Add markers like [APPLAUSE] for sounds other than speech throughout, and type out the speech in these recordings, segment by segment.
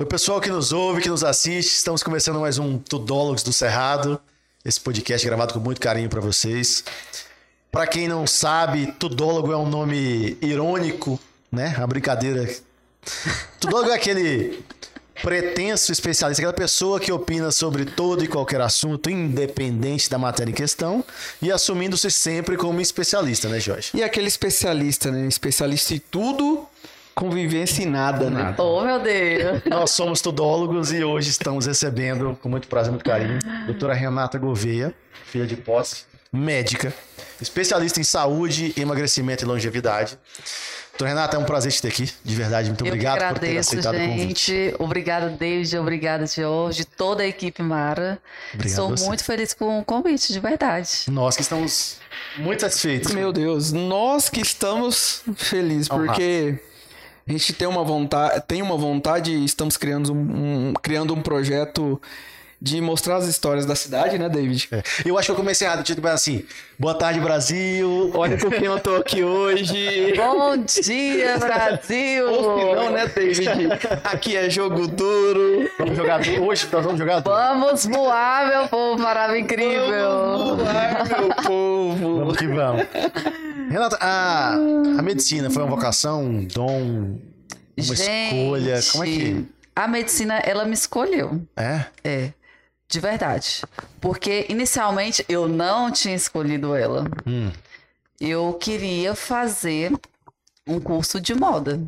O pessoal que nos ouve, que nos assiste, estamos começando mais um Tudólogos do Cerrado, esse podcast gravado com muito carinho para vocês. Para quem não sabe, Tudólogo é um nome irônico, né? A brincadeira. Tudólogo é aquele pretenso especialista, aquela pessoa que opina sobre todo e qualquer assunto, independente da matéria em questão, e assumindo-se sempre como especialista, né, Jorge? E aquele especialista, né? Especialista em tudo, convivência em nada, né? Oh, meu Deus. Nós somos tudólogos e hoje estamos recebendo, com muito prazer, muito carinho, doutora Renata Gouveia, filha de posse, médica, especialista em saúde, emagrecimento e longevidade. Doutora Renata, é um prazer te ter aqui, de verdade. Muito Eu que obrigado por ter agradeço, aceitado o convite. gente. Obrigada, David. Obrigada, Jorge. Toda a equipe Mara. Obrigado a Sou você. muito feliz com o convite, [LAUGHS] de verdade. Nós que estamos muito satisfeitos. Meu Deus, nós que estamos felizes, Honrado. porque a gente tem uma vontade, tem uma vontade e estamos criando um, um- criando um projeto de mostrar as histórias da cidade, né, David? É. Eu acho que eu comecei errado, eu tinha que começar assim, boa tarde Brasil, Olha com quem eu tô aqui hoje. Bom dia, Brasil! Ou se [LAUGHS] não, né, David? Aqui é jogo duro. vamos jogar, hoje nós vamos jogar, Vamos voar, meu povo maravilhoso, incrível! Vamos lá, meu povo. vamos que vamos. Renata, a, a medicina foi uma vocação, um dom, uma escolha, como é que... A medicina, ela me escolheu. É? É, de verdade. Porque inicialmente eu não tinha escolhido ela. Hum. Eu queria fazer um curso de moda.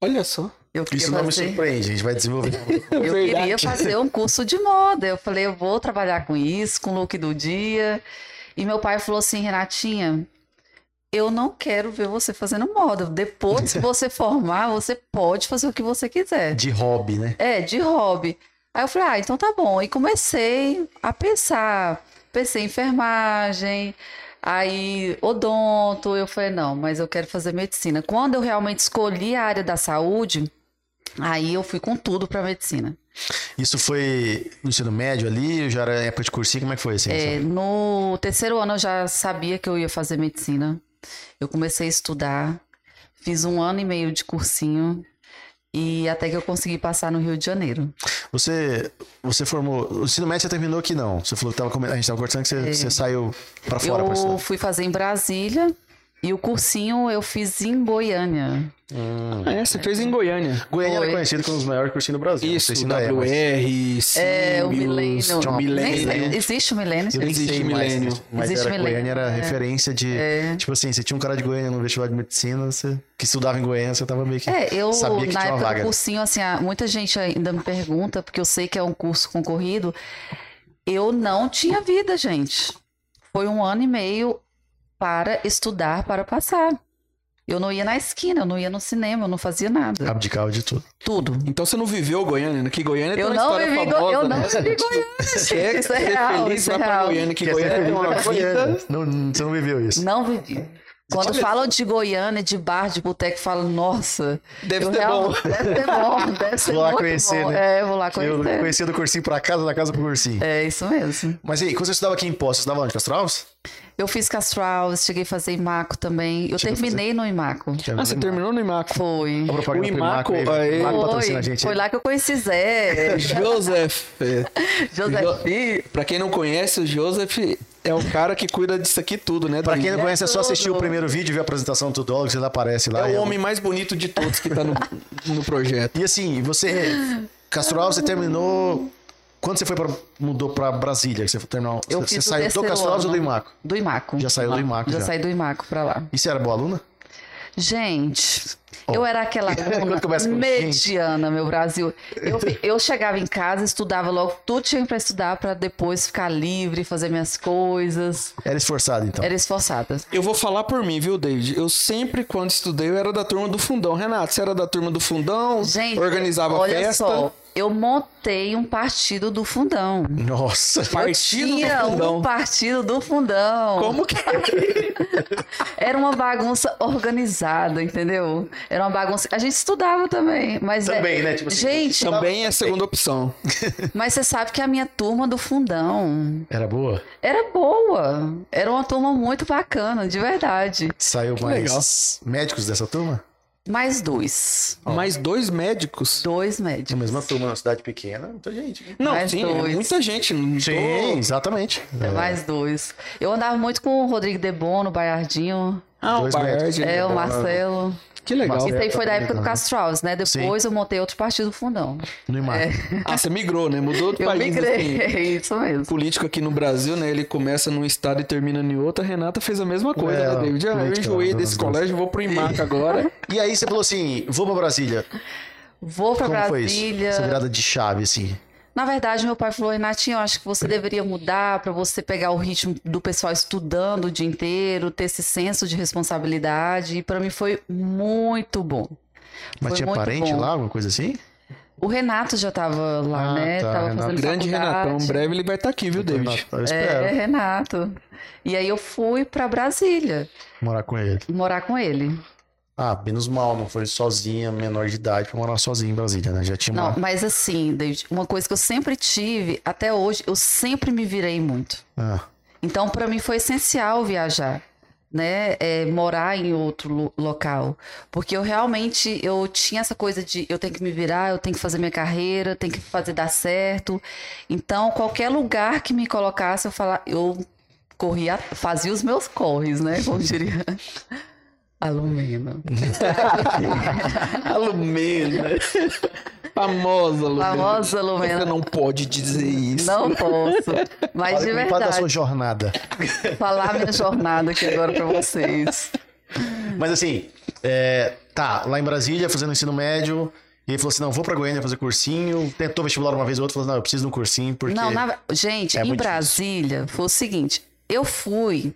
Olha só. Eu queria Isso não é me fazer... surpreende, a gente vai [LAUGHS] desenvolver. Eu Verdade. queria fazer um curso de moda. Eu falei, eu vou trabalhar com isso, com o look do dia. E meu pai falou assim, Renatinha, eu não quero ver você fazendo moda. Depois que você formar, você pode fazer o que você quiser. De hobby, né? É, de hobby. Aí eu falei, ah, então tá bom. E comecei a pensar. Pensei em enfermagem, aí odonto. Eu falei, não, mas eu quero fazer medicina. Quando eu realmente escolhi a área da saúde, aí eu fui com tudo pra medicina. Isso foi no ensino médio ali, já era época de cursinho, como é que foi assim? É, no terceiro ano eu já sabia que eu ia fazer medicina. Eu comecei a estudar, fiz um ano e meio de cursinho. E até que eu consegui passar no Rio de Janeiro. Você, você formou, o ensino médio você terminou aqui não, você falou que tava, come- a gente tava conversando que você, você saiu pra Tá fora pra É. Eu estudar. fui fazer em Brasília e o cursinho eu fiz em Goiânia. Hum. É, você fez em Goiânia. Goiânia era Foi. conhecido como um dos maiores cursinhos do Brasil. não Isso, sei se ainda é, mas- WR, É, o Milênio. John John Nem sei, Milênio. Existe o Milênio? um Eu nem Existe sei milênio. mais, mas Existe era, milênio, Goiânia era é. referência de... É. Tipo assim, você tinha um cara de Goiânia no vestibular de medicina, você, que estudava em Goiânia, você tava meio que... [LAUGHS] É, eu sabia que na tinha uma época vaga. né? do cursinho, assim, ah, muita gente ainda me pergunta, porque eu sei que é um curso concorrido. Eu não tinha vida, gente. Foi um ano e meio para estudar, para passar. Eu não ia na esquina, eu não ia no cinema, eu não fazia nada. Abdicava de tudo. Tudo. Então você não viveu Goiânia, né? Que Goiânia tem Eu uma não história vivi, Go- famosa. eu não né? [LAUGHS] vivi Goiânia, Você gente. é, Isso é você é real, feliz, isso é vai pra real. Goiânia, que Quer ser Goiânia é tem feliz uma Tá pra Goiânia. vida. Não- não- Você não viveu Tipo, isso. Não vivi. Quando falam de Goiânia, de bar, de boteco, falam, nossa. Deve eu ser real- bom. [LAUGHS] Ah, Deve ser bom, deve ser Vou lá muito conhecer, bom. né? É, vou lá Eu conhecer. conhecia do cursinho pra casa, da casa pro cursinho. É isso mesmo. Mas e aí, quando você estudava aqui em Poços, você estudava onde? Castro Alves? Eu fiz Castrals, cheguei a fazer Imaco também. Eu Chegou a fazer? terminei no Imaco. Ah, você terminou no Imaco. Foi. A propaganda O pro Imaco, aí. aí- Imaco patrocina é, Foi. a gente. Foi aí. lá que eu [LAUGHS] conheci Zé, Joseph. Josefi. Pra quem não conhece, o Joseph é o cara que cuida disso aqui tudo, né? Pra Davi? quem não conhece, é só assistir o tudo. primeiro vídeo, ver a apresentação do Tudólogo, você lá aparece lá. É e o homem mais bonito de todos que tá no, no projeto. E assim, você. Castro Alves, você terminou. Quando você foi pra, mudou pra Brasília? que Você, terminou, Eu você fiz o saiu do terceiro Castro Alves ou do ano. Imaco? Do Imaco. Já saiu do Imaco. Já, Já saí do Imaco pra lá. E você era boa aluna? Gente, eu era aquela aluna [LAUGHS] Quando começa com mediana, meu Brasil. Eu, fi- eu chegava em casa, estudava logo tudo tinha pra estudar, pra depois ficar livre, fazer minhas coisas. Era esforçada, então. Era esforçada. Eu vou falar por mim, viu, David? Eu sempre, quando estudei, eu era da turma do fundão. Renato, você era da turma do fundão? Gente, organizava olha festa. só, eu montei um partido do fundão. Nossa. Partido eu do tinha fundão. um partido do fundão. Como que Era uma bagunça organizada, entendeu? Era uma bagunça. A gente estudava também, [LAUGHS] mas é, Também, né? Tipo assim, [LAUGHS] gente, também é a segunda opção. mas você sabe que a minha turma do fundão Era boa? Era boa. Era uma turma muito bacana, de verdade. Saiu mais legal. médicos dessa turma? Mais dois. Mais dois médicos? Dois A médicos. mesma turma na cidade pequena, muita gente. né? Não, Mais sim, dois. é muita gente. Não Sim, tô- exatamente. É mais dois. Eu andava muito com o Rodrigo Debono, o Baiardinho, Ah, o Dois Bayard. médicos. é, o Debono. Marcelo. Que legal. Marcelo. Isso aí foi da época do Aham. Castro Alves, né? Depois eu montei outro partido do Fundão. No É. imagem. Ah, você migrou, né? Mudou do Eu país. assim. [LAUGHS] migrei, É isso mesmo. político aqui no Brasil, né? Ele começa num estado e termina em outro. A Renata fez a mesma coisa, É, né, David? Ah, eu política, enjoei né, desse Deus. colégio, vou pro IMAC [LAUGHS] agora. E aí você falou assim, vou pra Brasília. Vou pra Como foi isso? Brasília. Essa virada de chave, assim. Na verdade, meu pai falou, Renatinho, eu acho que você deveria mudar para você pegar o ritmo do pessoal estudando o dia inteiro, ter esse senso de responsabilidade. E para mim foi muito bom. Mas Foi tinha muito parente bom. lá, alguma coisa assim? O Renato já tava lá, Ah, né? tá, tava Renato. fazendo Grande faculdade. Renatão, em breve ele vai estar aqui, viu, David? Eu espero É, Renato. E aí eu fui para Brasília morar com ele. morar com ele. Ah, menos mal, não foi sozinha, menor de idade, pra morar sozinha em Brasília, né? Já tinha Não, uma... mas assim, David, uma coisa que eu sempre tive, até hoje, eu sempre me virei muito. Ah, Então, para mim foi essencial viajar, né? É, morar em outro lo- local, porque eu realmente eu tinha essa coisa de eu tenho que me virar, eu tenho que fazer minha carreira, eu tenho que fazer dar certo. Então, qualquer lugar que me colocasse, eu falar, eu corria, fazia os meus corres, né? Como diria. Alumina. [LAUGHS] A Lumena. Famosa Lumena. Famosa Lumena. Você não pode dizer isso. Não posso. Mas de fala, me fala da verdade, sua jornada. falar minha jornada aqui agora para vocês. Mas assim, é, tá, lá em Brasília, fazendo ensino médio, e ele falou assim: não, vou pra Goiânia fazer cursinho. Tentou vestibular uma vez ou outra, falou: não, eu preciso de um cursinho, porque. Não, na- gente, é em muito difícil. Brasília foi o seguinte: eu fui,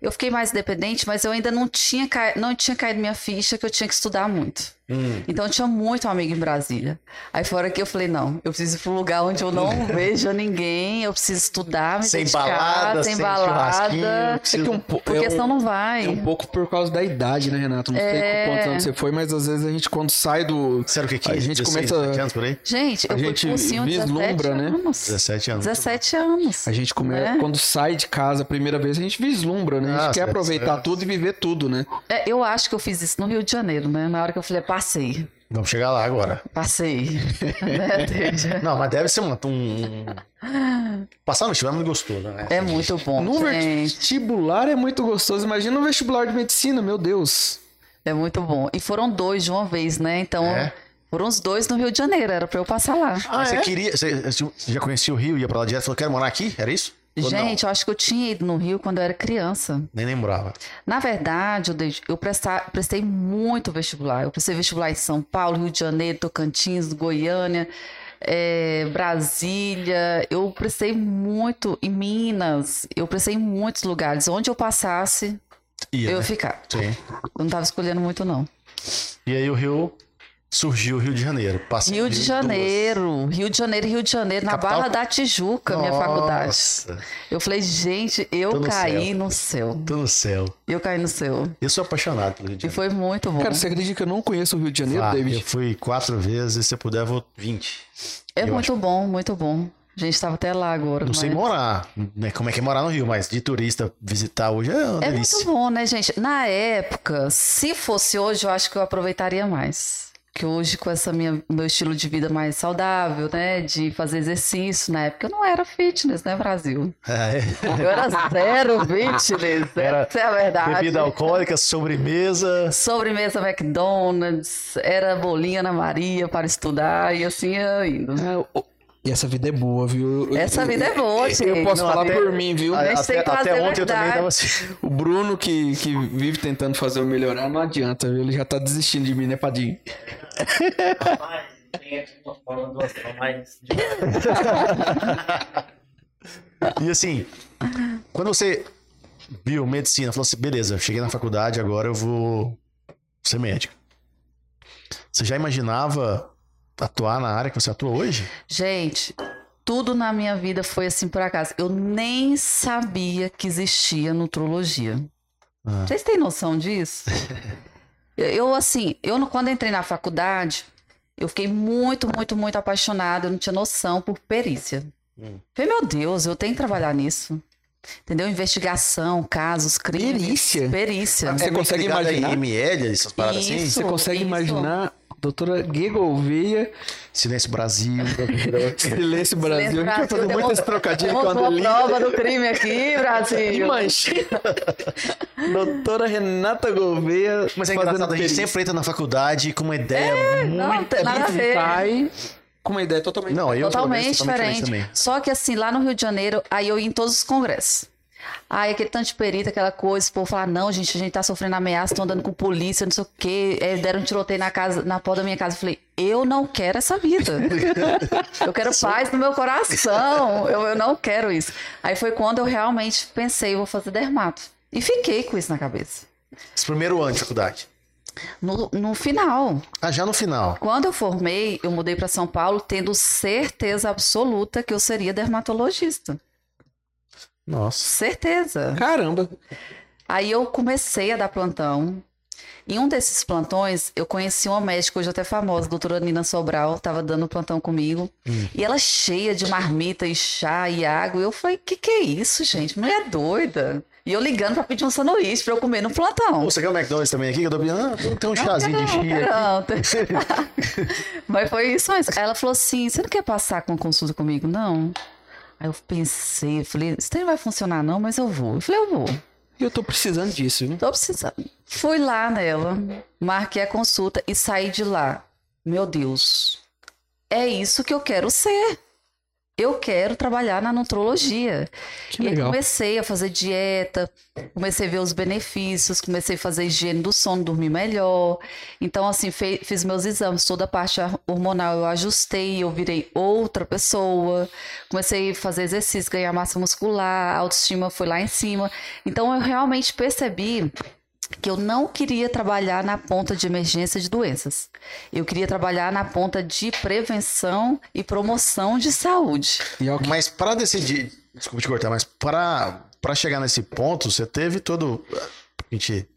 eu fiquei mais independente, mas eu ainda não tinha, ca- não tinha caído minha ficha que eu tinha que estudar muito. Hum. Então eu tinha muito amigo em Brasília. Aí fora que eu falei: não, eu preciso ir para um lugar onde [LAUGHS] eu não vejo ninguém, eu preciso estudar, me Sem dedicar, balada, sem sem balada. churrasquinho. É que um po- Porque é um- senão não vai. É um pouco por causa da idade, né, Renato? Não É. sei quantos anos você foi, mas às vezes a gente, quando sai do. Sério, o que que A gente 16, começa- 17 anos por aí? Gente, A eu fui gente pro cursinho de 17 vislumbra, né? anos. 17 anos. 17 anos. A gente come... né? quando sai de casa a primeira vez, a gente vislumbra, né? A gente Ah, quer certo, aproveitar certo. tudo e viver tudo, né? É, eu acho que eu fiz isso no Rio de Janeiro, né? Na hora que eu falei, passei. Vamos chegar lá agora. [LAUGHS] Passei. Né, Deja? Não, mas deve ser um. um... Passar no vestibular é muito gostoso, né? é muito bom. No gente. vestibular é muito gostoso. Imagina um vestibular de medicina, meu Deus. É muito bom. E foram dois de uma vez, né? Então, É? foram os dois no Rio de Janeiro. Era pra eu passar lá. Ah, você queria. Você, você já conhecia o Rio, ia pra lá direto e falou: quero morar aqui? Era isso? Ou não? Gente, eu acho que eu tinha ido no Rio quando eu era criança. Nem lembrava. Na verdade, eu, dei- eu presta- prestei muito vestibular. Eu prestei vestibular em São Paulo, Rio de Janeiro, Tocantins, Goiânia, eh, Brasília. Eu prestei muito em Minas. Eu prestei em muitos lugares. Onde eu passasse, Ia, eu né? ficava. Sim. Eu não estava escolhendo muito, não. E aí o Rio. Surgiu o Rio de Janeiro. Passei Rio de duas. Janeiro, Rio de Janeiro, Rio de Janeiro, na Capital? Barra da Tijuca, minha faculdade. Nossa, Eu falei, gente, eu Tô no caí céu. no céu. Tô no céu. Eu caí no céu. Eu sou apaixonado pelo Rio de E Janeiro. foi muito bom. Cara, você acredita que eu não conheço o Rio de Janeiro, Ah, David? eu fui quatro vezes, se eu puder, eu vou 20. é eu muito bom, muito bom. A gente estava até lá agora. Não sei mas- morar, né? Como é que é morar no Rio, mas de turista visitar hoje é uma É delícia. muito bom, né, gente? Na época, se fosse hoje, eu acho que eu aproveitaria mais. Que hoje, com essa minha meu estilo de vida mais saudável, né? De fazer exercício. Na época eu não era fitness, né, Brasil? É. [LAUGHS] Eu era zero fitness. Era Essa é a verdade. Bebida alcoólica, sobremesa. Sobremesa McDonald's, era bolinha na Maria para estudar e assim ia indo. Ah, o- E essa vida é boa, viu? Essa vida é Ah, boa, gente. Uhum. Eu posso Não, falar até- por mim, viu? Ai. até sei até fazer ontem eu também verdade. tava assim. O Bruno, que, que vive tentando fazer eu melhorar, não adianta, viu? Ele já tá desistindo de mim, né, Padinho? mais dentro de uma forma do astral, mais de E assim, [LAUGHS] quando você viu medicina, falou assim: beleza, cheguei na faculdade, agora eu vou ser médico. Você já imaginava atuar na área que você atua hoje? Gente, tudo na minha vida foi assim por acaso. Eu nem sabia que existia nutrologia. Ah. Vocês têm noção [LAUGHS] disso? Eu- Eu, assim, eu não- quando entrei na faculdade, eu fiquei muito, muito, muito apaixonada. Eu não tinha noção por perícia. Hum. Falei, meu Deus, eu tenho que trabalhar nisso. Entendeu? Investigação, casos, crimes. Perícia? É Perícia. Você É muito consegue ligado imaginar? Em ML, essas paradas Isso. assim? Você consegue isso. imaginar a doutora Gigolveia, Silêncio Brasil. [LAUGHS] [LAUGHS] Silêncio Brasil. A gente vai É. Brasil, fazer muito demo- esse trocadilho Temos quando uma li. prova do [LAUGHS] crime aqui, Brasil. [LAUGHS] Imagina! doutora Renata Gouveia Mas é fazendo engraçado, a gente perícia. sempre entra na faculdade com uma ideia muito... Não, não tem nada a E ver. sai com uma ideia totalmente... Não, eu pelo menos, Totalmente diferente. também. Só que assim, lá no Rio de Janeiro, aí eu ia em todos os congressos. Aí aquele tanto de perito, aquela coisa, o povo falar, não, gente, a gente tá sofrendo ameaça, estão andando com polícia, não sei o quê. É, deram um tiroteio na casa, na porta da minha casa. Eu falei, eu não quero [LAUGHS] essa vida. eu quero paz no meu coração. Eu, eu não quero isso. Aí foi quando eu realmente pensei, vou fazer dermato. E fiquei com isso na cabeça. Esse primeiro ano de faculdade. No- no final, Ah, já no final. Quando eu formei, eu mudei para São Paulo tendo certeza absoluta que eu seria dermatologista. Nossa. Certeza. Caramba! Aí eu comecei a dar plantão. Em um desses plantões, eu conheci uma médica, hoje até famosa, a doutora Nina Sobral, estava dando plantão comigo. E ela cheia de marmita e chá e água. E eu falei, que que é isso, gente? Mulher doida. E eu ligando para pedir um sanduíche para eu comer no plantão. Pô, você quer o McDonald's também aqui? Que eu tô pedindo. Ah, tem- tem um chazinho de Não, chia. não, tem- [LAUGHS] Mas foi isso mesmo. Aí Ela falou assim: você não quer passar com uma consulta comigo? Não. Aí eu pensei, eu falei, isso não vai funcionar, não, mas eu vou. Eu falei, eu vou, Eu tô precisando disso, viu? tô precisando. Fui lá nela, marquei a consulta e saí de lá. Meu Deus, é isso que eu quero ser. Eu quero trabalhar na nutrologia. Que E aí legal. comecei a fazer dieta, comecei a ver os benefícios, comecei a fazer higiene do sono, dormir melhor. Então, assim, fe- fiz meus exames, toda a parte ar- hormonal eu ajustei, eu virei outra pessoa. Comecei a fazer exercício, ganhar massa muscular, a autoestima foi lá em cima. Então, eu realmente percebi que eu não queria trabalhar na ponta de emergência de doenças. Eu queria trabalhar na ponta de prevenção e promoção de saúde. E é o que- Mas pra decidir. Desculpa te cortar, mas pra, pra chegar nesse ponto, você teve todo. A gente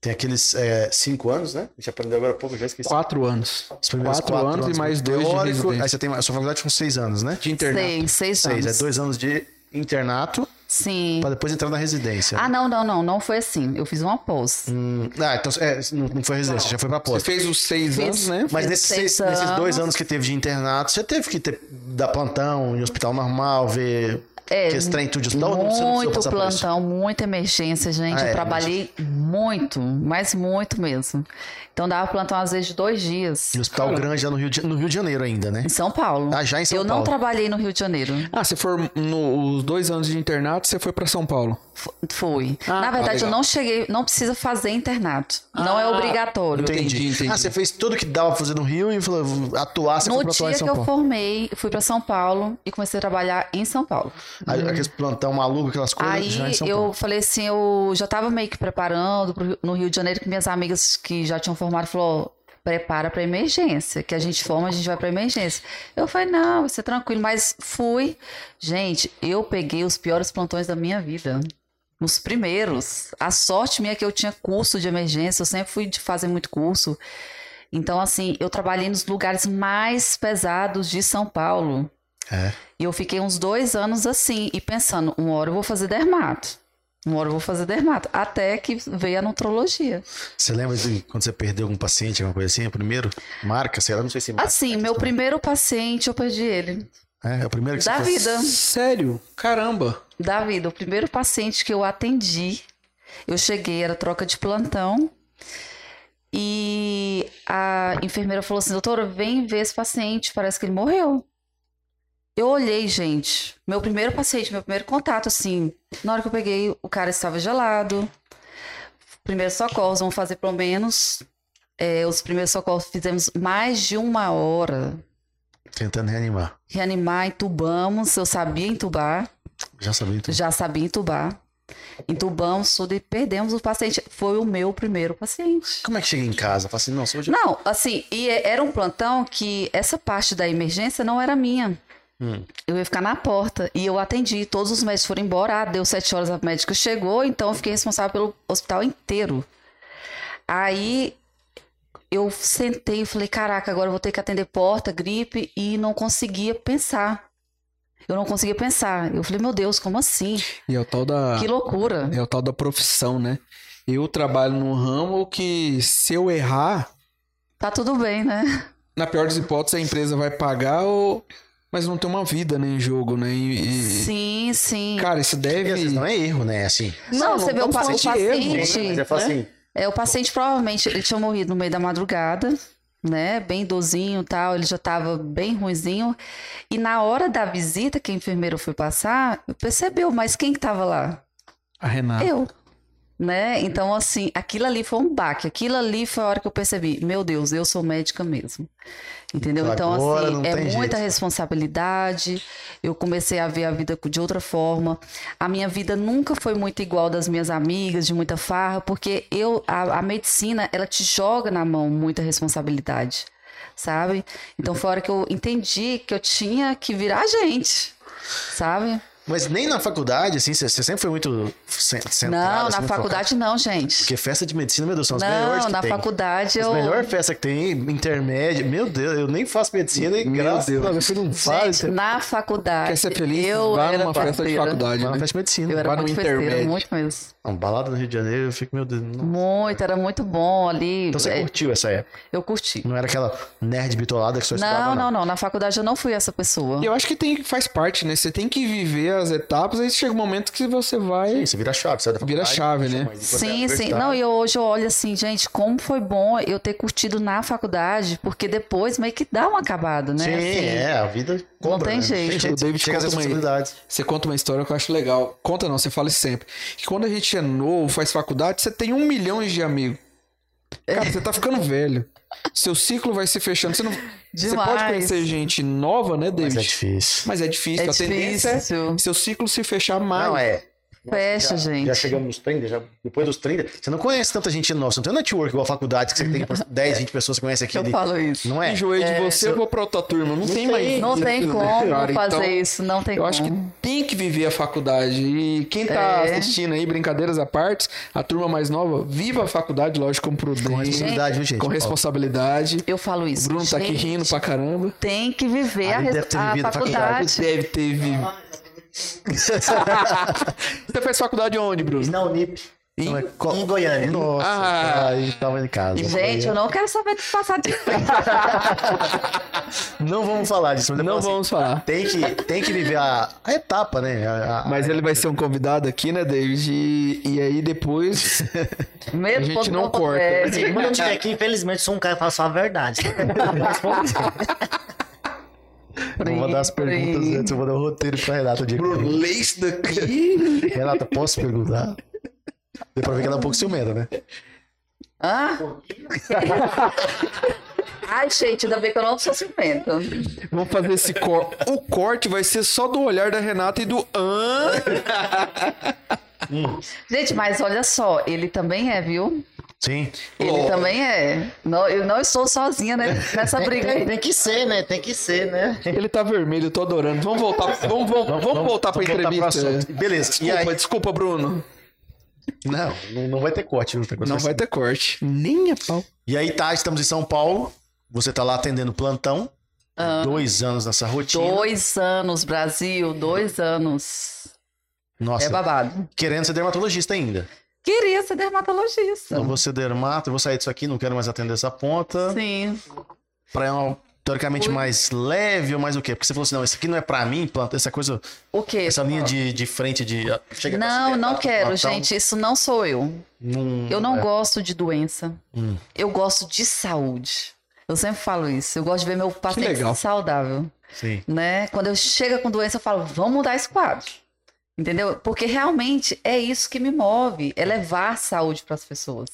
tem aqueles é, cinco anos, né? A gente aprendeu agora há pouco, já esqueci. Quatro anos. Os primeiros quatro anos e mais dois de teórico. residência. Aí você tem. A sua faculdade com seis anos, né? De internato. Seis, seis, Seis. É anos. dois anos de internato Sim. pra depois entrar na residência. Ah, não, não, não, não foi assim. Eu fiz uma pós. Né? Hum, ah, então é, não, não foi residência, já foi pra Você pós. fez os seis Fiz. anos, né? Mas Fez nesses, seis seis- nesses dois anos. anos que teve de internato, você teve que ter, dar plantão em hospital normal, ver É, que esse trem tudo de hospital? ou não, Então, você não precisou muito passar por isso? plantão, muita emergência, gente. Ah, é, eu trabalhei muito, mas muito mesmo. Então dava plantão às vezes de dois dias E hospital Caramba. grande lá no Rio, de, no Rio de Janeiro ainda, né? em São Paulo. Ah, já em São eu Paulo. não trabalhei no Rio de Janeiro. Ah, você for no, os dois anos de internato, você foi pra São Paulo. F- Foi. Ah, tá, Na verdade, legal. eu não cheguei, não precisa fazer internato. não é Ah, obrigatório. entendi. entendi. Ah, você fez tudo que dava pra fazer no Rio e falou, vou atuar, você No foi pra atuar dia em que São eu Paulo. formei, fui pra São Paulo e comecei a trabalhar em São Paulo. Aí, Aqueles plantão maluco, aquelas coisas já é em Aí São eu Paulo. falei assim, eu já tava meio que preparando pro Rio- no Rio de Janeiro, que minhas amigas que já tinham formado falou, prepara pra emergência, que a gente forma, a gente vai pra emergência. Eu falei, não, vai ser tranquilo, mas fui. Gente, eu peguei os piores plantões da minha vida. Os primeiros. A sorte minha é que eu tinha curso de emergência, eu sempre fui de fazer muito curso. Então, assim, eu trabalhei nos lugares mais pesados de São Paulo. É. E eu fiquei uns dois anos assim, e pensando, uma hora eu vou fazer dermato. Uma hora eu vou fazer dermato. Até que veio a nutrologia. Você lembra de quando você perdeu algum paciente, alguma coisa assim? O primeiro? Marca, sei lá, não sei se marca. Assim, meu primeiro paciente, eu perdi ele. É, é o primeiro que Da você fez. vida. Sério? Caramba. Da vida. O primeiro paciente que eu atendi, eu cheguei, era troca de plantão. E a enfermeira falou assim: doutora, vem ver esse paciente, parece que ele morreu. Eu olhei, gente, meu primeiro paciente, meu primeiro contato, assim. Na hora que eu peguei, o cara estava gelado. Primeiros socorros, vamos fazer pelo menos. é, os primeiros socorros fizemos mais de uma hora. Tentando reanimar. Reanimar, entubamos, eu sabia entubar. Já sabia tudo. Já sabia entubar. Entubamos tudo e perdemos o paciente. Foi o meu primeiro paciente. Como é que chega em casa? Fala assim, não, hoje eu Não, assim, e é- era um plantão que essa parte da emergência não era minha. Hum. Eu ia ficar na porta e eu atendi. Todos os médicos foram embora. Ah, deu sete horas, a médica chegou, então eu fiquei responsável pelo hospital inteiro. Aí eu sentei e falei: caraca, agora eu vou ter que atender porta, gripe, e não conseguia pensar. Eu não conseguia pensar. Eu falei, meu Deus, como assim? E é o tal da. Que loucura. É o tal da profissão, né? Eu trabalho num ramo que, se eu errar, Tá tudo bem, né? na pior das hipóteses, a empresa vai pagar ou. Mas não tem uma vida nem jogo, né? E, e- Sim, sim. Cara, isso E deve. às vezes não é erro, né? Assim. Não, você vê o, estamos pa- o falando de erro, paciente. Né? Mas eu falo assim, É, o paciente provavelmente ele tinha morrido no meio da madrugada, né? Bem idosinho e tal, ele já estava bem ruinzinho. E na hora da visita que o enfermeiro foi passar, percebeu, mas quem que estava lá? A Ah. Renata. Eu. Né? Então, assim, aquilo ali foi um baque. Aquilo ali foi a hora que eu percebi, meu Deus, eu sou médica mesmo. Entendeu? Então, Então, agora assim, não é tem muita jeito. responsabilidade. Eu comecei a ver a vida de outra forma. A minha vida nunca foi muito igual das minhas amigas, de muita farra, porque eu a, a medicina, ela te joga na mão muita responsabilidade, sabe? Então, foi a hora que eu entendi que eu tinha que virar gente, sabe? mas nem na faculdade, assim, você você sempre foi muito cen- centrada. Não, assim, na muito focada. faculdade não, gente. Porque festa de medicina, meu Deus, são as melhores Não, que na tem. faculdade As eu. melhores festas que tem, intermédia. Meu Deus, eu nem faço medicina e Meu graças Deus. a Deus, né? você não faz. Gente, na faculdade. Quer ser feliz? Eu Vá era numa festa de festeira. faculdade, Vai na né? é festa de medicina. Eu Vá era no muito festeira, intermédio. muito mesmo. Não, balada no Rio de Janeiro, eu fico, meu Deus. não. Muito, era muito bom ali. Então você É, curtiu essa época. eu curti. Não era aquela nerd bitolada que só estudava. Não, não, não. Na faculdade eu não fui essa pessoa. E eu acho que tem, faz parte, né? Você tem que viver as etapas, aí chega um momento que você vai. Sim, você vira chave, sai da Vira faculdade, chave, né? mas depois Sim, você é sim. universitário. Não, e eu, hoje eu olho assim, gente, como foi bom eu ter curtido na faculdade, porque depois meio que dá um acabado, né? Sim, Assim, é, a vida compra, tem né? jeito. O David chega às conta uma aí. responsabilidades. Você conta uma história que eu acho legal. Conta não, você fala isso sempre. Que quando a gente é novo, faz faculdade, você tem um milhão de amigos. Cara, É. você tá ficando velho. Seu ciclo vai se fechando. Você, não... você Demais. pode conhecer gente nova, né, Mas David? é difícil. Mas é difícil. É a tendência é difícil. seu ciclo se fechar mais. Não, é. Fecha, já, gente. Já chegamos nos 30, já, depois dos 30. Você não conhece tanta gente nova, você não tem um network igual a faculdade, que você tem 10, 20 pessoas que você conhece aqui. Eu ali. falo isso. Não é? Enjoei de É, você, eu vou pra outra turma. Não, tem mais. Não isso, tem né, como cara? fazer Então, isso, não tem Eu como. acho que tem que viver a faculdade. E quem tá É. assistindo aí, brincadeiras à parte, a turma mais nova, viva a faculdade, lógico, com prudência, Responsabilidade, viu, gente? com responsabilidade. Eu falo O isso. Bruno tá aqui gente, rindo pra caramba. Tem que viver a, Ali res- deve ter a vivido a faculdade. faculdade. Deve ter vivido. [LAUGHS] Você fez faculdade onde, Bruno? Na Unip. Não é co- Em Goiânia. Nossa, Ah. cara, a gente tava em casa. Gente, eu não quero saber de passar de Não vamos falar disso. Mas eu Não falo vamos falar. Tem que, tem que viver a, a etapa, né? A- a- Mas ele vai ser um convidado aqui, né, David? E, e aí depois. [LAUGHS] medo. A gente não corta. é Assim, Quando eu estiver aqui, infelizmente, sou um cara que fala só a verdade. eu vou dar as perguntas né? antes, eu vou dar o roteiro pra Renata. De... Lê isso daqui. Renata, posso perguntar? Deu pra ver que ela é um pouco ciumenta, né? Hã? Ai, gente, ainda bem que eu não sou ciumenta. Vamos fazer esse corte. O corte vai ser só do olhar da Renata e do. Ahn. Gente, mas olha só, ele também é, viu? Sim. Ele Oh. também é. Não, eu não estou sozinha né, nessa briga tem, aí. tem que ser, né? Tem que ser, né? Ele tá vermelho, eu tô adorando. Vamos voltar, vamos, vamos, vamos, voltar pra voltar pro entrevista. é. assunto. Tá Beleza. E Desculpa, aí- desculpa, Bruno. Não, não, não vai ter corte. Não, tem corte. Não vai ter corte. Nem a pau. E aí, tá, estamos em São Paulo. Você tá lá atendendo plantão. Dois anos nessa rotina. Ah. Dois anos, Brasil, dois anos. Nossa, É Tá. babado. querendo ser dermatologista ainda. Queria ser dermatologista. Então, vou ser dermato, vou sair disso aqui, não quero mais atender essa ponta. Sim. Pra uma, teoricamente, Ui. mais leve ou mais o quê? Porque você falou assim, não, isso aqui não é pra mim, planta, essa coisa, O quê? essa linha de, de frente de... ah, chega pra tá, Não, ser não dermato, quero, plantão, gente. Isso não sou eu. não- Eu não Hum, é. gosto de doença. Hum. Eu gosto de saúde. Eu sempre falo isso. Eu gosto de ver meu paciente legal. saudável, Sim. né? Quando eu chego com doença, eu falo, vamos mudar esse quadro. Entendeu? Porque realmente é isso que me move, é levar saúde para as pessoas,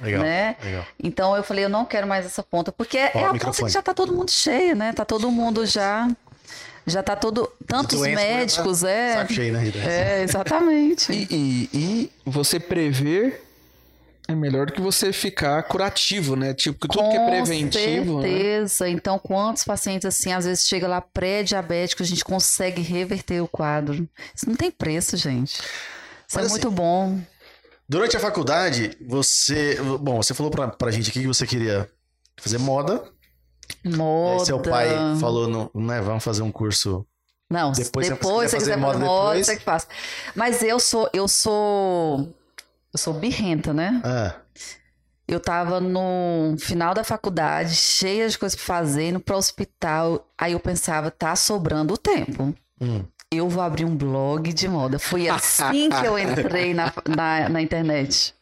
Legal. né? Legal. Então eu falei, eu não quero mais essa ponta, porque é Ó, a ponta que microfone. já tá todo mundo cheio, né? Tá todo mundo já já tá todo tantos Doença, né? médicos, é. Saco cheio, né, Rita? É, [LAUGHS] exatamente. E, e- e você prever é melhor do que você ficar curativo, né? Tipo, que tudo que é preventivo. Com né? certeza. Então, quantos pacientes assim, às vezes chega lá pré-diabético, a gente consegue reverter o quadro. Isso não tem preço, gente. Isso Mas, é assim, muito bom. Durante a faculdade, você... Bom, você falou pra, pra gente aqui que você queria fazer moda. Moda. Aí seu pai falou, no, né, vamos fazer um curso Não, Depois depois, você depois quiser você fazer quiser moda moda, moda depois. você que faz. Mas eu sou, eu sou, eu sou birrenta, né? Ah, Eu tava no final da faculdade, cheia de coisa pra fazer, indo pra hospital. Aí eu pensava, tá sobrando tempo. hum. Eu vou abrir um blog de moda. Foi assim que eu entrei na, na, na internet.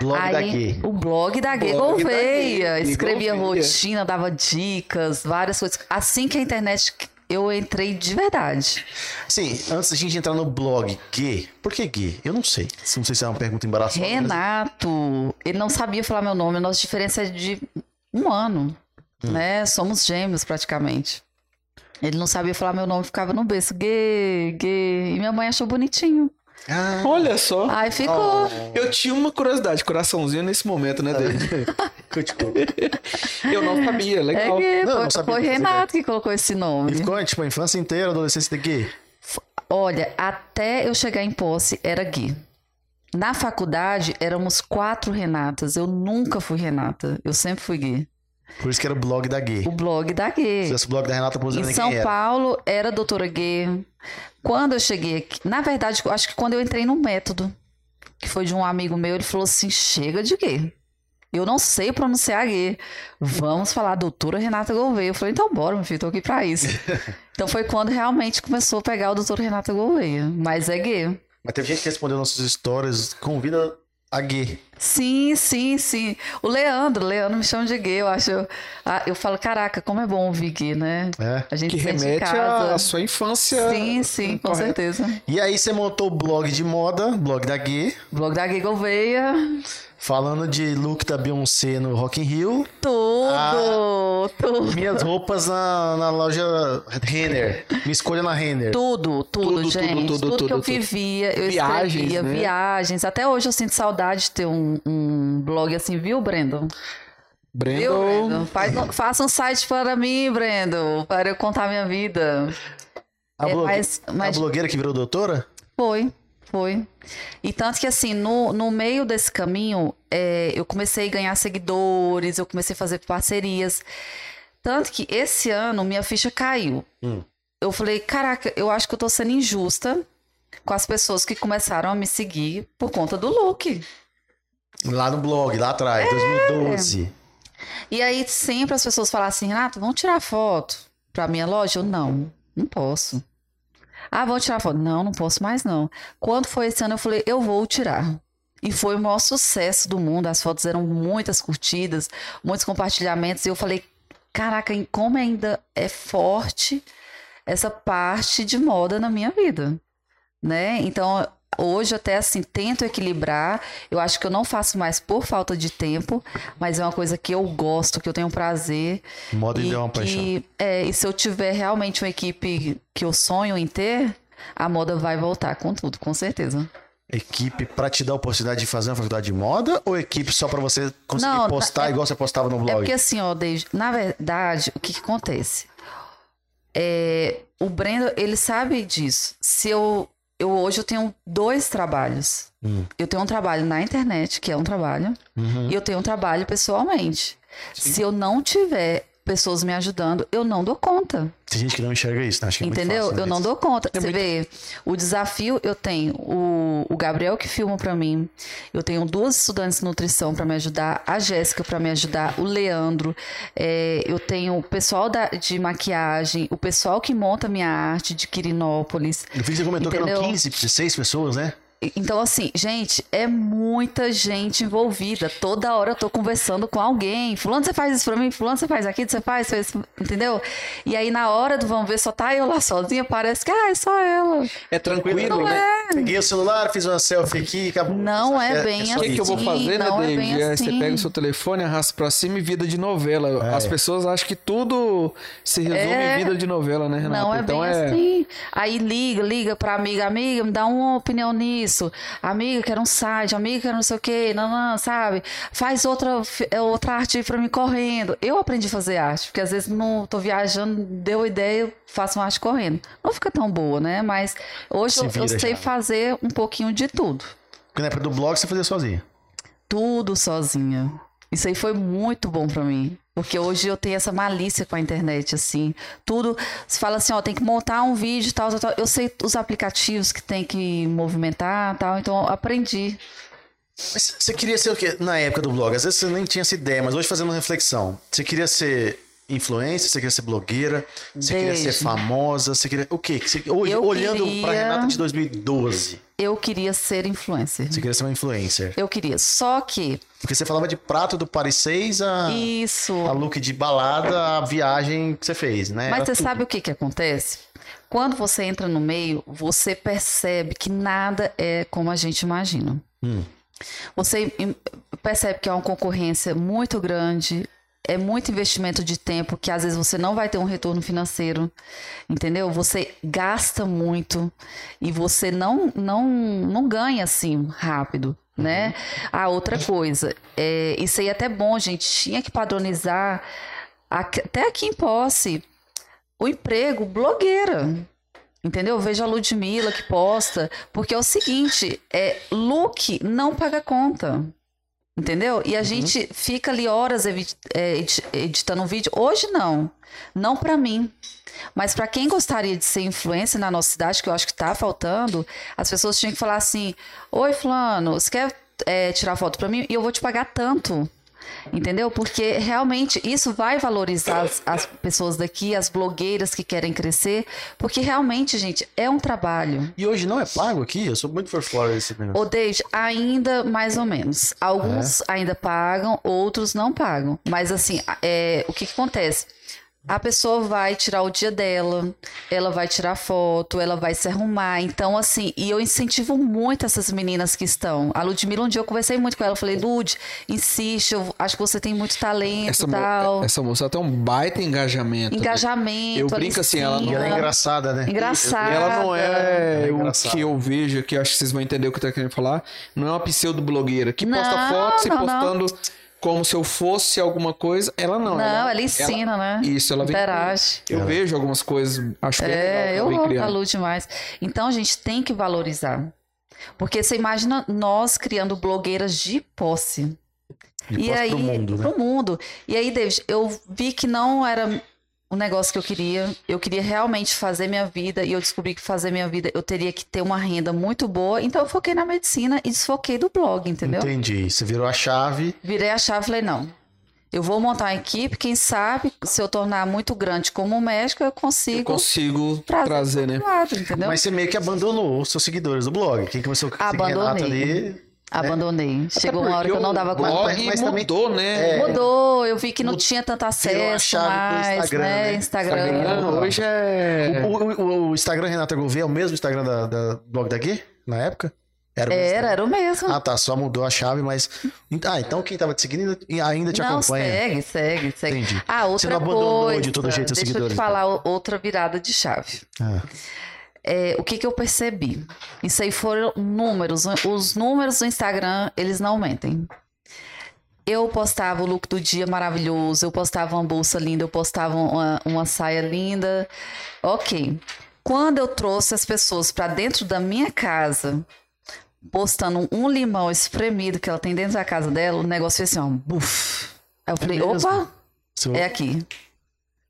Blog Aí, daqui. O blog da Gay Blog da Gouveia. Gay, Gay Escrevia Gouveia. rotina, dava dicas, várias coisas. Assim que a internet, eu entrei de verdade. Sim, antes da gente entrar no blog, Gui. Por que Gui? Eu não sei. Não sei se é uma pergunta embaraçosa. mas- Renato, ele não sabia falar meu nome. Nossa diferença é de um ano, Hum. né? Somos gêmeos praticamente. Ele não sabia falar meu nome, ficava no berço, gay, gay. E minha mãe achou bonitinho. Ah, Olha só. Aí ficou. Eu tinha uma curiosidade, coraçãozinho nesse momento, né, David? que eu te conto. Eu não sabia, É legal. gay. Não, eu não foi sabia foi dessa Renato que colocou esse nome. E ficou, tipo, a infância inteira, a adolescência daqui. Olha, até eu chegar em posse, era Gui. Na faculdade, éramos quatro Renatas. Eu nunca fui Renata. Eu sempre fui Gui. Por isso que era o blog da Gui. O blog da Gui. Se tivesse o blog da Renata Bozana, Em ninguém São era. Paulo era doutora Gay. Quando eu cheguei aqui, na verdade, eu acho que quando eu entrei no método, que foi de um amigo meu, ele falou assim: chega de gay. Eu não sei pronunciar gay. Vamos falar doutora Renata Gouveia. Eu falei, então bora, meu filho, tô aqui pra [LAUGHS] isso. então foi quando realmente começou a pegar o doutora Renata Gouveia. Mas é gay. Mas teve gente que respondeu nossas histórias, convida a Gui. Sim, sim, sim. O Leandro, Leandro me chama de gay, eu acho. Ah, Eu falo, caraca, como é bom ouvir gay, né? É. A gente Que sente em remete casa. à sua infância. Sim, sim, com Correto. certeza. E aí você montou o blog de moda, blog da Gui, Blog tá da Gay Gouveia, falando de look da Beyoncé no Rock in Rio, tudo, Ah. tudo, minhas roupas na, na loja Renner, me escolha na Renner. tudo, tudo, tudo, tudo, gente, tudo, tudo, que eu tudo. vivia, eu Viagens, escrevia, né? viagens, até hoje eu sinto saudade de ter um, um blog assim, viu, Brandon? Viu, Brandon. Brandon? Faz um- faça um site para mim, Brandon, para eu contar minha vida. A, É, blogue- mas- mas- a blogueira que virou doutora? Foi, foi. E tanto que assim, no, no meio desse caminho, é, eu comecei a ganhar seguidores, eu comecei a fazer parcerias. Tanto que esse ano minha ficha caiu. Hum. Eu falei, caraca, eu acho que eu tô sendo injusta com as pessoas que começaram a me seguir por conta do look. Lá no blog, lá É. atrás, 2012. E aí sempre as pessoas falavam assim, Renato, vamos tirar foto pra minha loja? Eu, não, não posso. Ah, vamos tirar foto? Não, não posso mais não. Quando foi esse ano, eu falei, eu vou tirar. E foi o maior sucesso do mundo. As fotos eram muitas curtidas, muitos compartilhamentos. E eu falei, caraca, em- como ainda é forte essa parte de moda na minha vida, né? Então, hoje até assim, tento equilibrar. Eu acho que eu não faço mais por falta de tempo, mas é uma coisa que eu gosto, que eu tenho prazer. Moda e deu uma que, paixão. é, e se eu tiver realmente uma equipe que eu sonho em ter, a moda vai voltar com tudo, com certeza. É Equipe pra te dar a oportunidade de fazer uma faculdade de moda ou equipe só pra você conseguir Não, postar é- igual você postava no É blog? porque assim, ó, desde, na verdade, o que, que acontece? É, o Breno, ele sabe disso. Se eu, eu hoje eu tenho dois trabalhos. Hum. Eu tenho um trabalho na internet, que é um trabalho, Uhum. e eu tenho um trabalho pessoalmente. Se eu não tiver pessoas me ajudando, eu não dou conta. Tem gente que não enxerga isso, né? Acho que é muito Entendeu? fácil, né? eu não dou conta. Você vê, o desafio eu tenho o, o Gabriel que filma pra mim, eu tenho duas estudantes de nutrição pra me ajudar, a Jéssica pra me ajudar, o Leandro, é, eu tenho o pessoal da- de maquiagem, o pessoal que monta minha arte de Quirinópolis. Eu vi que você comentou que eram Entendeu? 15, 16 pessoas, né? E- Então, assim, gente, é muita gente envolvida. Toda hora eu tô conversando com alguém. Fulano, você faz isso pra mim? Fulano, você faz aquilo? Você faz? Você faz... Entendeu? E aí, na hora do vamos ver, só tá eu lá sozinha. Parece que, ah, é só ela. É tranquilo, Não né? Peguei o celular, fiz uma selfie aqui e acabou. Não é bem só O que, assim. que eu vou Sim, fazer, né, não é David? bem Aí Você assim. pega o seu telefone, arrasta pra cima e vida de novela. É. As pessoas acham que tudo se resume em vida de novela, né, Renato? É. Não é então bem é. assim. Aí liga, liga pra amiga, amiga, me dá uma opinião nisso. Amiga, quero um site, amiga, quero não sei o quê, não, não, sabe? Faz outra, fi- é, outra arte aí pra mim correndo. Eu aprendi a fazer arte, porque às vezes não tô viajando, deu ideia, eu faço uma arte correndo. Não fica tão boa, né? Mas hoje Se eu, eu vira sei já. fazer um pouquinho de tudo. Porque na época do blog você fazia sozinho. Tudo sozinha. E Isso aí foi muito bom pra mim. Porque hoje eu tenho essa malícia com a internet, assim. Tudo. Se fala assim, ó, tem que montar um vídeo e tal, tal, tal. Eu sei os aplicativos que tem que movimentar tal, então eu aprendi. Mas você queria ser o quê? Na época do blog, às vezes você nem tinha essa ideia, mas hoje fazendo uma reflexão. Você queria ser influencer, você queria ser blogueira, você queria Desde. ser famosa, você queria. O quê? Que você- Hoje, Eu olhando pra queria- Renata de 2012, Eu queria ser influencer. você queria ser uma influencer. Eu queria. Só que. Porque você falava de prato do Paris 6 a, Isso. a look de balada, a viagem que você fez, né? Mas Era você tudo. sabe o que que acontece? Quando você entra no meio, você percebe que nada é como a gente imagina. Hum. Você im- percebe que é uma concorrência muito grande, é muito investimento de tempo que às vezes você não vai ter um retorno financeiro, entendeu? Você gasta muito e você não não não ganha assim rápido, Uhum. né? A outra coisa, é, isso aí é até bom, gente, tinha que padronizar aqui- até aqui em posse o emprego blogueira. Entendeu? Veja a Ludmilla que posta. Porque é o seguinte, é, look não paga conta. Entendeu? E a gente fica ali horas evi- é, edi- editando um vídeo. Hoje não. Não pra mim. Mas pra quem gostaria de ser influencer na nossa cidade, que eu acho que tá faltando, as pessoas tinham que falar assim: Oi, Fulano, você quer é, tirar foto pra mim? E eu vou te pagar tanto. Entendeu? Porque realmente isso vai valorizar as, as pessoas daqui, as blogueiras que querem crescer, porque realmente, gente, é um trabalho. E hoje não é pago aqui? Eu sou muito por fora desse negócio. Ô, David, ainda mais ou menos. Alguns ainda pagam, outros não pagam. Mas assim, é, o que, que acontece? A pessoa vai tirar o dia dela, ela vai tirar foto, ela vai se arrumar. Então, assim, e eu incentivo muito essas meninas que estão. A Ludmilla, um dia eu conversei muito com ela. Eu falei, Lud, insiste, eu acho que você tem muito talento Essa, e mo- tal. essa moça tem um baita engajamento. né? Engajamento. Eu brinco assim, ela não- E ela é engraçada, né? Engraçada. E Ela não é, É o engraçado. que eu vejo aqui, acho que vocês vão entender o que eu tô querendo falar. Não é uma pseudo-blogueira que posta Não, fotos e não, não. postando como se eu fosse alguma coisa. Ela não. Não, ela ensina, né? Isso, ela vem. Interage. Eu vejo algumas coisas, acho bem legal É, que eu ela vem amo a criando. Lu demais. Então, a gente tem que valorizar. Porque você imagina nós criando blogueiras de posse. De e posse aí, pro mundo, né? pro mundo. E aí, David, eu vi que não era o negócio que eu queria. Eu queria realmente fazer minha vida. E eu descobri que fazer minha vida eu teria que ter uma renda muito boa. Então, eu foquei na medicina e desfoquei do blog, entendeu? Entendi. Você virou a chave. Virei a chave e falei, não. Eu vou montar uma equipe, quem sabe, se eu tornar muito grande como médico, eu Eu consigo consigo trazer trazer, né? pro lado, entendeu? Mas você meio que abandonou os seus seguidores do blog. Quem começou a seguir Abandonei. Renata ali. Abandonei. Chegou uma hora que eu não dava conta. conta. blog- mas também- mudou, né? Mudou, eu vi que não Mudou, tinha tanto virou a acesso chave pro mais, Instagram, né? né? Instagram. Instagram Tá hoje é... O, o- o Instagram Renata Gouveia é o mesmo Instagram da, da blog da Gui, na época? Era o mesmo Era, Instagram? era o mesmo. Ah, tá. Só mudou a chave, mas. Ah, então quem tava te seguindo ainda- ainda te não, acompanha. segue, segue, segue. Entendi. Ah, Você outra não abandonou coisa. de todo jeito os Deixa eu te seguidores, então? falar o- outra virada de chave. Ah, É, o que, que eu percebi? Isso aí foram números. Os números do Instagram, eles não mentem. Eu postava o look do dia maravilhoso, eu postava uma bolsa linda, eu postava uma, uma saia linda. Ok. Quando eu trouxe as pessoas para dentro da minha casa, postando um limão espremido que ela tem dentro da casa dela, o negócio foi assim, ó, buf. Aí eu falei, É mesmo? opa, Você é aqui.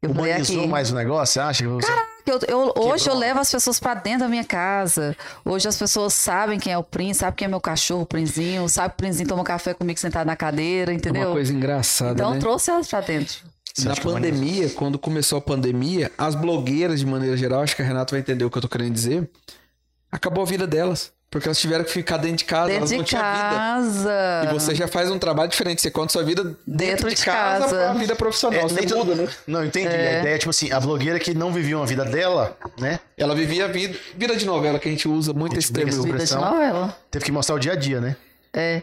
Eu falei, é humanizou aqui. mais o negócio? Você acha que você. Que Eu, eu- hoje eu levo as pessoas pra dentro da minha casa. Hoje as pessoas sabem quem é o Prince, sabem quem é meu cachorro, o Prinzinho, sabe que o Prinzinho toma café comigo sentado na cadeira, entendeu? Uma coisa engraçada, então né? eu trouxe elas pra dentro. Você Na acha que é uma pandemia, quando começou a pandemia, as blogueiras, de maneira geral, acho que a Renata vai entender o que eu tô querendo dizer, acabou a vida delas. Porque elas tiveram que ficar dentro de casa, dentro elas não de tinham vida. casa. E você já faz um trabalho diferente, você conta sua vida dentro, Dentro de, de casa, casa. pra vida profissional. É, você nem muda, todo- né? Não, entendi. A ideia é tipo assim: a blogueira que não vivia uma vida dela, né? Ela vivia a vida, vida de novela, que a gente usa muito Gente, esse briga termo. sobre- Vida de Pressão. novela. Teve que mostrar o dia a dia, né?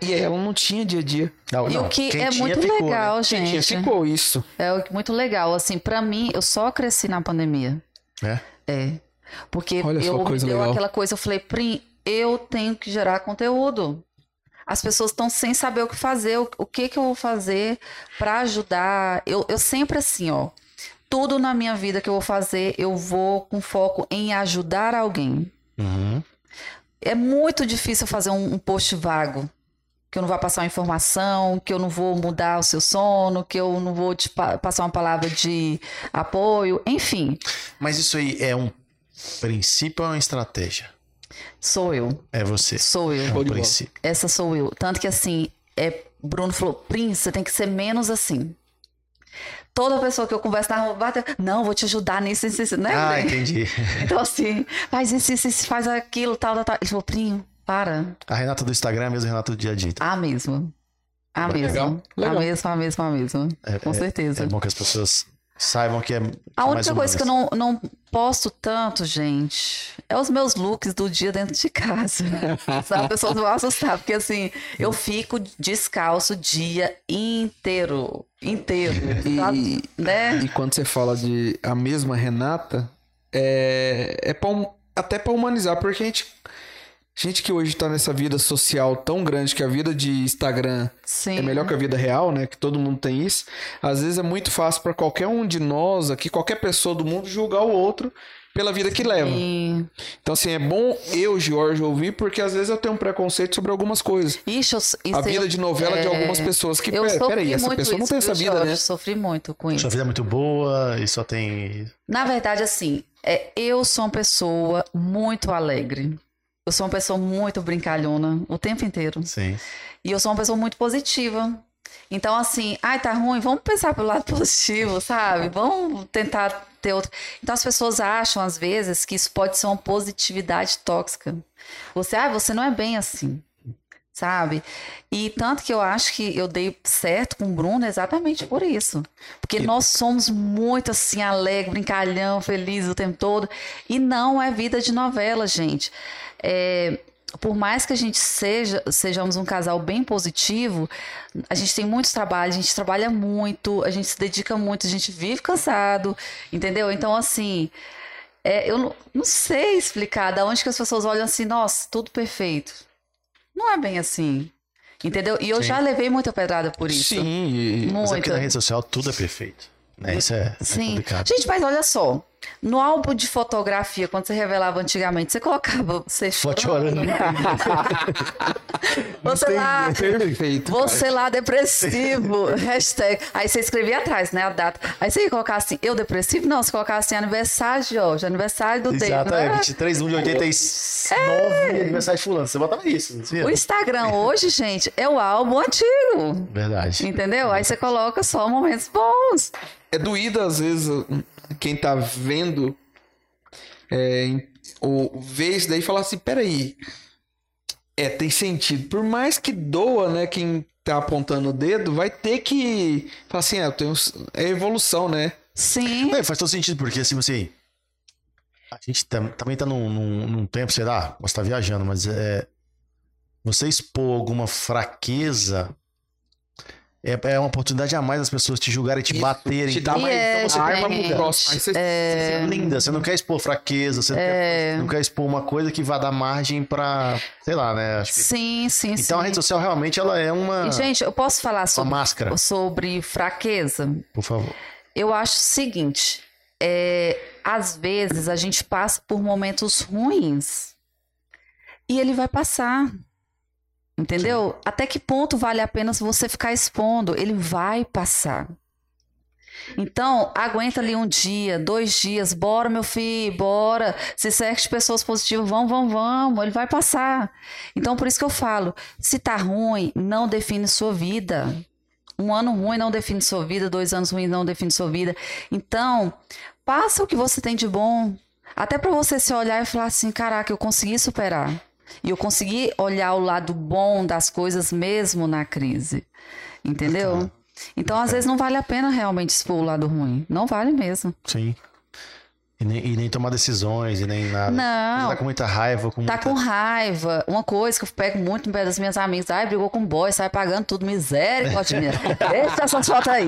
E ela não tinha dia a dia. Não, E não, o que quem é tinha, muito ficou, né? legal, Quem tinha gente. ficou isso. É o que- muito legal. Assim, pra mim, eu só cresci na pandemia. É. É. Porque Olha só eu que coisa me deu legal. aquela coisa, eu falei, Prim, eu tenho que gerar conteúdo. As pessoas estão sem saber o que fazer, o, o que que eu vou fazer pra ajudar. Eu, eu sempre assim, ó, tudo na minha vida que eu vou fazer, eu vou com foco em ajudar alguém. Uhum. É muito difícil fazer um, um post vago. que eu não vou passar uma informação, que eu não vou mudar o seu sono, que eu não vou te pa- passar uma palavra de apoio, enfim, Mas isso aí é um princípio ou é uma estratégia? sou eu, É você. sou eu. É Show um de bola. princípio. Essa sou eu. Tanto que assim, é, Bruno falou, Prince, você tem que ser menos assim. Toda pessoa que eu converso na rua, bate, não, vou te ajudar nisso, nisso, nisso. Né? Ah, é. Ney? entendi. Então assim, faz isso, isso, isso, faz aquilo, tal, tal, tal. Ele falou, Prinho, para. Ah, A Renata do Instagram é a mesma Renata do dia a dia. então. A mesma. A mesma. Legal, A legal. mesma, a mesma, a mesma. É- Ah, Com é- certeza. É bom que as pessoas saibam que é. A mais única uma coisa que eu vez. não, não posto tanto, gente, é os meus looks do dia dentro de [LAUGHS] casa. Sabe? As pessoas vão assustar, porque assim, eu fico descalço o dia inteiro. Inteiro. sabe? Né? E quando você fala de a mesma Renata, é, é pra hum- até pra humanizar, porque a gente, gente que hoje tá nessa vida social tão grande que a vida de Instagram Sim. é melhor que a vida real, né? Que todo mundo tem isso. Às vezes é muito fácil pra qualquer um de nós aqui, qualquer pessoa do mundo, julgar o outro pela vida que leva. Sim. Então, assim, é bom eu, Jorge, ouvir, porque às vezes eu tenho um preconceito sobre algumas coisas. Ixi, eu, a isso vida eu, de novela de é, algumas pessoas que, eu pera- sofri peraí, essa muito pessoa não isso, tem essa viu, vida, Jorge? né? sofri muito com isso. Sua vida é muito boa e só tem. Na verdade, assim, é, eu sou uma pessoa muito alegre. Eu sou uma pessoa muito brincalhona o tempo inteiro. Sim. E eu sou uma pessoa muito positiva. Então, assim, ai, tá ruim, vamos pensar pelo lado [LAUGHS] positivo, sabe? Vamos tentar ter outro. Então, as pessoas acham, às vezes, que isso pode ser uma positividade tóxica. Você, ai, você não é bem assim, sabe? E tanto que eu acho que eu dei certo com o Bruno exatamente por isso. Porque nós somos muito, assim, alegre, brincalhão, feliz o tempo todo. E não é vida de novela, gente. É, por mais que a gente seja, sejamos um casal bem positivo, a gente tem muitos trabalhos, a gente trabalha muito, a gente se dedica muito, a gente vive cansado, entendeu? Então, assim, é, eu não, não sei explicar da onde que as pessoas olham assim, nossa, tudo perfeito. Não é bem assim, entendeu? E eu Sim. já levei muita pedrada por isso. Sim, e- Mas é Muita. porque na rede social tudo é perfeito. Né? Isso é, é Sim. complicado. Gente, mas olha só. No álbum de fotografia, quando você revelava antigamente, você colocava você Forte chorando, chorando. [LAUGHS] você tem- lá, [LAUGHS] Perfeito. Você lá [LAUGHS] depressivo, hashtag. Aí você escrevia atrás, né, a data. Aí você ia colocar assim, eu depressivo? Não, você colocava assim, aniversário de hoje, aniversário do David. Exato, né? é 23 de 1 de 89 É. aniversário de fulano. Você botava isso, não tinha? O Instagram hoje, gente, é o álbum antigo. Verdade. Entendeu? Aí você coloca só momentos bons. É doído, às vezes, quem tá vendo é, em- ou vê isso daí e fala assim, peraí. É, tem sentido. Por mais que doa, né, quem tá apontando o dedo, vai ter que falar assim, é, eu tenho, é evolução, né? Sim. É, faz todo sentido, porque assim, assim. A gente tam- também tá num, num- num tempo, sei lá, você tá viajando, mas é. Você expor alguma fraqueza é, é uma oportunidade a mais das pessoas te julgarem, te Isso, baterem. Te dá E mais é, então você arma gente. pro próximo. Aí você- Você é linda, você não quer expor fraqueza, você não É. quer- não quer expor uma coisa que vá dar margem pra. sei lá, né? Acho que- Sim, sim, então sim. a rede social realmente ela é uma, E, gente, eu posso falar uma sobre, máscara, sobre fraqueza? por favor. Eu acho o seguinte, é, às vezes a gente passa por momentos ruins e ele vai passar. Entendeu? Até que ponto vale a pena você ficar expondo? Ele vai passar. Então, aguenta ali um dia, dois dias, bora, meu filho, bora. Se cerca de pessoas positivas, vamos, vamos, vamos, ele vai passar. Então, por isso que eu falo: se tá ruim, não define sua vida. Um ano ruim não define sua vida, dois anos ruins não define sua vida. Então, passa o que você tem de bom. Até pra você se olhar e falar assim: caraca, eu consegui superar. E eu consegui olhar o lado bom das coisas mesmo na crise. Entendeu? Então, às vezes, não vale a pena realmente expor o lado ruim. Não vale mesmo. Sim. E nem, e nem tomar decisões, e nem nada. Não. Tá com muita raiva, com Tá muita... com raiva. Uma coisa que eu pego muito no pé das minhas amigas. Ai, brigou com o boy, sai pagando tudo. Misericórdia. minha. Deixa essas fotos aí.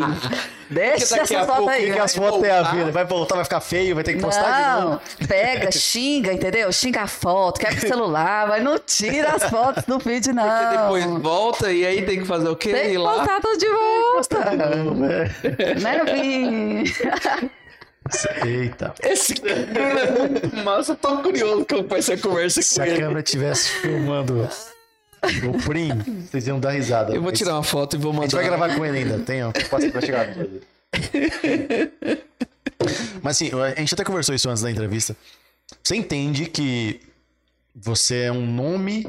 Deixa daqui a essas fotos pouco aí. Porque as fotos é a vida. Vai voltar, vai ficar feio, vai ter que postar de Não, novo. pega, xinga, entendeu? Xinga a foto, quebra o celular, mas não tira as fotos do feed, não. Você depois volta e aí tem que fazer o quê? Tem que Ir lá. postar tudo de volta. Né, meu filho? Eita. [LAUGHS] Esse cara é muito massa, eu tô curioso como vai ser a conversa Se com a ele. câmera estivesse filmando O Prim, vocês iam dar risada. Eu vou tirar uma foto e vou A gente mandar. vai gravar com ele ainda, tem, ó. Passa pra chegar. Mas assim, a gente até conversou isso antes da entrevista. Você entende que você é um nome,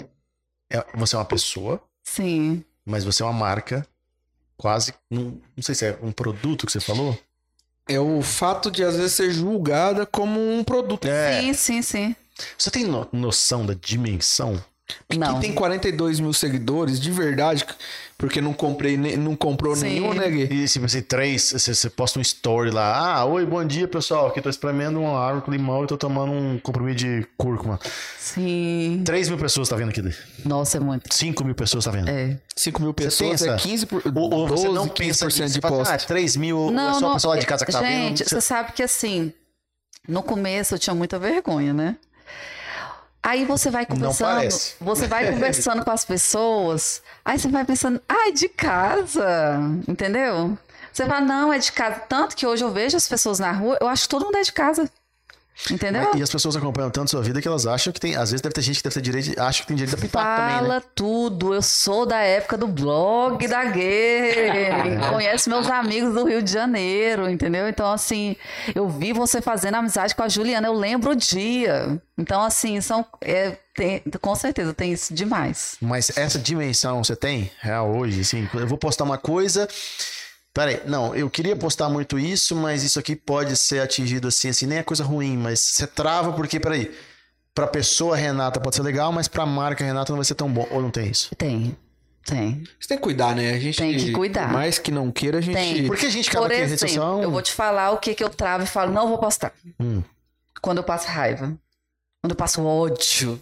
é- você é uma pessoa, Sim. mas você é uma marca, quase, não, não sei se é um produto que você falou. É o fato de às vezes ser julgada como um produto. É. Sim, sim, sim. Você tem no- noção da dimensão? Não. Que tem 42 mil seguidores, de verdade, porque não comprei, ne- não comprou Sim. nenhum, né, Gui? E se você três, você, você posta um story lá, ah, oi, bom dia, pessoal, aqui tô espremendo uma árvore com limão e tô tomando um comprimido de cúrcuma. Sim. 3 mil pessoas tá vendo aqui. Nossa, é muito. 5 mil pessoas tá É vendo. 5 mil pessoas pensa? é 15%, por, Ou, ou 12, você não pensa 15% nisso, de você fala, Ah, posse. 3 mil, é só o pessoal lá de casa que tá Gente, vendo. você sabe que assim, no começo eu tinha muita vergonha, né? Aí você vai Não conversando, parece. você vai conversando com as pessoas, aí você vai pensando, ah, é de casa, entendeu? Você fala, não, é de casa. Tanto que hoje eu vejo as pessoas na rua, eu acho que todo mundo é de casa. Entendeu? Mas- E as pessoas acompanham tanto sua vida que elas acham que tem. Às vezes deve ter gente que deve ter direito, acha que tem direito a pitaco Fala também, né? tudo, eu sou da época do blog da guerra, conheço meus amigos do Rio de Janeiro, entendeu? Então, assim, eu vi você fazendo amizade com a Juliana, eu lembro o dia. Então, assim, são, é, tem- com certeza tem isso demais. Mas essa dimensão você tem? Real hoje, assim, eu vou postar uma coisa. Peraí, não, eu queria postar muito isso, mas isso aqui pode ser atingido assim, assim, nem é coisa ruim, mas você trava porque, peraí, pra pessoa Renata pode ser legal, mas pra marca Renata não vai ser tão bom. Ou não tem isso? Tem, tem. "Ah, Você tem que cuidar, né? A gente, Tem que cuidar. Por mais que não queira, a gente... Tem. Porque a gente acaba Por que a rede social. exemplo, eu vou te falar o que, que eu travo e falo, não vou postar. Hum. Quando eu passo raiva, quando eu passo ódio.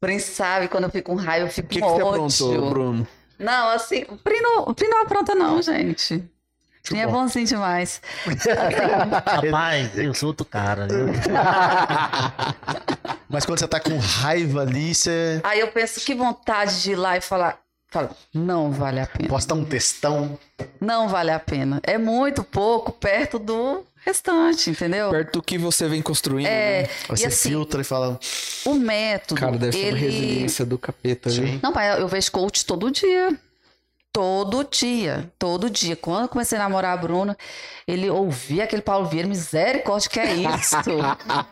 Prince sabe, quando eu fico com raiva, eu fico O que, que com você ódio. aprontou, Bruno? Não, assim, o Pri não, o Pri não apronta, não, gente. O Pri é bom. bonzinho demais. Rapaz, eu sou outro cara, né? viu? Mas quando você tá com raiva ali, você Aí eu penso, que vontade de ir lá e falar. Fala, não vale a pena. posta um textão. Não vale a pena. É muito pouco perto do restante, entendeu? Perto do que você vem construindo, É, né? Você e assim, filtra e fala. o método. Cara, deve ser uma ele... resiliência do capeta, né? viu? Sim. Não, pai, eu vejo coach todo dia. Todo dia, todo dia. Quando eu comecei a namorar a Bruna, ele ouvia aquele Paulo Vieira, misericórdia, que é isso?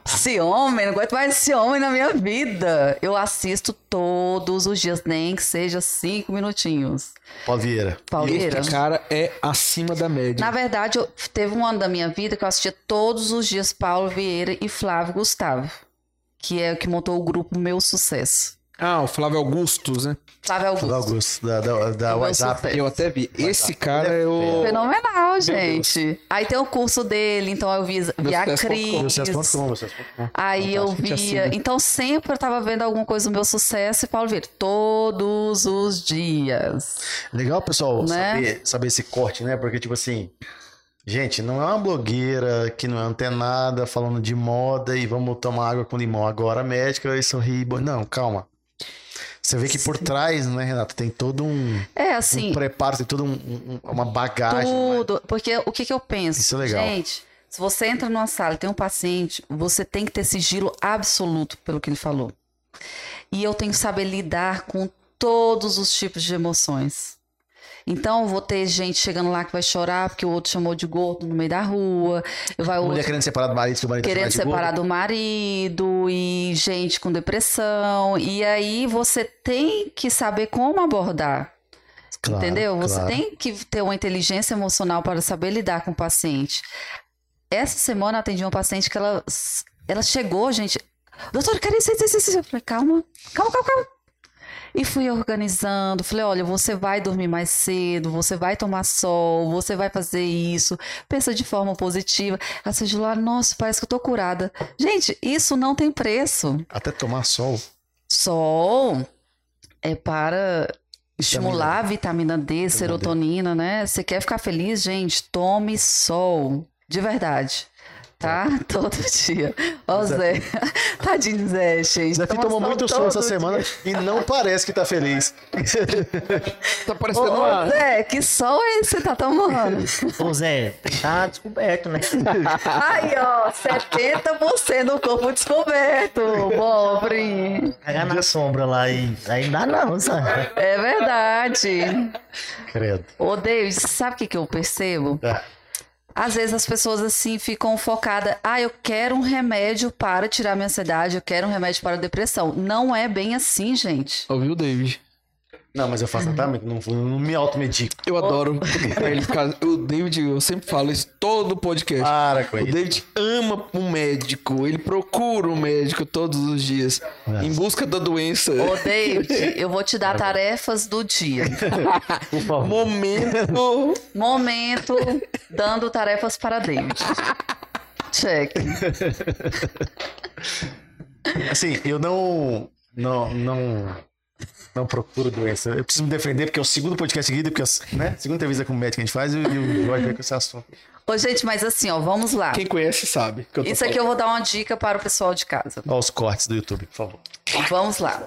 esse homem, não aguento mais esse homem na minha vida. Eu assisto todos os dias, nem que seja cinco minutinhos. Paulo Vieira. Paulo Vieira. Esse cara é acima da média. Na verdade, eu- teve um ano da minha vida que eu assistia todos os dias Paulo Vieira e Flávio Gustavo, que é o que montou o grupo Meu Sucesso. Ah, o Flávio Augustus, né? Flávio Augusto. Flávio Augusto, da, da, da Meu WhatsApp. Sucesso. Eu até vi. Esse cara é o... Fenomenal, gente. Aí tem o curso dele, então eu vi, vi a sucesso.com, Cris. Meu sucesso.com, meu sucesso.com. Aí eu Fantástico, a gente via. assina. Então sempre eu tava vendo alguma coisa do meu sucesso e Paulo Vieira. Todos os dias. Legal, pessoal, Né? saber, saber esse corte, né? Porque, tipo assim, gente, não é uma blogueira que não é antenada, falando de moda e vamos tomar água com limão agora, médica, e sorrir. bo- Não, calma. Você vê que por trás, né, Renato, tem todo um, um É assim, preparo, tem toda um, uma bagagem. né? tudo. Porque o que, que eu penso? Isso é legal. Gente, se você entra numa sala e tem um paciente, você tem que ter sigilo absoluto pelo que ele falou. E eu tenho que saber lidar com todos os tipos de emoções. Então, vou ter gente chegando lá que vai chorar porque o outro chamou de gordo no meio da rua. Vai outro Mulher querendo separar do marido, seu marido querendo chamar de separar gordo. do marido e gente com depressão. E aí você tem que saber como abordar, Claro, entendeu? Você claro. tem que ter uma inteligência emocional para saber lidar com o paciente. Essa semana eu atendi uma paciente que ela, ela chegou, gente. Doutor, eu quero isso, isso, isso, isso. Eu falei, calma, calma, calma, calma. E fui organizando, falei, olha, você vai dormir mais cedo, você vai tomar sol, você vai fazer isso, pensa de forma positiva. Ela saiu de lá, nossa, parece que eu tô curada. Gente, isso não tem preço. Até tomar sol. Sol é para estimular a vitamina D, serotonina, né? Você quer ficar feliz, gente? Tome sol, de verdade. tá? [LAUGHS] Todo dia. Ó, o Zé. [LAUGHS] Tadinho, Zé, gente. Zé Fih Toma tomou sol muito sol todo essa semana e não parece que tá [LAUGHS] feliz. Tá Ô, parecendo ô, uma. Zé, que sol é esse que você tá [LAUGHS] tomando? Ô Zé, tá descoberto, né? Aí, ó, 70% do corpo descoberto, pobre. Cagar na sombra lá e aí não dá não, sabe? É verdade. Credo. Ô, David, sabe o que, que eu percebo? É. Ah, Às vezes as pessoas assim ficam focadas, ah, eu quero um remédio para tirar minha ansiedade, eu quero um remédio para a depressão. Não é bem assim, gente. Ouviu, David? Não, mas eu Uhum. faço tratamento, não, não me automedico. Eu adoro. ele ficar- o David, eu sempre falo isso todo podcast. Para com O ele. David ama um médico, ele procura um médico todos os dias, em busca da doença. Ô, [LAUGHS] David, eu vou te Tá dar tarefas do dia. Por favor. [LAUGHS] Momento. Momento dando tarefas para David. Check. Assim, eu não. Não. Não, não procuro doença. Eu preciso me defender, porque é o segundo podcast seguido, porque é a né, segunda entrevista com o médico que a gente faz e o Jorge vem com esse assunto. Ô, gente, mas assim, ó, vamos lá. Quem conhece sabe. que eu tô Isso aqui eu vou dar uma dica para o pessoal de casa. Olha os cortes do YouTube, por favor. Vamos lá.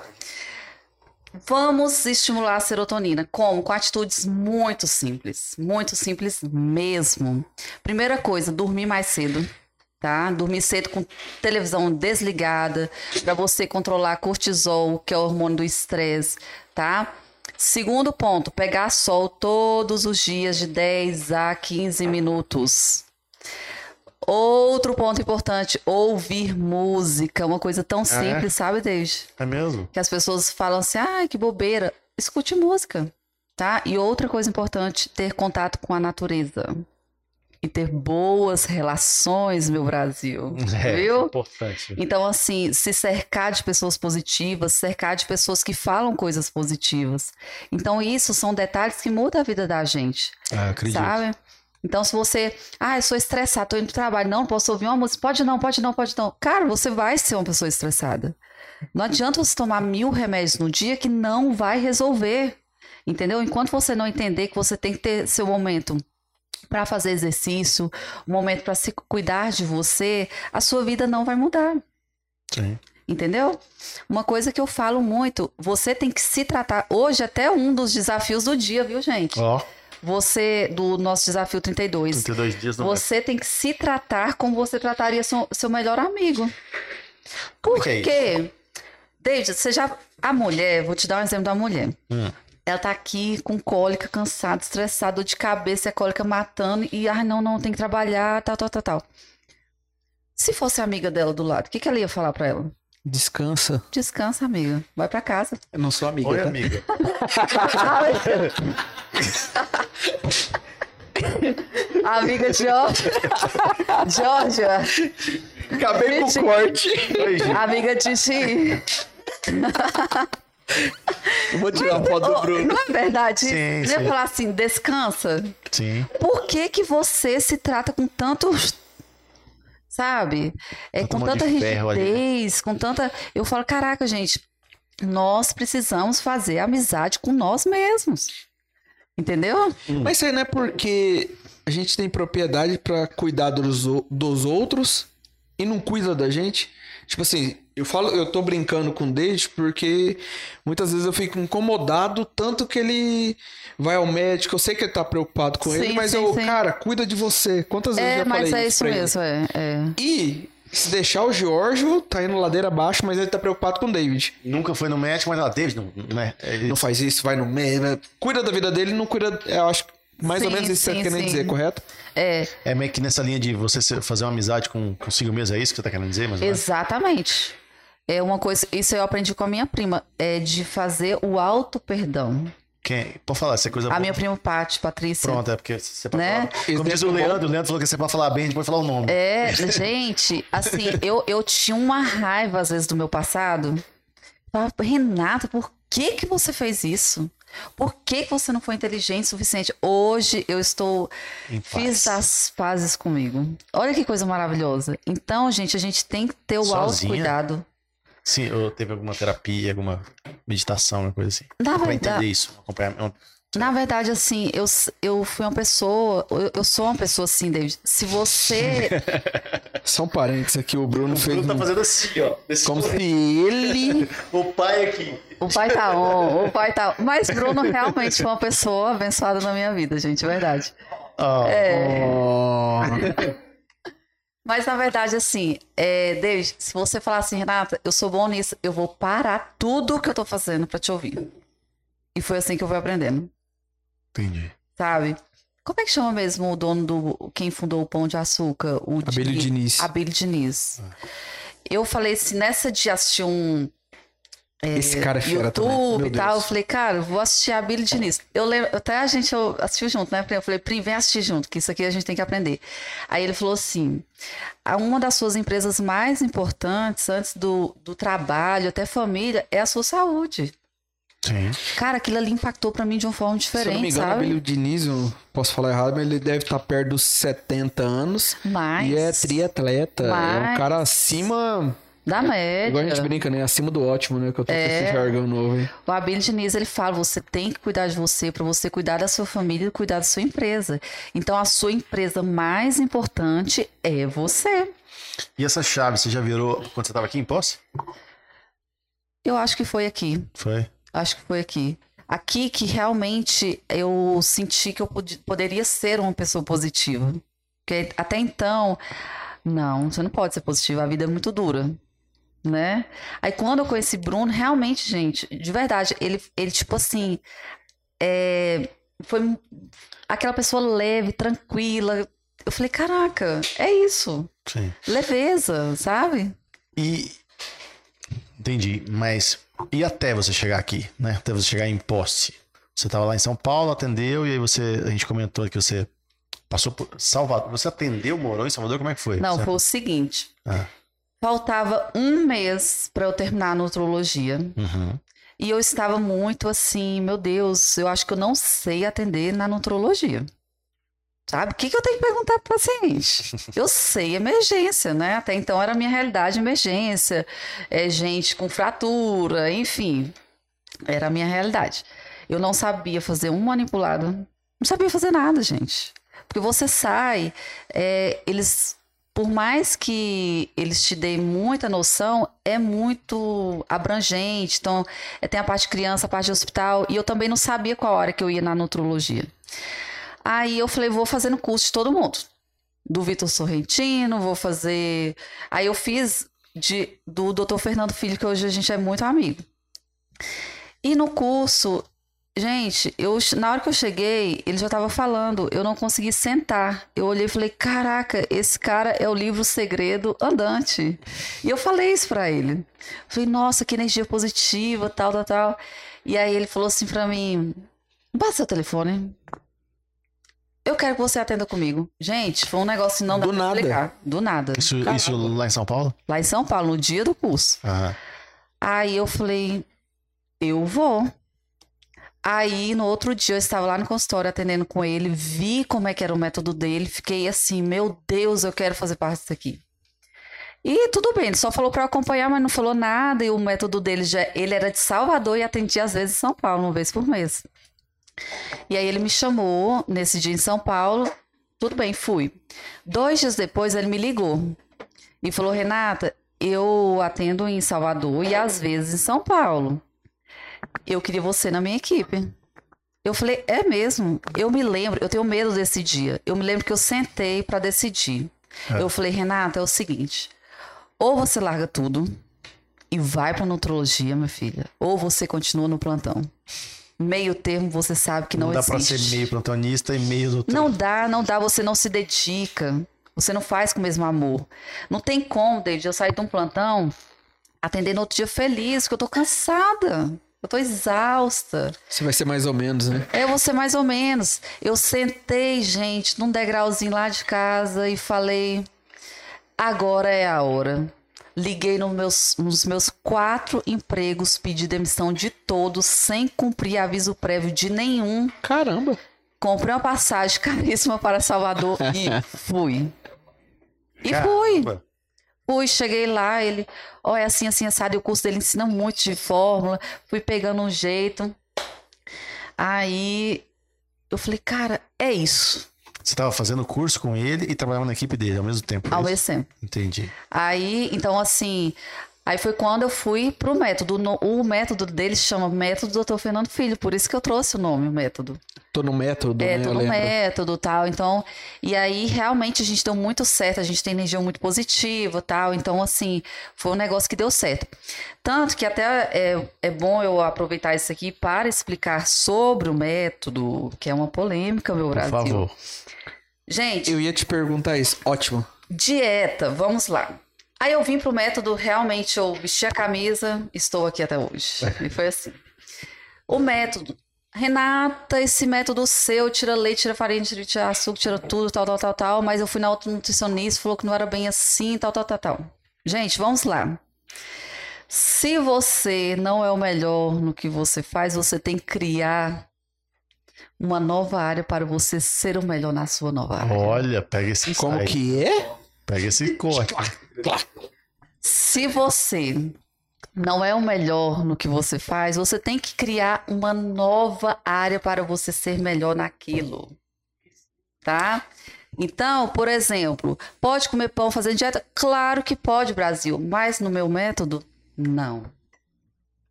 Vamos estimular a serotonina. Como? Com atitudes muito simples. Muito simples mesmo. Primeira coisa, dormir mais cedo. Tá? Dormir cedo com televisão desligada, para você controlar cortisol, que é o hormônio do estresse, tá? Segundo ponto, pegar sol todos os dias de 10 a 15 minutos. Outro ponto importante, ouvir música. Uma coisa tão simples, sabe, David? É mesmo? que as pessoas falam assim, ah, que bobeira. Escute música, tá? E outra coisa importante, ter contato com a natureza. E ter boas relações, meu Brasil. É, Viu? importante. Então, assim, se cercar de pessoas positivas, cercar de pessoas que falam coisas positivas. Então, isso são detalhes que mudam a vida da gente, Ah, acredito. sabe? Então, se você, ah, eu sou estressada, tô indo pro trabalho, não, não posso ouvir uma música, pode não, pode não, pode não. Cara, você vai ser uma pessoa estressada. Não adianta você tomar mil remédios no dia que não vai resolver. Entendeu? Enquanto você não entender que você tem que ter seu momento para fazer exercício, um momento para se cuidar de você, a sua vida não vai mudar. Sim. Entendeu? Uma coisa que eu falo muito, você tem que se tratar. Hoje, até um dos desafios do dia, viu, gente? Ó, Você, do nosso desafio 32. 32 dias no Você tem que se tratar como você trataria seu, seu melhor amigo. Por que é quê? David, você já. A mulher, vou te dar um exemplo da mulher. Hum. Ela tá aqui com cólica, cansada, estressada, dor de cabeça, a cólica matando, e ah, não, não, tem que trabalhar, tal, tal, tal, tal. Se fosse a amiga dela do lado, o que, que ela ia falar pra ela? Descansa. Descansa, amiga. Vai pra casa. Eu não sou amiga. Oi, tá? amiga. Amiga Georgia. Georgia. Acabei com o corte. Oi, gente. Amiga Titi. Eu vou tirar a foto do Oh, Bruno. não é verdade? Sim, Você ia sim. falar assim, descansa. Sim. Por que que você se trata com tanto... Sabe? É, Tanta com mão de tanta ferro ali, né? rigidez, com tanta... Eu falo, caraca, gente, nós precisamos fazer amizade com nós mesmos. Entendeu? Mas isso aí não é porque a gente tem propriedade pra cuidar dos, o- dos outros e não cuida da gente. Tipo assim, eu falo, eu tô brincando com o David porque muitas vezes eu fico incomodado tanto que ele vai ao médico, eu sei que ele tá preocupado com ele, Sim, mas sim, eu, sim. cara, cuida de você. Quantas vezes eu É, já falei mas isso? é isso pra ele? mesmo, é, é. E se deixar o Giorgio, tá indo ladeira abaixo, mas ele tá preocupado com o David. Nunca foi no médico, mas ela David não, não é. Ele- Não faz isso, vai no meio, né? cuida da vida dele, não cuida, eu acho mais ou Sim, menos isso que você sim, quer nem sim. dizer, correto? É, É meio que nessa linha de você se- fazer uma amizade com, consigo mesmo, é isso que você tá querendo dizer, mas exatamente. É uma coisa, isso eu aprendi com a minha prima, é de fazer o auto perdão. quem, pode falar, essa coisa A minha prima Paty, Patrícia. pronta, é porque você pode Né? falar. Como diz o Leandro, o Leandro falou que você pode falar bem, a gente pode falar o nome. É, gente, assim, eu, eu tinha uma raiva às vezes do meu passado. Falava, Renata, por que que você fez isso? Por que que você não foi inteligente o suficiente? Hoje eu estou Em paz. É, fiz as pazes comigo. Olha que coisa maravilhosa. Então, gente, a gente tem que ter o Sozinha? autocuidado. Sim, ou teve alguma terapia, alguma meditação, alguma coisa assim. Na pra verdade, entender isso, acompanhar. Na verdade, assim, eu, s- eu fui uma pessoa. Eu, eu sou uma pessoa assim, David. Se você. Só um parênteses aqui, o Bruno O fez. Bruno tá um- fazendo assim, ó. desse Como se jeito. [LAUGHS] ele. O pai aqui. O pai tá on, o pai tá on. Mas Bruno realmente foi uma pessoa abençoada na minha vida, gente, é verdade. Ó, Oh, Mas na verdade, assim, é, David, se você falar assim, Renata, eu sou bom nisso, eu vou parar tudo que eu tô fazendo pra te ouvir. E foi assim que eu fui aprendendo, Entendi. sabe? Como é que chama mesmo o dono do. Quem fundou o Pão de Açúcar? O Abelho Di- Diniz. Ah. Abelho Diniz. Eu falei assim, nessa de assistir um Esse cara é fera também. YouTube Meu e tal, eu Deus. falei, cara, eu vou assistir a Billie Diniz. Eu lembro, até a gente eu- assistiu junto, né, Prim? Eu falei, Prim, vem assistir junto, que isso aqui a gente tem que aprender. Aí ele falou assim, "A- uma das suas empresas mais importantes, antes do, do trabalho, até família, é a sua saúde. Sim. Cara, aquilo ali impactou pra mim de uma forma Se eu não me diferente, engano, sabe? Abelho Diniz, eu posso falar errado, mas ele deve estar perto dos 70 anos. Mas, E é triatleta. É um Mas- cara acima. da é, Igual a gente média, brinca, né? Acima do ótimo, né? Que eu tô É. com esse jargão novo, hein? o Abílio Diniz, ele fala, você tem que cuidar de você pra você cuidar da sua família e cuidar da sua empresa. Então, a sua empresa mais importante é você. E essa chave, você já virou quando você tava aqui em posse? Eu acho que foi aqui. Foi. Acho que foi aqui. Aqui que realmente eu senti que eu pod- poderia ser uma pessoa positiva. Porque até então, não, você não pode ser positiva, a vida é muito dura, né? Aí quando eu conheci Bruno, realmente, gente, de verdade, ele, ele tipo assim, é, foi um- aquela pessoa leve, tranquila. Eu falei, caraca, é isso. Sim. Leveza, sabe? E. Entendi, mas. E até você chegar aqui, né? Até você chegar em posse. Você tava lá em São Paulo, atendeu, e aí você. A gente comentou que você passou por Salvador. Você atendeu, morou em Salvador? Como é que foi? Não, Você- foi o seguinte. Ah. Faltava um mês pra eu terminar a nutrologia. Uhum. E eu estava muito assim, meu Deus, eu acho que eu não sei atender na nutrologia. Sabe? O que, que eu tenho que perguntar pro paciente? Eu sei emergência, né? Até então era a minha realidade emergência. É gente com fratura, enfim. Era a minha realidade. Eu não sabia fazer um manipulado. Não sabia fazer nada, gente. Porque você sai, é, eles. Por mais que eles te deem muita noção, é muito abrangente. Então, é, tem a parte criança, a parte de hospital, e eu também não sabia qual hora que eu ia na nutrologia. Aí eu falei, vou fazer no curso de todo mundo. Do Vitor Sorrentino, vou fazer. Aí eu fiz de, do Dr. Fernando Filho, que hoje a gente é muito amigo. E no curso, gente, eu, na hora que eu cheguei, ele já estava falando, eu não consegui sentar. Eu olhei e falei, caraca, esse cara é o livro Segredo Andante. E eu falei isso pra ele. Falei, nossa, que energia positiva, tal, tal, tal. E aí ele falou assim pra mim: passa seu telefone. Eu quero que você atenda comigo. Gente, foi um negócio que não dá Do pra nada. explicar. Do nada. Isso, isso lá em São Paulo? Lá em São Paulo, no dia do curso. Aham. Aí eu falei, eu vou. Aí no outro dia eu estava lá no consultório atendendo com ele, vi como é que era o método dele, fiquei assim, meu Deus, eu quero fazer parte disso aqui. E tudo bem, ele só falou para acompanhar, mas não falou nada. E o método dele já, ele era de Salvador e atendia às vezes em São Paulo, uma vez por mês. E aí ele me chamou nesse dia em São Paulo. Tudo bem, fui. Dois dias depois ele me ligou e falou: Renata, eu atendo em Salvador e às vezes em São Paulo. Eu queria você na minha equipe. Eu falei, é mesmo? Eu me lembro, eu tenho medo desse dia. Eu me lembro que eu sentei para decidir. É. Eu falei, Renata, é o seguinte: ou você larga tudo e vai para nutrologia, minha filha, ou você continua no plantão. Meio termo, você sabe que não, dá pra existe. ser meio plantonista e meio do. Não dá, não dá, você não se dedica. Você não faz com o mesmo amor. Não tem como, David, eu sair de um plantão atendendo outro dia feliz, porque eu tô cansada. Eu tô exausta. Você vai ser mais ou menos, né? É você mais ou menos. Eu sentei, gente, num degrauzinho lá de casa e falei: agora é a hora. Liguei nos meus, nos meus quatro empregos, pedi demissão de todos, sem cumprir aviso prévio de nenhum. Caramba! Comprei uma passagem [LAUGHS] caríssima para Salvador [LAUGHS] e fui. E fui. Caramba. Fui, cheguei lá, ele, ó, é assim, assim, assado, e o curso dele ensina muito de fórmula, fui pegando um jeito. Aí eu falei, cara, é isso. Você estava fazendo curso com ele e trabalhava na equipe dele ao mesmo tempo. é ao isso? mesmo tempo. Entendi. Aí, então assim, aí foi quando eu fui pro método. No- O método dele se chama Método Dr. Fernando Filho, por isso que eu trouxe o nome, o método. Tô no método, É, né? tô eu no lembro. método e tal. Então, e aí realmente a gente deu muito certo, a gente tem energia muito positiva e tal. Então, assim, foi um negócio que deu certo. Tanto que até é, é bom eu aproveitar isso aqui para explicar sobre o método, que é uma polêmica, meu Por Brasil. favor. Gente, Eu ia te perguntar isso. Ótimo. Dieta, vamos lá. Aí eu vim pro método, realmente eu vesti a camisa, estou aqui até hoje. E foi assim. O método. Renata, esse método seu, tira leite, tira farinha, tira, tira açúcar, tira tudo, tal, tal, tal, tal. Mas eu fui na outra nutricionista, falou que não era bem assim, tal, tal, tal, tal. Gente, vamos lá. Se você não é o melhor no que você faz, você tem que criar uma nova área para você ser o melhor na sua nova área. Olha, pega esse Como insight, que é? Pega [LAUGHS] esse corte. Se você não é o melhor no que você faz, você tem que criar uma nova área para você ser melhor naquilo. Tá? Então, por exemplo, pode comer pão fazendo dieta? Claro que pode, Brasil, mas no meu método, não.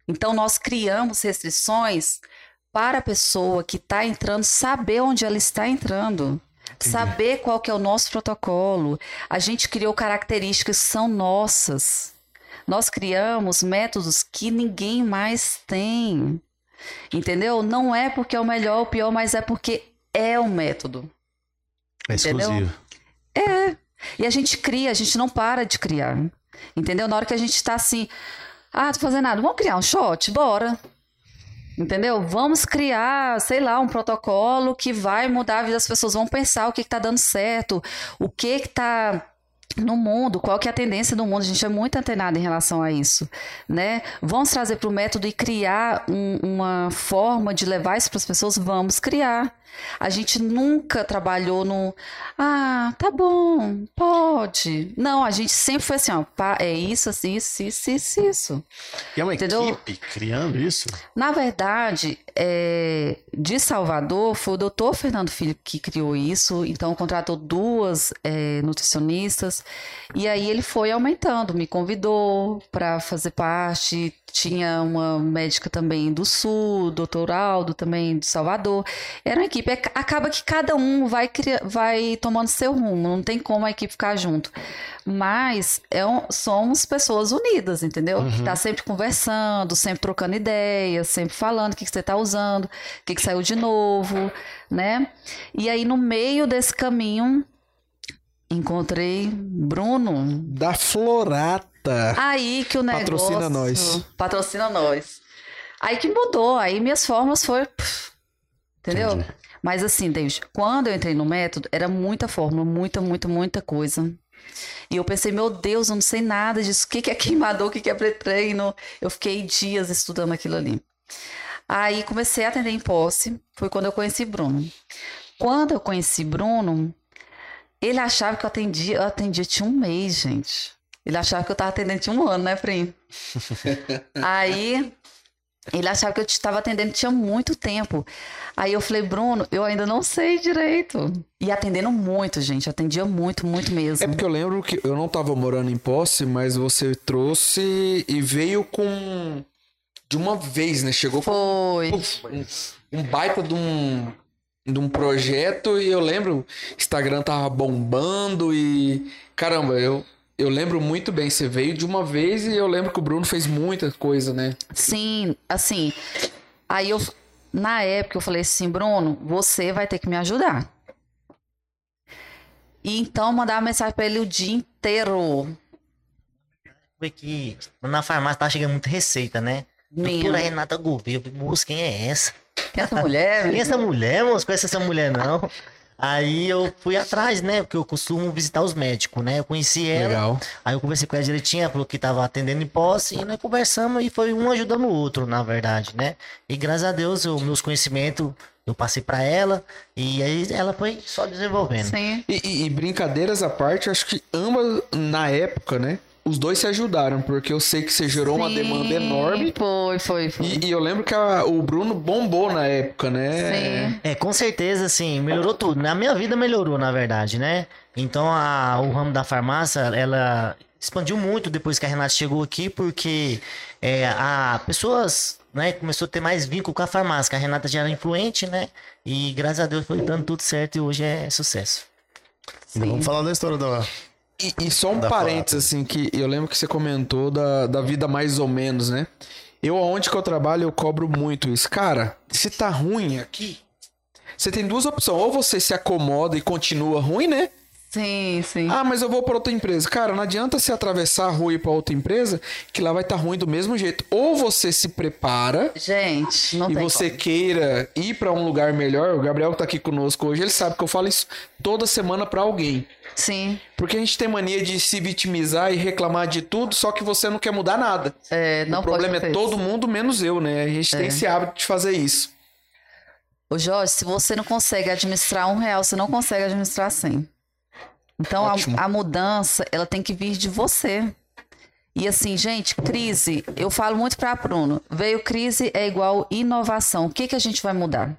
Então, nós criamos restrições para a pessoa que está entrando saber onde ela está entrando, saber qual que é o nosso protocolo. A gente criou características que são nossas. Nós criamos métodos que ninguém mais tem. Entendeu? Não é porque é o melhor ou o pior, mas é porque é o método. É exclusivo. E a gente cria, a gente não para de criar. Entendeu? Na hora que a gente tá assim, ah, tô fazendo nada, vamos criar um shot, bora. Entendeu? Vamos criar, sei lá, um protocolo que vai mudar a vida das pessoas, vão pensar o que que tá dando certo, o que que tá no mundo, qual que é a tendência do mundo, a gente é muito antenado em relação a isso, né? Vamos trazer para o método e criar um- uma forma de levar isso para as pessoas? Vamos criar. A gente nunca trabalhou no, ah, tá bom, pode. Não, a gente sempre foi assim, ó, pá, é isso, assim, isso, isso, isso, isso. E é uma Entendeu? equipe criando isso? Na verdade, é, de Salvador, foi o doutor Fernando Filho que criou isso, então contratou duas é, nutricionistas, e aí ele foi aumentando, me convidou para fazer parte, tinha uma médica também do Sul, doutor Aldo também de Salvador, era uma equipe, ac- acaba que cada um vai, cria- vai tomando seu rumo, não tem como a equipe ficar junto, mas é um- somos pessoas unidas, entendeu? Que tá sempre conversando, sempre trocando ideias, sempre falando o que, que você está usando, o que, que saiu de novo, né? E aí, no meio desse caminho, encontrei Bruno. Da Florata. Aí que o negócio. É. Patrocina nós. Patrocina nós. Aí que mudou, aí minhas formas foram. pff, Entendeu? Entendi. Mas assim, David, quando eu entrei no método, era muita fórmula, muita, muita, muita coisa. E eu pensei, meu Deus, eu não sei nada disso. O que que é queimador, o que que é pré-treino? Eu fiquei dias estudando aquilo ali. Aí comecei a atender em posse, foi quando eu conheci Bruno. Quando eu conheci Bruno, ele achava que eu atendia, eu atendia tinha um mês, gente. Ele achava que eu tava atendendo tinha um ano, né, Prim? Aí ele achava que eu estava atendendo tinha muito tempo. Aí eu falei, Bruno, eu ainda não sei direito. E atendendo muito, gente. Atendia muito, muito mesmo. É porque eu lembro que eu não tava morando em posse, mas você trouxe e veio com. De uma vez, né? Chegou com Foi. puf, um, um baita de um, de um projeto e eu lembro, Instagram tava bombando e. Caramba, eu, eu lembro muito bem. Você veio de uma vez e eu lembro que o Bruno fez muita coisa, né? Sim, assim. Aí eu, na época, eu falei assim, Bruno, você vai ter que me ajudar. E então mandava mensagem pra ele o dia inteiro. Foi que na farmácia tá chegando muita receita, né? Doutora Menina, Renata Gouveia, eu falei, moço, quem é essa? [LAUGHS] essa mulher. Quem é essa mulher, moço? Conhece essa mulher, não? Aí eu fui atrás, né? Porque eu costumo visitar os médicos, né? Eu conheci ela, Legal. aí eu conversei com ela direitinho, ela falou que tava atendendo em posse, e nós conversamos e foi um ajudando o outro, na verdade, né? E graças a Deus, os meus conhecimentos eu passei pra ela, e aí ela foi só desenvolvendo. Sim. E, e- e brincadeiras à parte, acho que ambas, na época, né? os dois se ajudaram, porque eu sei que você gerou uma Sim, demanda enorme. Foi, foi, foi. E, e eu lembro que a- o Bruno bombou na época, né? Sim. É, com certeza, assim, melhorou tudo. Na minha vida melhorou, na verdade, né? Então, a- o ramo da farmácia, ela expandiu muito depois que a Renata chegou aqui, porque é, a pessoas, né, começou a ter mais vínculo com a farmácia, que a Renata já era influente, né? E graças a Deus foi dando tudo certo e hoje é sucesso. Ainda Vamos falar da história da. E, e só um Dá pra né? parênteses, assim, que eu lembro que você comentou da, da vida mais ou menos, né? Eu, aonde que eu trabalho, eu cobro muito isso. Cara, se tá ruim aqui, você tem duas opções. Ou você se acomoda e continua ruim, né? Sim, sim. Ah, mas eu vou pra outra empresa. Cara, não adianta você atravessar a rua e ir pra outra empresa, que lá vai estar ruim do mesmo jeito. Ou você se prepara Gente, não e tem você como. queira ir pra um lugar melhor. O Gabriel que tá aqui conosco hoje, ele sabe que eu falo isso toda semana pra alguém. Sim, Porque a gente tem mania de se vitimizar e reclamar de tudo, só que você não quer mudar nada. é, não o problema pode É. é ter todo mundo menos eu, né? A gente tem esse hábito de fazer isso. Ô Jorge, se você não consegue administrar um real, você não consegue administrar cem. Então a, Ótimo. a mudança, ela tem que vir de você. E assim, gente, crise, eu falo muito para Bruno, veio crise é igual inovação. O que, que a gente vai mudar?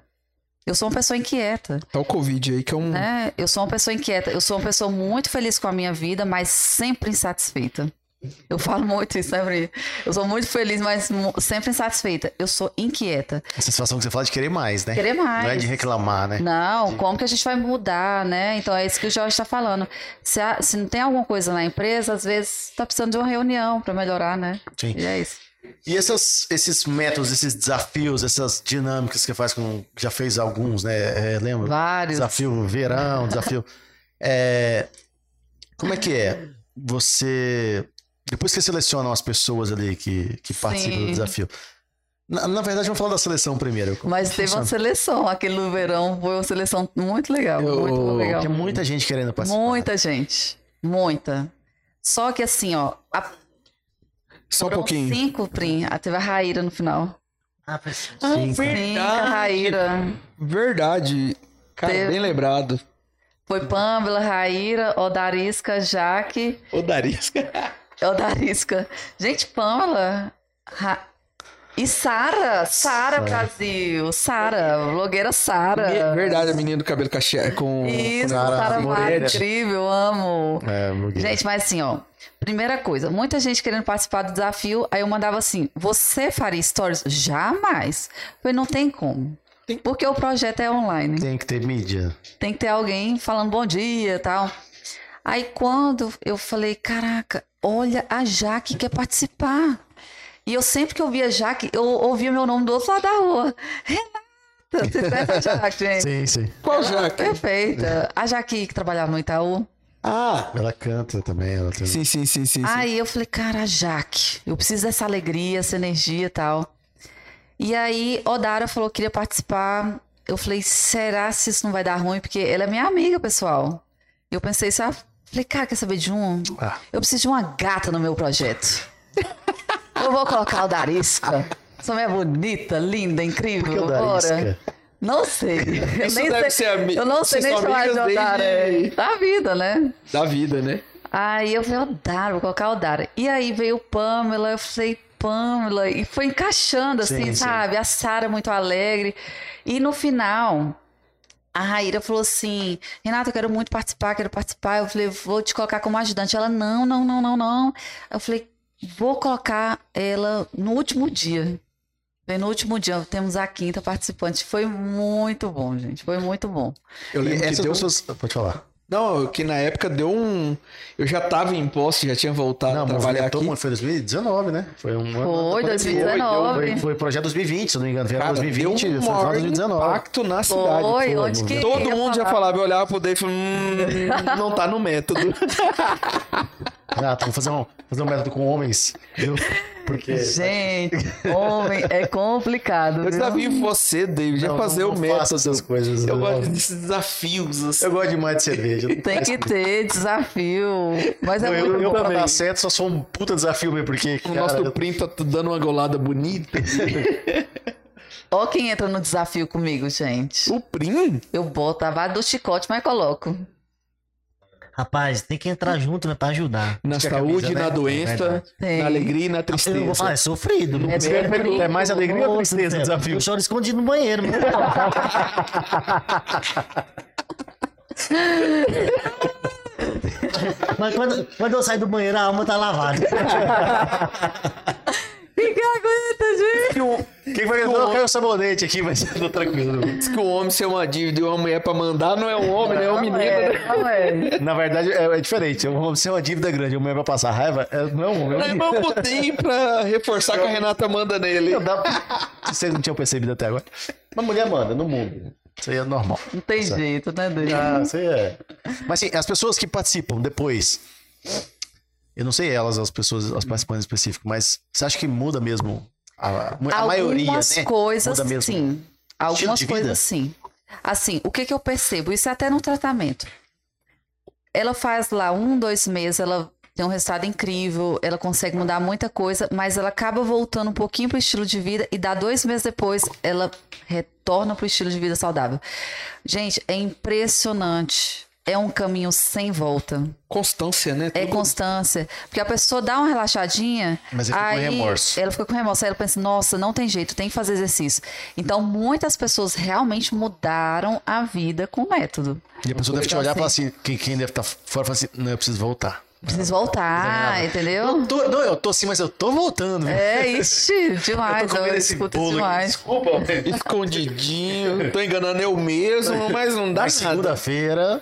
Eu sou uma pessoa inquieta, Tá o Covid aí, que é um. né? Eu sou uma pessoa inquieta, eu sou uma pessoa muito feliz com a minha vida, mas sempre insatisfeita. Eu falo muito isso, né, Bri? Eu sou muito feliz, mas mu- sempre insatisfeita. Eu sou inquieta. A sensação que você fala de querer mais, né? Querer mais. Não é de reclamar, né? Não, como que a gente vai mudar, né? Então é isso que o Jorge está falando. Se, há- se não tem alguma coisa na empresa, às vezes está precisando de uma reunião para melhorar, né? Sim. E é isso. E essas- esses métodos, esses desafios, essas dinâmicas que você faz com. Já fez alguns, né? É, lembro. Vários. Desafio verão, um desafio. É, como é que é? Você. Depois que selecionam as pessoas ali que, que participam Sim. do desafio. Na, na verdade, vamos falar da seleção primeiro. Como é Mas que teve uma funciona? seleção, aquele no verão foi uma seleção muito legal, muito Eu- legal. Tinha muita gente querendo participar. Muita gente, muita. Só que assim, ó, a, Só um foram pouquinho. cinco, Prim, ah, teve a Raíra no final. Ah, pessoal. Cinco, a Raíra. Verdade. Cara, Teve- bem lembrado. Foi Pamela, Raíra, Odarisca, Jaque, Ô, Darisca. É o da Arisca. Gente, Pamela. Ra- E Sara. Sara Sara. Brasil. Sara. Blogueira Sara. É Verdade, a menina do cabelo cacheado com. Isso, Sara Sara Vale, Moreira. incrível, amo. É, Mugueira. Gente, mas assim, ó. Primeira coisa, muita gente querendo participar do desafio, aí eu mandava assim: você faria stories? Jamais. Eu falei, não tem como. Porque o projeto é online. Tem que ter mídia. Tem que ter alguém falando bom dia e tal. Aí quando eu falei, caraca, olha, a Jaque quer participar. E eu sempre que ouvia a Jaque, eu ouvia meu nome do outro lado da rua. Renata, você conhece a Jaque, [LAUGHS] gente? Sim, sim. Qual já? É. Perfeita. A Jaque que trabalhava no Itaú. Ah! Ela canta também. Ela tem... um Sim, sim, sim, sim. sim. Aí eu falei, cara, Jaque, eu preciso dessa alegria, essa energia e tal. E aí, Odara falou que queria participar. Eu falei, será se isso não vai dar ruim? Porque ela é minha amiga, pessoal. Eu pensei, sabe? Falei, cara, quer saber de um? Ah. Eu preciso de uma gata no meu projeto. [LAUGHS] eu vou colocar o Darisca. Essa mulher é bonita, linda, incrível. que é o Bora. Darisca? Não sei. Eu Isso nem deve sei. ser ami- Eu não sei vocês nem são falar de amigas desde- Odara. é, Da vida, né? Da vida, né? Aí eu falei, Odara, vou colocar Odara. E aí veio Pamela, eu falei, Pamela, e foi encaixando assim, Sim, sim. sabe? A Sara muito alegre. E no final, a Raíra falou assim: Renata, eu quero muito participar, quero participar. Eu falei, vou te colocar como ajudante. Ela, não, não, não, não, não. Eu falei, vou colocar ela no último dia. Bem, no último dia, temos a quinta participante. Foi muito bom, gente. Foi muito bom. Eu E lembro que essas deu. pessoas. Pode falar. Não, que na época deu um. Eu já tava em posse, já tinha voltado Não, é a trabalhar aqui. movimentou muito. Foi 2019, né? Foi um ano. Foi da pandemia. 2019. Foi, foi projeto 2020, se eu não me engano. Verão Cara, 2020, foi deu um final de maior 2019. impacto na cidade. Foi, foi, onde que Todo eu ia mundo já falar? falava, eu olhava pro Dave e falava, hum, não tá no [LAUGHS] método. Ah, vamos fazer um, fazer um método com homens, viu? Porque. Gente, homem, é complicado. Eu viu? desafio você, David, já Não, fazer não- o não método. faço essas coisas. Eu não. gosto desses desafios, assim. Eu gosto demais de cerveja. Tem que ter desafio. Mas é Eu, muito eu, eu bom. pra dar certo, só sou um puta desafio mesmo, porque. O cara, nosso print tá dando uma golada bonita. Ó quem entra no desafio comigo, gente. o Prim? Eu boto a vara do chicote, mas coloco. Rapaz, tem que entrar junto, né, pra ajudar. Na Acho que a saúde, camisa, na né? doença, Verdade. Tem. na alegria e na Eu vou falar, tristeza. é sofrido. não É tem- bem É mais alegria ou Nossa, tristeza, Zé, desafio? Eu choro escondido no banheiro. né? [LAUGHS] mano. Mas quando, quando eu saio do banheiro, a alma tá lavada. Ninguém aguenta, gente. Que o- Quem vai Que o entrar caiu o sabonete aqui, mas [LAUGHS] eu tô tranquilo. Diz que o homem ser uma dívida e uma mulher pra mandar não é um homem, né? É uma menina. né? não é. Na verdade, é, é diferente. Eu vou ser uma dívida grande. Uma mulher vai passar raiva, é, não é um homem. Aí eu botei pra reforçar que a Renata manda nele. Eu dá- Vocês não tinham percebido até agora. Uma mulher manda no mundo. Isso aí é normal. Não tem jeito, né, Dani? Ah, isso aí é. Mas assim, as pessoas que participam depois. Eu não sei elas, as pessoas, as participantes específicas, mas você acha que muda mesmo? A, a maioria, Algumas né? coisas, Muda mesmo. sim. Algumas de vida? coisas, sim. Assim, o que, que eu percebo? Isso é até no tratamento. Ela faz lá um, dois meses, ela tem um resultado incrível, ela consegue mudar muita coisa, mas ela acaba voltando um pouquinho pro estilo de vida e dá dois meses depois, ela retorna pro estilo de vida saudável. Gente, é impressionante. É um caminho sem volta. Constância, né? É constância. Porque a pessoa dá uma relaxadinha. Uhum. Mas ela fica com aí remorso. Ela fica com remorso. Aí ela pensa, nossa, não tem jeito, tem que fazer exercício. Então, muitas pessoas realmente mudaram a vida com o método. E a pessoa deve te Então, olhar e falar assim: quem, quem deve estar fora fala assim, não, eu preciso voltar. Precisa voltar, entendeu? Não, tô, não, eu tô sim, mas eu tô voltando. viu? [LAUGHS] É, ixi, demais. Eu, comendo esse escuto bolo aqui. demais. Desculpa, mas- Escondidinho, tô enganando eu mesmo, mas não dá Mas nada. segunda-feira.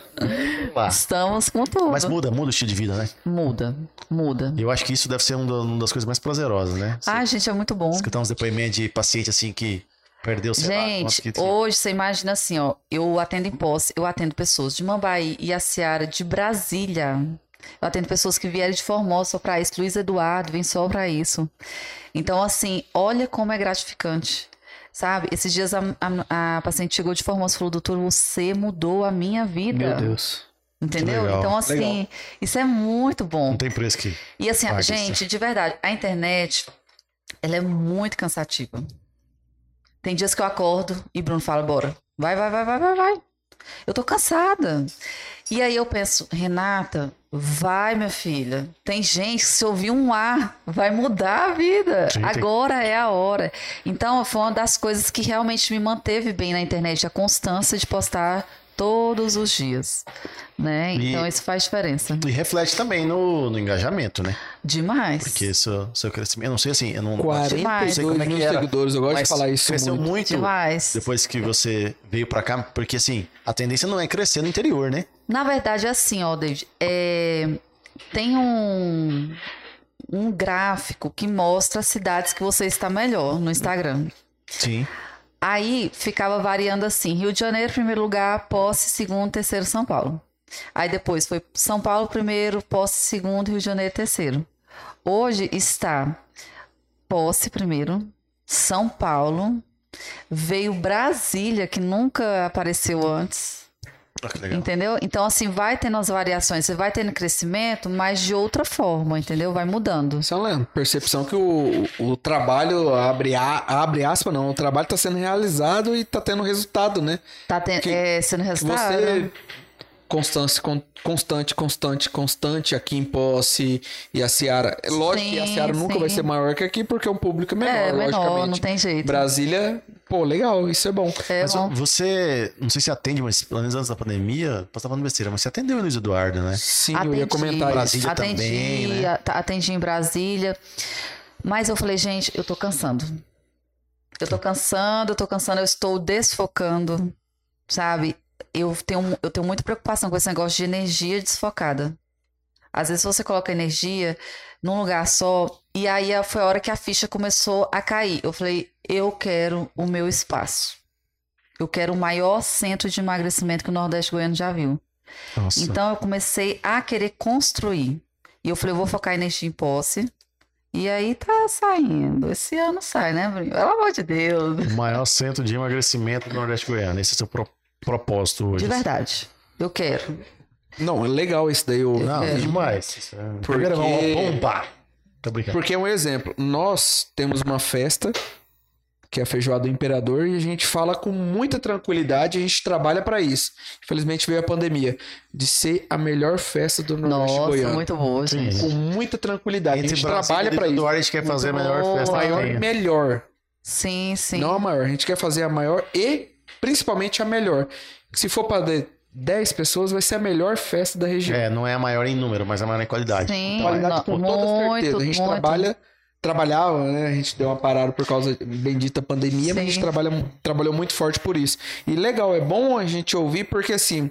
lá. Estamos com tudo. Mas muda, muda o estilo de vida, né? Muda, muda. E Eu acho que isso deve ser um do- uma das coisas mais prazerosas, né? Você Ai, gente, é muito bom. Escutar uns depoimentos de paciente assim que perdeu, sei lá, quanto Gente, que- hoje você imagina assim, ó, eu atendo em posse, eu atendo pessoas de Mambaí e a Seara de Brasília. Eu atendo pessoas que vieram de Formosa só pra isso, Luiz Eduardo vem só pra isso. Então, assim, olha como é gratificante. Sabe, esses dias a, a- a paciente chegou de Formosa e falou, doutor, você mudou a minha vida. Meu Deus. Entendeu? Que legal. Então, assim, Legal. isso é muito bom. Não tem preço que. E assim, Paga isso. gente, de verdade, a internet, ela é muito cansativa. Tem dias que eu acordo e Bruno fala, bora. Vai, vai, vai, vai, vai, vai. Eu tô cansada. E aí eu penso, Renata, vai, minha filha. Tem gente que se ouvir um ar, vai mudar a vida. Sim, tem- Agora é a hora. Então, foi uma das coisas que realmente me manteve bem na internet, a constância de postar todos os dias, né? E- Então, isso faz diferença. E reflete também no, no engajamento, né? Demais. Porque seu, seu crescimento. Eu não sei assim, eu não. Não 42 sei como é que mil era, seguidores, eu gosto de mas falar isso Cresceu muito. muito. Demais. Depois que você veio pra cá, porque assim, a tendência não é crescer no interior, né? Na verdade, é assim, ó, David. é, Tem um... um gráfico que mostra as cidades que você está melhor no Instagram. Sim. Aí ficava variando assim: Rio de Janeiro, primeiro lugar, posse, segundo, terceiro, São Paulo. Aí depois foi São Paulo, primeiro, posse, segundo, Rio de Janeiro, terceiro. Hoje está posse, primeiro, São Paulo, veio Brasília, que nunca apareceu antes. Olha Ah, que legal. Entendeu? Então, assim, vai tendo as variações, você vai tendo crescimento, mas de outra forma, entendeu? Vai mudando. Isso é uma percepção que o, o trabalho, abre, a, abre aspas, não, o trabalho tá sendo realizado e tá tendo resultado, né? Tá tendo, Que- é, sendo Que resultado. você. Constância, con- constante, constante, constante aqui em posse e a Seara. É Lógico que a Sim, Seara nunca vai sim. ser maior que aqui porque o público é menor, é, menor, não logicamente. tem jeito. né? Brasília, pô, legal, isso é bom. É Mas bom. você, não sei se atende, mas pelo menos antes da pandemia, posso estar falando besteira, mas você atendeu o Luiz Eduardo, né? Sim, eu ia comentar isso. Brasília atendi, também, né? at- atendi em Brasília. Mas eu falei, gente, eu tô cansando. Eu tô cansando, eu tô cansando, eu estou desfocando, sabe? Eu tenho, eu tenho muita preocupação com esse negócio de energia desfocada. Às vezes você coloca energia num lugar só, e aí a- foi a hora que a ficha começou a cair. Eu falei, eu quero o meu espaço. Eu quero o maior centro de emagrecimento que o Nordeste Goiano já viu. Nossa. Então eu comecei a querer construir. E eu falei, eu vou focar energia em posse. E aí tá saindo. Esse ano sai, né, Bruno? Pelo amor de Deus. O maior centro de emagrecimento do Nordeste Goiano. Esse é o seu pro- propósito hoje. De verdade. Eu quero. Não, é legal isso daí. o- Não, É. demais. Isso é- Primeiro vamos Porque- bombar. Tô brincando. Porque é um exemplo. Nós temos uma festa que é a feijoada do imperador, e a gente fala com muita tranquilidade, a gente trabalha para isso. Infelizmente veio a pandemia, de ser a melhor festa do Nordeste Nossa, Goiano. muito boa, Sim. gente. Com muita tranquilidade, a gente Brasília trabalha e para isso. Duarte, a gente quer fazer a Muito melhor bom. festa. da é Maior e terra. melhor. Sim, sim. Não a maior, a gente quer fazer a maior e principalmente a melhor. Se for para 10 pessoas, vai ser a melhor festa da região. É, não é a maior em número, mas é a maior em qualidade. Sim, Qualidade não, com toda certeza. A gente muito. trabalha, trabalhava, né? A gente deu uma parada por causa da bendita pandemia, mas a gente Sim. trabalha, trabalhou muito forte por isso. E legal, é bom a gente ouvir, porque assim,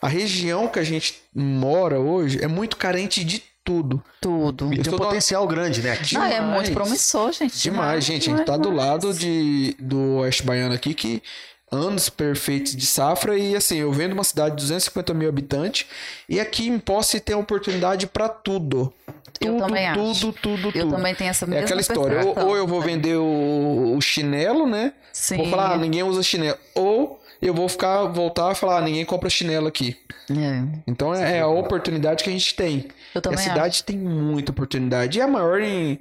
a região que a gente mora hoje é muito carente de tudo. tudo. E Eu tem um sou da- potencial grande, né? Aqui. Não, é demais. muito promissor, gente. Demais, gente. A gente tá do lado de, do Oeste Baiano aqui, que anos perfeitos de safra. E assim, eu vendo uma cidade de 250 mil habitantes. E aqui em Posse tem oportunidade pra tudo. Eu Tudo, também tudo, acho. tudo, tudo, Eu também tenho essa É mesma então. aquela história. Ou, percepção. ou eu vou vender o, o chinelo, né? Sim. Vou falar, ah, ninguém usa chinelo. Ou eu vou ficar, voltar e falar, ah, ninguém compra chinelo aqui. É, Então é, é a oportunidade que a gente tem. E Eu a também cidade tem muita oportunidade. E a maior em.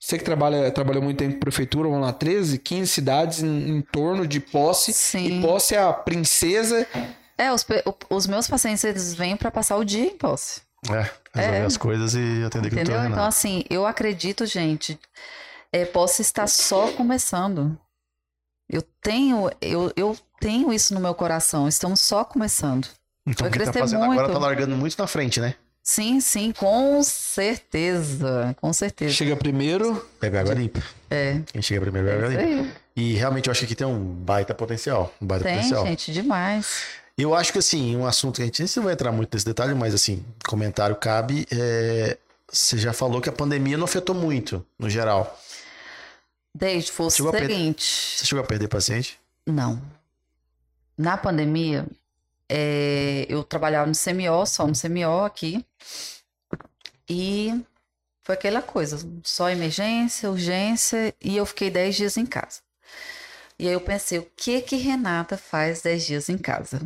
Você que trabalha, trabalhou muito tempo com prefeitura, vamos lá, 13, 15 cidades em, em torno de posse. Sim. E posse é a princesa. acho. É, os, pe- o- os meus pacientes, eles vêm pra passar o dia em posse. É, resolver É. as coisas e atender aquilo que eu Entendeu? tô Então, assim, eu acredito, gente, é, posse está só começando. Eu tenho, eu, eu tenho isso no meu coração. Estamos só começando. Então, vai o que tá crescer fazendo agora muito. tá largando muito na frente, né? Sim, sim, com certeza. Com certeza. Chega primeiro. Pega água limpa. É. Quem chega primeiro é bebe água isso limpa. aí. E realmente eu acho que aqui tem um baita potencial. Um baita Tem, potencial. gente, demais. Eu acho que assim, um assunto que a gente nem se vai entrar muito nesse detalhe, mas assim, comentário cabe. é, Você já falou que a pandemia não afetou muito, no geral. Desde foi o Chegou a pe- seguinte. Você chegou a perder paciente? Não. Na pandemia, é, eu trabalhava no CMO, só no CMO aqui. E foi aquela coisa, só emergência, urgência, e eu fiquei 10 dias em casa. E aí eu pensei, o que que Renata faz 10 dias em casa?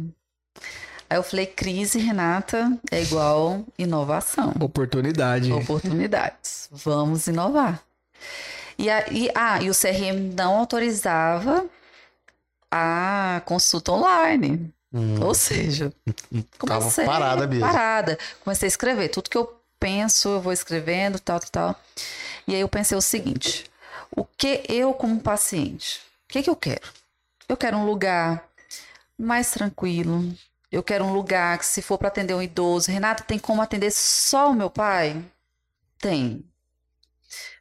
Aí eu falei, crise, Renata, é igual inovação. Oportunidade. Oportunidades. Vamos inovar. E, a, e, ah, e o CRM não autorizava a consulta online. Hum, Ou seja, [LAUGHS] tava comecei parada mesmo. parada. Comecei a escrever. Tudo que eu penso, eu vou escrevendo, tal, tal, tal. E aí eu pensei o seguinte: o que eu, como paciente, o que, que eu quero? Eu quero um lugar mais tranquilo. Eu quero um lugar que, se for para atender um idoso, Renata, tem como atender só o meu pai? Tem.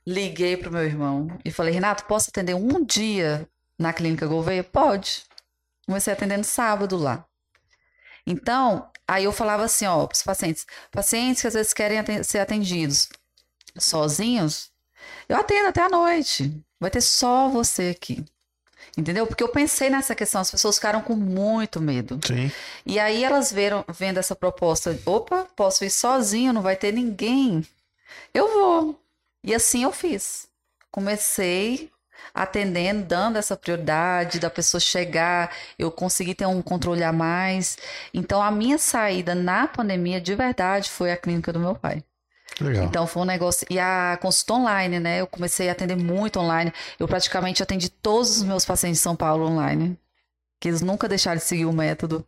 Liguei pro meu irmão e falei, Renato, posso atender um dia na clínica Gouveia? Pode. Comecei atendendo sábado lá. Então, aí eu falava assim, ó, pros pacientes, pacientes que às vezes querem aten- ser atendidos sozinhos, eu atendo até a noite. Vai ter só você aqui. Entendeu? Porque eu pensei nessa questão, as pessoas ficaram com muito medo. Sim. E aí elas viram, vendo essa proposta, opa, posso ir sozinho, não vai ter ninguém. Eu vou. E assim eu fiz. Comecei atendendo, dando essa prioridade da pessoa chegar, eu consegui ter um controle a mais. Então a minha saída na pandemia de verdade foi a clínica do meu pai. Que legal. Então foi um negócio. E a consulta online, né? Eu comecei a atender muito online. Eu praticamente atendi todos os meus pacientes de São Paulo online. Que eles nunca deixaram de seguir o método.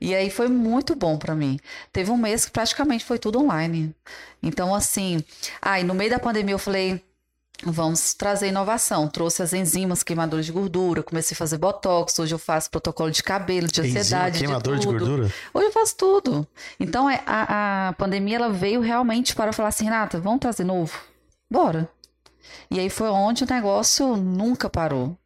E aí foi muito bom pra mim. Teve um mês que praticamente foi tudo online. Então, assim. Aí, no meio da pandemia, eu falei. Vamos trazer inovação. Trouxe as enzimas queimadoras de gordura, comecei a fazer botox. Hoje eu faço protocolo de cabelo, de Enzima Então, ansiedade. queimador de, de tudo. gordura? Hoje eu faço tudo. Então é, a, a pandemia ela veio realmente para falar assim, Renata, vamos trazer novo? Bora. E aí foi onde o negócio nunca parou.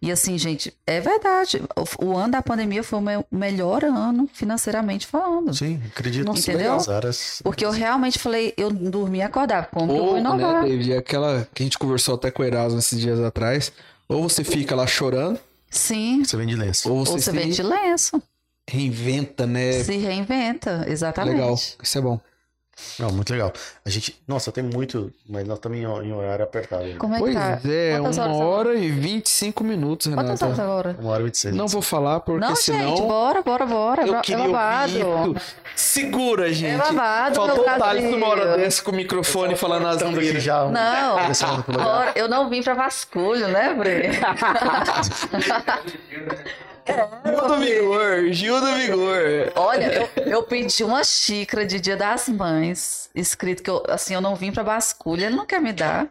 E assim, gente, é verdade. O, o ano da pandemia foi o meu melhor ano financeiramente falando. Sim, acredito. Nossa, Entendeu? legal. As áreas- Porque eu realmente falei, eu dormi e acordava. Como que eu vou Ou, né, inovar? David, é aquela que a gente conversou até com o Erasmo esses dias atrás. Ou você fica lá chorando, Sim. Você vende lenço. ou você, Ou você se vende lenço. reinventa, né? Se reinventa, exatamente. Legal, isso é bom. Não, muito legal. A gente. Nossa, tem muito, mas nós estamos em, em horário apertado. né? ainda. Como é que Pois tá? é, Quantas uma horas hora e 25 minutos, Quantas horas Renata. agora? Uma hora e 26. Não vou falar, porque não, senão. gente, bora, bora, bora. eu É queria babado. ouvir isso. Segura, gente. babado, Faltou meu o Thales Brasil. numa hora dessa com o microfone falando as Estamos aqui neiras. já. Não, Impressionando pelo lugar. Ora, eu não vim pra vasculho, né, [LAUGHS] Brê? Gil do Vigor, Gil do Vigor. Olha, eu, eu pedi uma xícara de Dia das Mães, escrito que eu, assim, eu não vim pra vasculho, ele não quer me dar.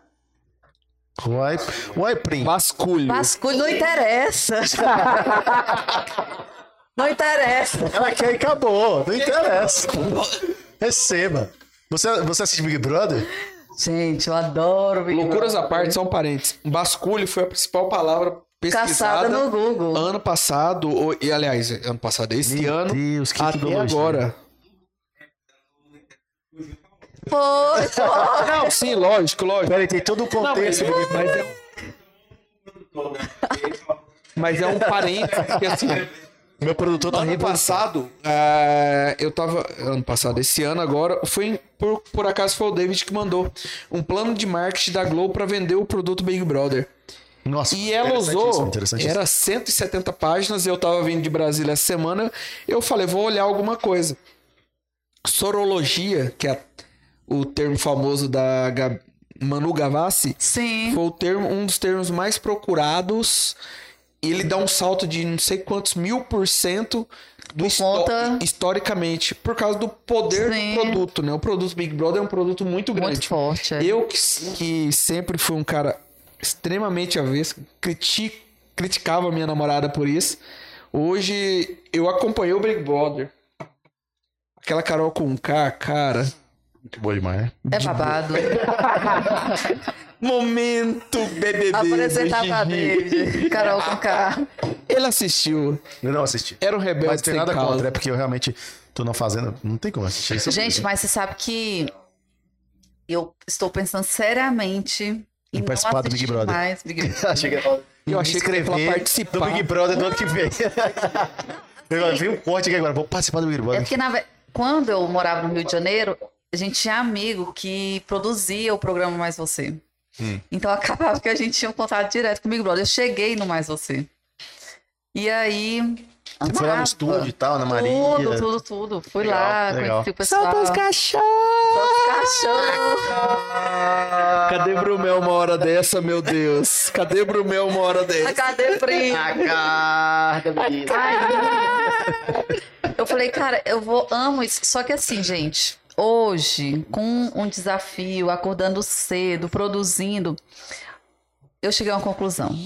Uai, uai, Prim. Basculho. Vasculho [LAUGHS] não interessa. Não interessa. Ela quer e acabou. Não interessa. Receba. Você, você assiste Big Brother? Gente, eu adoro Big Loucuras Brother. à parte, só um parênteses. Basculho foi a principal palavra pesquisada Caçada no Google. ano passado, ou- e aliás, é, ano passado, este Meu ano, Deus, que até tecnologia. agora. Foi, foi. Não, sim, lógico, lógico. Peraí, tem todo o contexto. Não, mas, mas é um... mas é um parênteses, porque assim, [LAUGHS] Meu produtor tá ano rindo. passado, é, eu tava, ano passado, esse ano agora, foi, por, por acaso foi o David que mandou um plano de marketing da Globo pra vender o produto Big Brother. Nossa, E ela usou, Interessante era 170 páginas, eu tava vindo de Brasília essa semana, eu falei, vou olhar alguma coisa. Sorologia, que é o termo famoso da Gab- Manu Gavassi, Sim. foi o termo, um dos termos mais procurados. Ele dá um salto de não sei quantos mil por cento do histo- conta- historicamente, por causa do poder Sim. do produto, né? O produto Big Brother é um produto muito grande. Muito forte. é. Eu que, que sempre fui um cara extremamente avesso, criti- criticava minha namorada por isso. Hoje eu acompanhei o Big Brother. Aquela Carol com K, cara. Muito boa demais. né? É babado. Momento BBB. Apresentar pra Gigi. David. Carol com K. Ele assistiu. Eu não assisti. Era um rebelde Mas tem sem nada causa. contra, é porque eu realmente tô não fazendo. Não tem como assistir isso. Gente, mas você sabe que eu estou pensando seriamente Em em não participar do assistir Big Brother. mais Big Brother. É achei que né? Eu achei que você ia falar Escrever participar. do Big Brother do ano que vem. [LAUGHS] Eu vi um corte aqui agora, vou participar do Big É Brother. porque na ve- quando eu morava no Rio de Janeiro, a gente tinha amigo que produzia o programa Mais Você. Hum. Então acabava que a gente tinha um contato direto com o Big Brother. Eu cheguei no Mais Você. E aí. Você foi lá no amava. estúdio e tal, na Maria. Tudo, tudo, tudo. Fui Legal, lá, legal. conheci o pessoal. Ah. cachorros! cachorros. Cadê Brumel uma hora dessa, meu Deus? Cadê Brumel uma hora dessa? Cadê Pri? Acorda, Eu falei, cara, eu vou, amo isso. Só que assim, gente, hoje, com um desafio, acordando cedo, produzindo, eu cheguei a uma conclusão.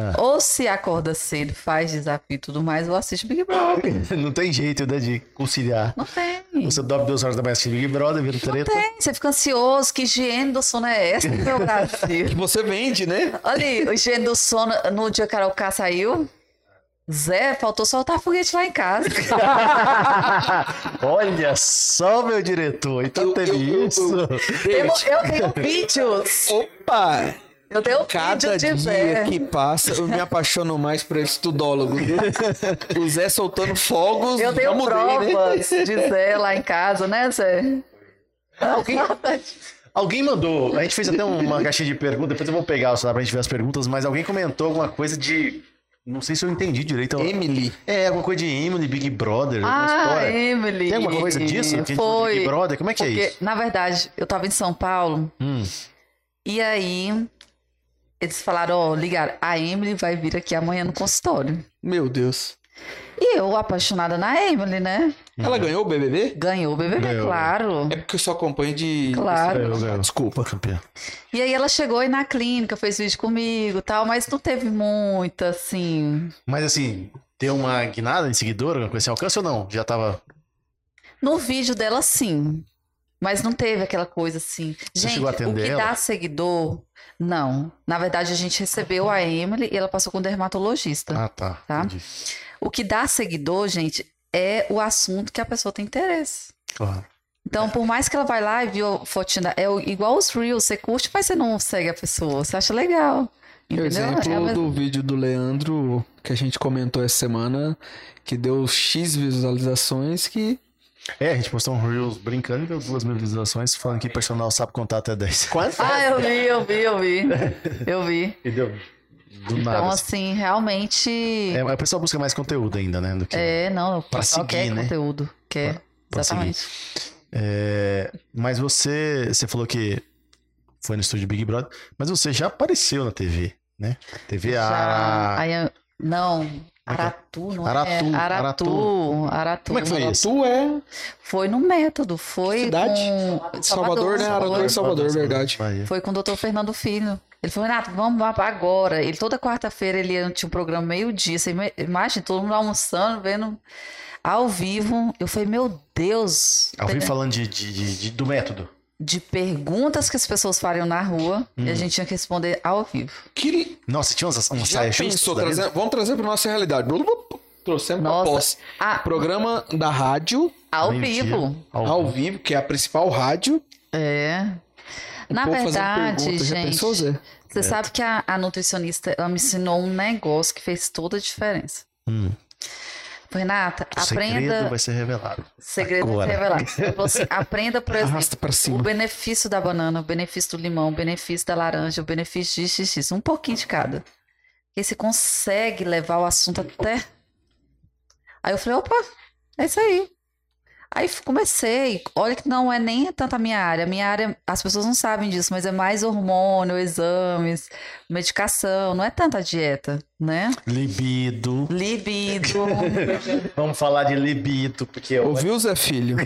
Ah. Ou se acorda cedo, faz desafio e tudo mais, ou assiste Big Brother. [LAUGHS] Não tem jeito né, de conciliar. Não tem. Você dorme duas horas da manhã assistindo Big Brother, vira treta. Tem, Você fica ansioso, que higiene do sono é essa, meu Brasil? Que você vende, né? Olha aí, o higiene do sono no dia que a Carol K saiu. Zé, faltou soltar foguete lá em casa. [LAUGHS] Olha só, meu diretor. Então Eu- teve eu- eu- isso. Eu, eu tenho vídeos. Opa! Eu tenho Cada vídeo dia de Zé. que passa, eu me apaixono mais por esse tudólogo. [LAUGHS] o Zé soltando fogos. Eu tenho já mudei, né? provas de Zé lá em casa, né, Zé? Alguém, alguém mandou. A gente fez até uma caixinha de perguntas. Depois eu vou pegar o celular pra gente ver as perguntas. Mas alguém comentou alguma coisa de. Não sei se eu entendi direito. Emily. É, alguma coisa de Emily, Big Brother. alguma Ah, história. Emily. Tem alguma coisa disso? Que a gente falou de Foi. Big Brother? Como é que é Porque, isso? na verdade, eu tava em São Paulo Hum. e aí eles falaram, ó, ligaram, a Emily vai vir aqui amanhã no consultório. Meu Deus. E eu, apaixonada na Emily, né? Ela ganhou o BBB? Ganhou o BBB, Ganhou. claro. É porque eu só acompanho de. é. Claro. Desculpa, campeão. E aí ela chegou aí na clínica, fez vídeo comigo e tal, mas não teve muita, assim... Mas assim, deu uma guinada em seguidor, alguma coisa assim, alcance ou não? Já tava. No vídeo dela, sim. Mas não teve aquela coisa assim. Gente, chegou a atender o que ela? dá seguidor, não. Na verdade, a gente recebeu a Emily e ela passou com o dermatologista. Ah, tá. Tá. Entendi. O que dá seguidor, gente, é o assunto que a pessoa tem interesse. Claro. Então, por mais que ela vai lá e viu a fotina, é o- igual os Reels, você curte, mas você não segue a pessoa, você acha legal. Por Entendeu? É a exemplo, mes- do vídeo do Leandro, que a gente comentou essa semana, que deu X visualizações, que É, a gente postou um Reels brincando e deu duas mil visualizações falando que personal sabe contar até 10. Quanto? Ah, eu vi, eu vi, eu vi. Eu vi. [LAUGHS] E deu do Então, nada. assim. assim, realmente. É, mas o pessoal busca mais conteúdo ainda, né? Do que... É, não, o Pra pessoal seguir, quer né? conteúdo, quer. pra Exatamente. É, mas você, você falou que foi no estúdio Big Brother, mas você já apareceu na TV, né? TV Já- a... aí eu- não, que é? Aratu, não Aratu, é? Aratu, Aratu. Como é que foi Aratu. isso? Tu é Foi no método, foi Cidade? com Salvador, né? Aratu foi. e Salvador, verdade. Bahia. Foi com o doutor Fernando Filho. Ele falou, Renato, vamos lá pra agora. Ele toda quarta-feira ele ia- tinha um programa meio-dia. Você ima- imagina, todo mundo almoçando, vendo ao vivo. Eu falei, meu Deus, Ao vivo falando de, de- de- de- do método. de perguntas que as pessoas fariam na rua Hum. e a gente tinha que responder ao vivo. Que Nossa, é tinha umas, umas já saias pensou? justas da vida? Trazer, vamos trazer para nossa realidade. Blu, blu, blu, Trouxemos pra Nossa. posse. Ah, Programa da rádio, ao Meio-dia. vivo. Ao ao vivo. vivo, que é a principal rádio. É. O Na povo verdade, fazendo perguntas. Já gente, pensou, Zé? você sabe que a, a nutricionista ela me ensinou um negócio que fez toda a diferença. Hum, Renata, o segredo aprenda. vai ser revelado. Segredo vai agora. ser revelado. Você [LAUGHS] aprenda, por exemplo, Arrasta pra o cima. benefício da banana, o benefício do limão, o benefício da laranja, o benefício de xixi, um pouquinho de cada. E você consegue levar o assunto até. Aí eu falei, opa, é isso aí. Aí f- comecei. Olha que não é nem tanto a minha área. A minha área, as pessoas não sabem disso, mas é mais hormônio, exames, medicação, não é tanta dieta, né? Libido. Libido. Vamos falar de libido, porque o Ouviu, Zé Filho?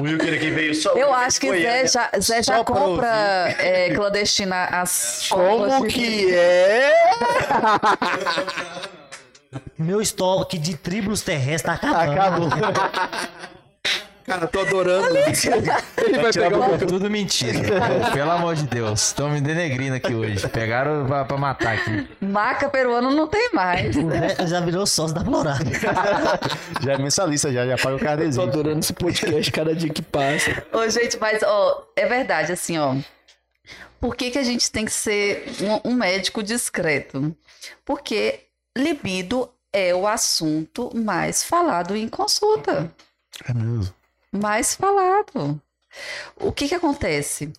Wilker aqui veio só. Eu acho que Zé já, Zé já Só pra compra é, clandestina as Como compras de- que é? Meu estoque de tribos terrestres tá acabando. Acabou. Cara, tô adorando. Ele vai pegar o É tudo [LAUGHS] mentira. Pelo amor de Deus. Estão me denegrindo aqui hoje. Pegaram pra, pra matar aqui. Maca peruano não tem mais. O Zé né? já virou sócio [LAUGHS] da Florada. Já é mensalista, já, já paga o Tô carnezinho. adorando esse podcast cada dia que passa. [LAUGHS] Ô, gente, mas ó, é verdade, assim, ó. Por que, que a gente tem que ser um, um médico discreto? Porque libido é o assunto mais falado em consulta. É mesmo. Mais falado. O que que acontece?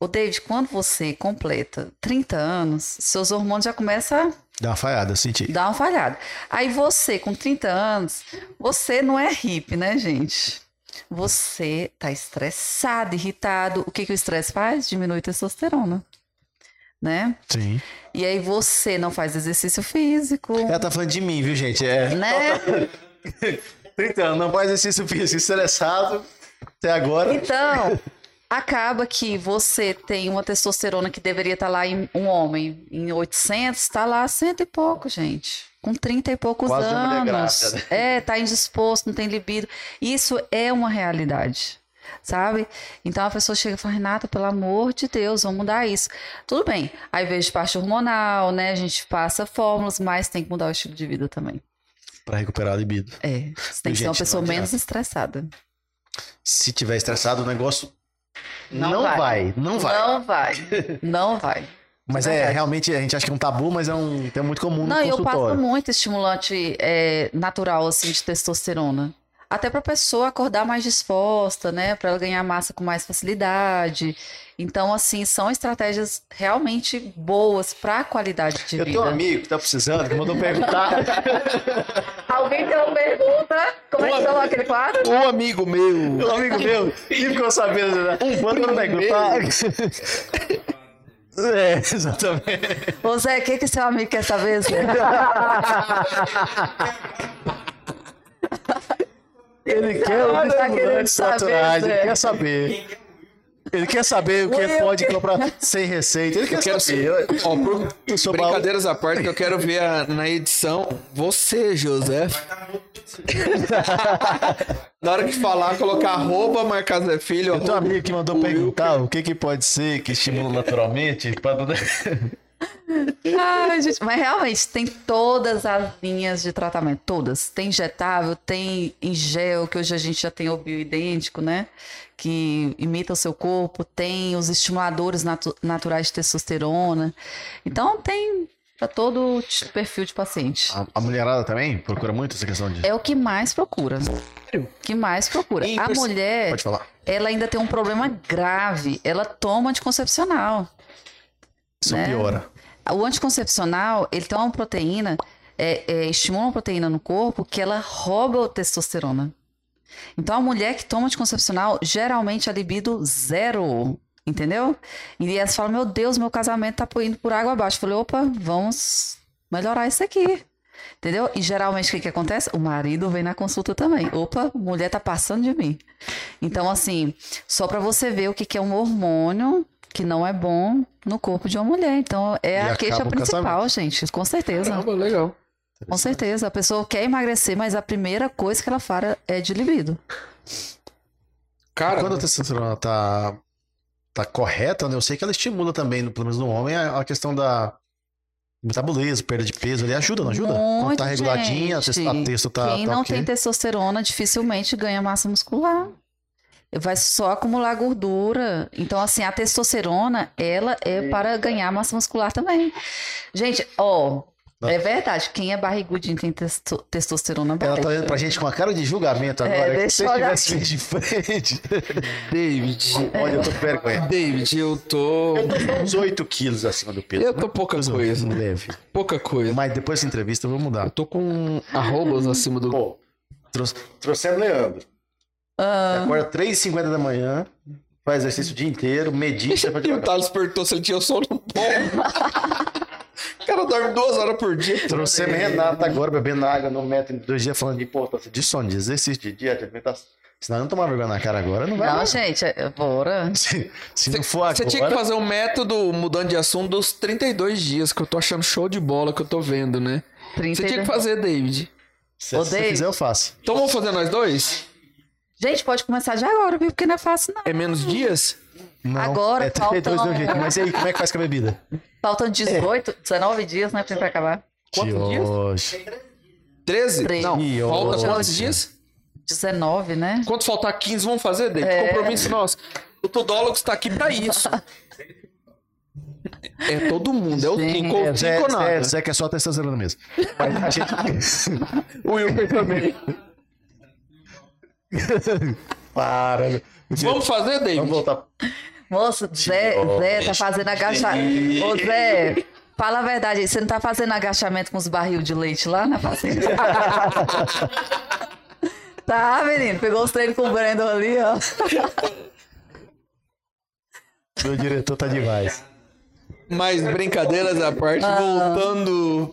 O David, quando você completa 30 anos, seus hormônios já começam a Dá uma falhada, eu senti. Dá uma falhada. Aí você, com 30 anos, você não é hippie, né, gente? Você tá estressado, irritado. O que, que o estresse faz? Diminui testosterona. Né? Sim. E aí você não faz exercício físico, Ela tá falando de mim, viu, gente? É. né? Então, não faz exercício físico estressado até agora. Então, acaba que você tem uma testosterona que deveria estar lá em um homem em 800, tá lá cento e pouco, gente. Com 30 e poucos Quase uma mulher anos. grávida, né? É, tá indisposto, não tem libido. Isso é uma realidade, sabe? Então a pessoa chega e fala, Renata, pelo amor de Deus, vamos mudar isso. Tudo bem, aí veio de parte hormonal, né? A gente passa fórmulas, mas tem que mudar o estilo de vida também. Pra recuperar a libido. É, você tem Gente, que ser não uma pessoa adianta. menos estressada. Se tiver estressado, o negócio não, Não vai. vai. Não vai. Não [LAUGHS] vai, não vai. Mas é, realmente, a gente acha que é um tabu, mas é um tema muito comum Não, no eu passo consultório. muito estimulante é, natural, assim, de testosterona. Até pra pessoa acordar mais disposta, né? Pra ela ganhar massa com mais facilidade. Então, assim, são estratégias realmente boas pra qualidade de Eu vida. tenho um amigo que tá precisando, que mandou [LAUGHS] perguntar. Alguém tem uma pergunta? Como é que chama aquele quadro? Um amigo meu. um amigo meu, que ficou sabendo. né? Mandou perguntar. [LAUGHS] É, exatamente. Ô, Zé, o que, que seu amigo quer saber, Zé? Ele quer Tá os querendo estimulantes saber, naturais, ele Zé. quer saber. Ele quer saber o que Will. pode comprar sem receita. Ele quer Eu quero saber. ser. Ó, por- Eu sou Brincadeiras à parte, que eu quero ver a- na edição você, José. [LAUGHS] na hora que falar, colocar arroba, marcar Zé Filho. Eu tenho um arroba- amigo que mandou perguntar o que, que pode ser que estimula naturalmente. pra- Ai, gente, mas realmente tem todas as linhas de tratamento, todas. Tem injetável, tem em gel, que hoje a gente já tem o bioidêntico, né? Que imita o seu corpo, tem os estimuladores natu- naturais de testosterona. Então tem para todo t- perfil de paciente. A, a mulherada também procura muito essa questão de. É o que mais procura. Que mais procura. E A perce- mulher, Pode falar. ela ainda tem um problema grave. Ela toma anticoncepcional. Isso Né? piora. O anticoncepcional, ele tem uma proteína, é, é, estimula uma proteína no corpo que ela rouba a testosterona. Então, a mulher que toma anticoncepcional, geralmente a libido zero, entendeu? E elas falam, meu Deus, meu casamento tá indo por água abaixo. Eu falei, opa, vamos melhorar isso aqui. Entendeu? E geralmente o que, que acontece? O marido vem na consulta também. Opa, mulher tá passando de mim. Então, assim, só pra você ver o que, que é um hormônio que não é bom no corpo de uma mulher. Então, é E a queixa acaba o principal, casamento. gente. Com certeza. Caramba, legal. Com certeza. A pessoa quer emagrecer, mas a primeira coisa que ela fala é de libido. Cara, Quando a testosterona tá, tá correta, né, eu sei que ela estimula também, no- pelo menos no homem, a, a questão da metabolismo, perda de peso, ele ajuda, não ajuda? Quando Muito, tá reguladinha, a tes- a gente. texto tá, Quem tá não ok. tem testosterona dificilmente ganha massa muscular. Vai só acumular gordura. Então, assim, a testosterona, ela é para ganhar massa muscular também. Gente, ó, Não. é verdade. Quem é barrigudinho tem testo- testosterona Ela baixa. tá olhando pra gente com a cara de julgamento É, agora. que deixa se eu eu olhar É. tivesse de [LAUGHS] frente. David, Olha, eu tô com vergonha. David, eu tô. Eu tô com uns 8 quilos acima do peso. Eu tô pouca Mas, ó, coisa, Leve. pouca coisa. Mas depois dessa entrevista eu vou Eu mudar. tô com arrobas acima do. Pô, trouxe, trouxemos Leandro. Ah. Ele Acorda 3h50 da manhã, faz exercício o dia inteiro, medita. [LAUGHS] E o Thales perguntou se ele tinha sono [LAUGHS] bom. o cara dorme duas horas por dia. Trouxemos Renata agora, bebendo água no metro em dois dias, falando de importância de sono, de exercício, de dieta, de alimentação. Se nós não tomar vergonha na cara agora, não vai. Não, não. gente, é- [LAUGHS] bora. Se, se não for agora. Você tinha que fazer um método, mudando de assunto, dos 32 dias, que eu tô achando show de bola que eu tô vendo, né? Você 30 tinha que fazer, David. Se você Odeio. quiser, eu faço. Então vamos fazer nós dois? Gente, pode começar de agora, viu? Porque não é fácil, não. É menos dias? Não, Agora é 32 faltam- deu jeito. Mas e aí, como é que faz com a bebida? É. Faltam 18, 19 dias, né, pra acabar. Quantos dias? Hoje. 13? Treze. Não, Ih, falta hoje. quantos dias? 19, né? Quanto faltar 15, vamos fazer, David? É. Compromisso nosso. O Todólogo está aqui pra isso. É todo mundo, é o Gente, Cinco ou Zé, cinco ou Zé, nada. Zé, que é só testosterona mesmo. Mas a gente. [LAUGHS] O Wilker também. Para. meu. Vamos fazer, Vamos David? voltar. Moço, Zé, Zé tá fazendo agachamento. Ô, Zé, fala a verdade aí. Você não tá fazendo agachamento com os barril de leite lá na fazenda? [LAUGHS] tá, menino. Pegou os treinos com o Brandon ali, ó. Meu diretor tá demais. Mas brincadeiras à parte, Ah. voltando.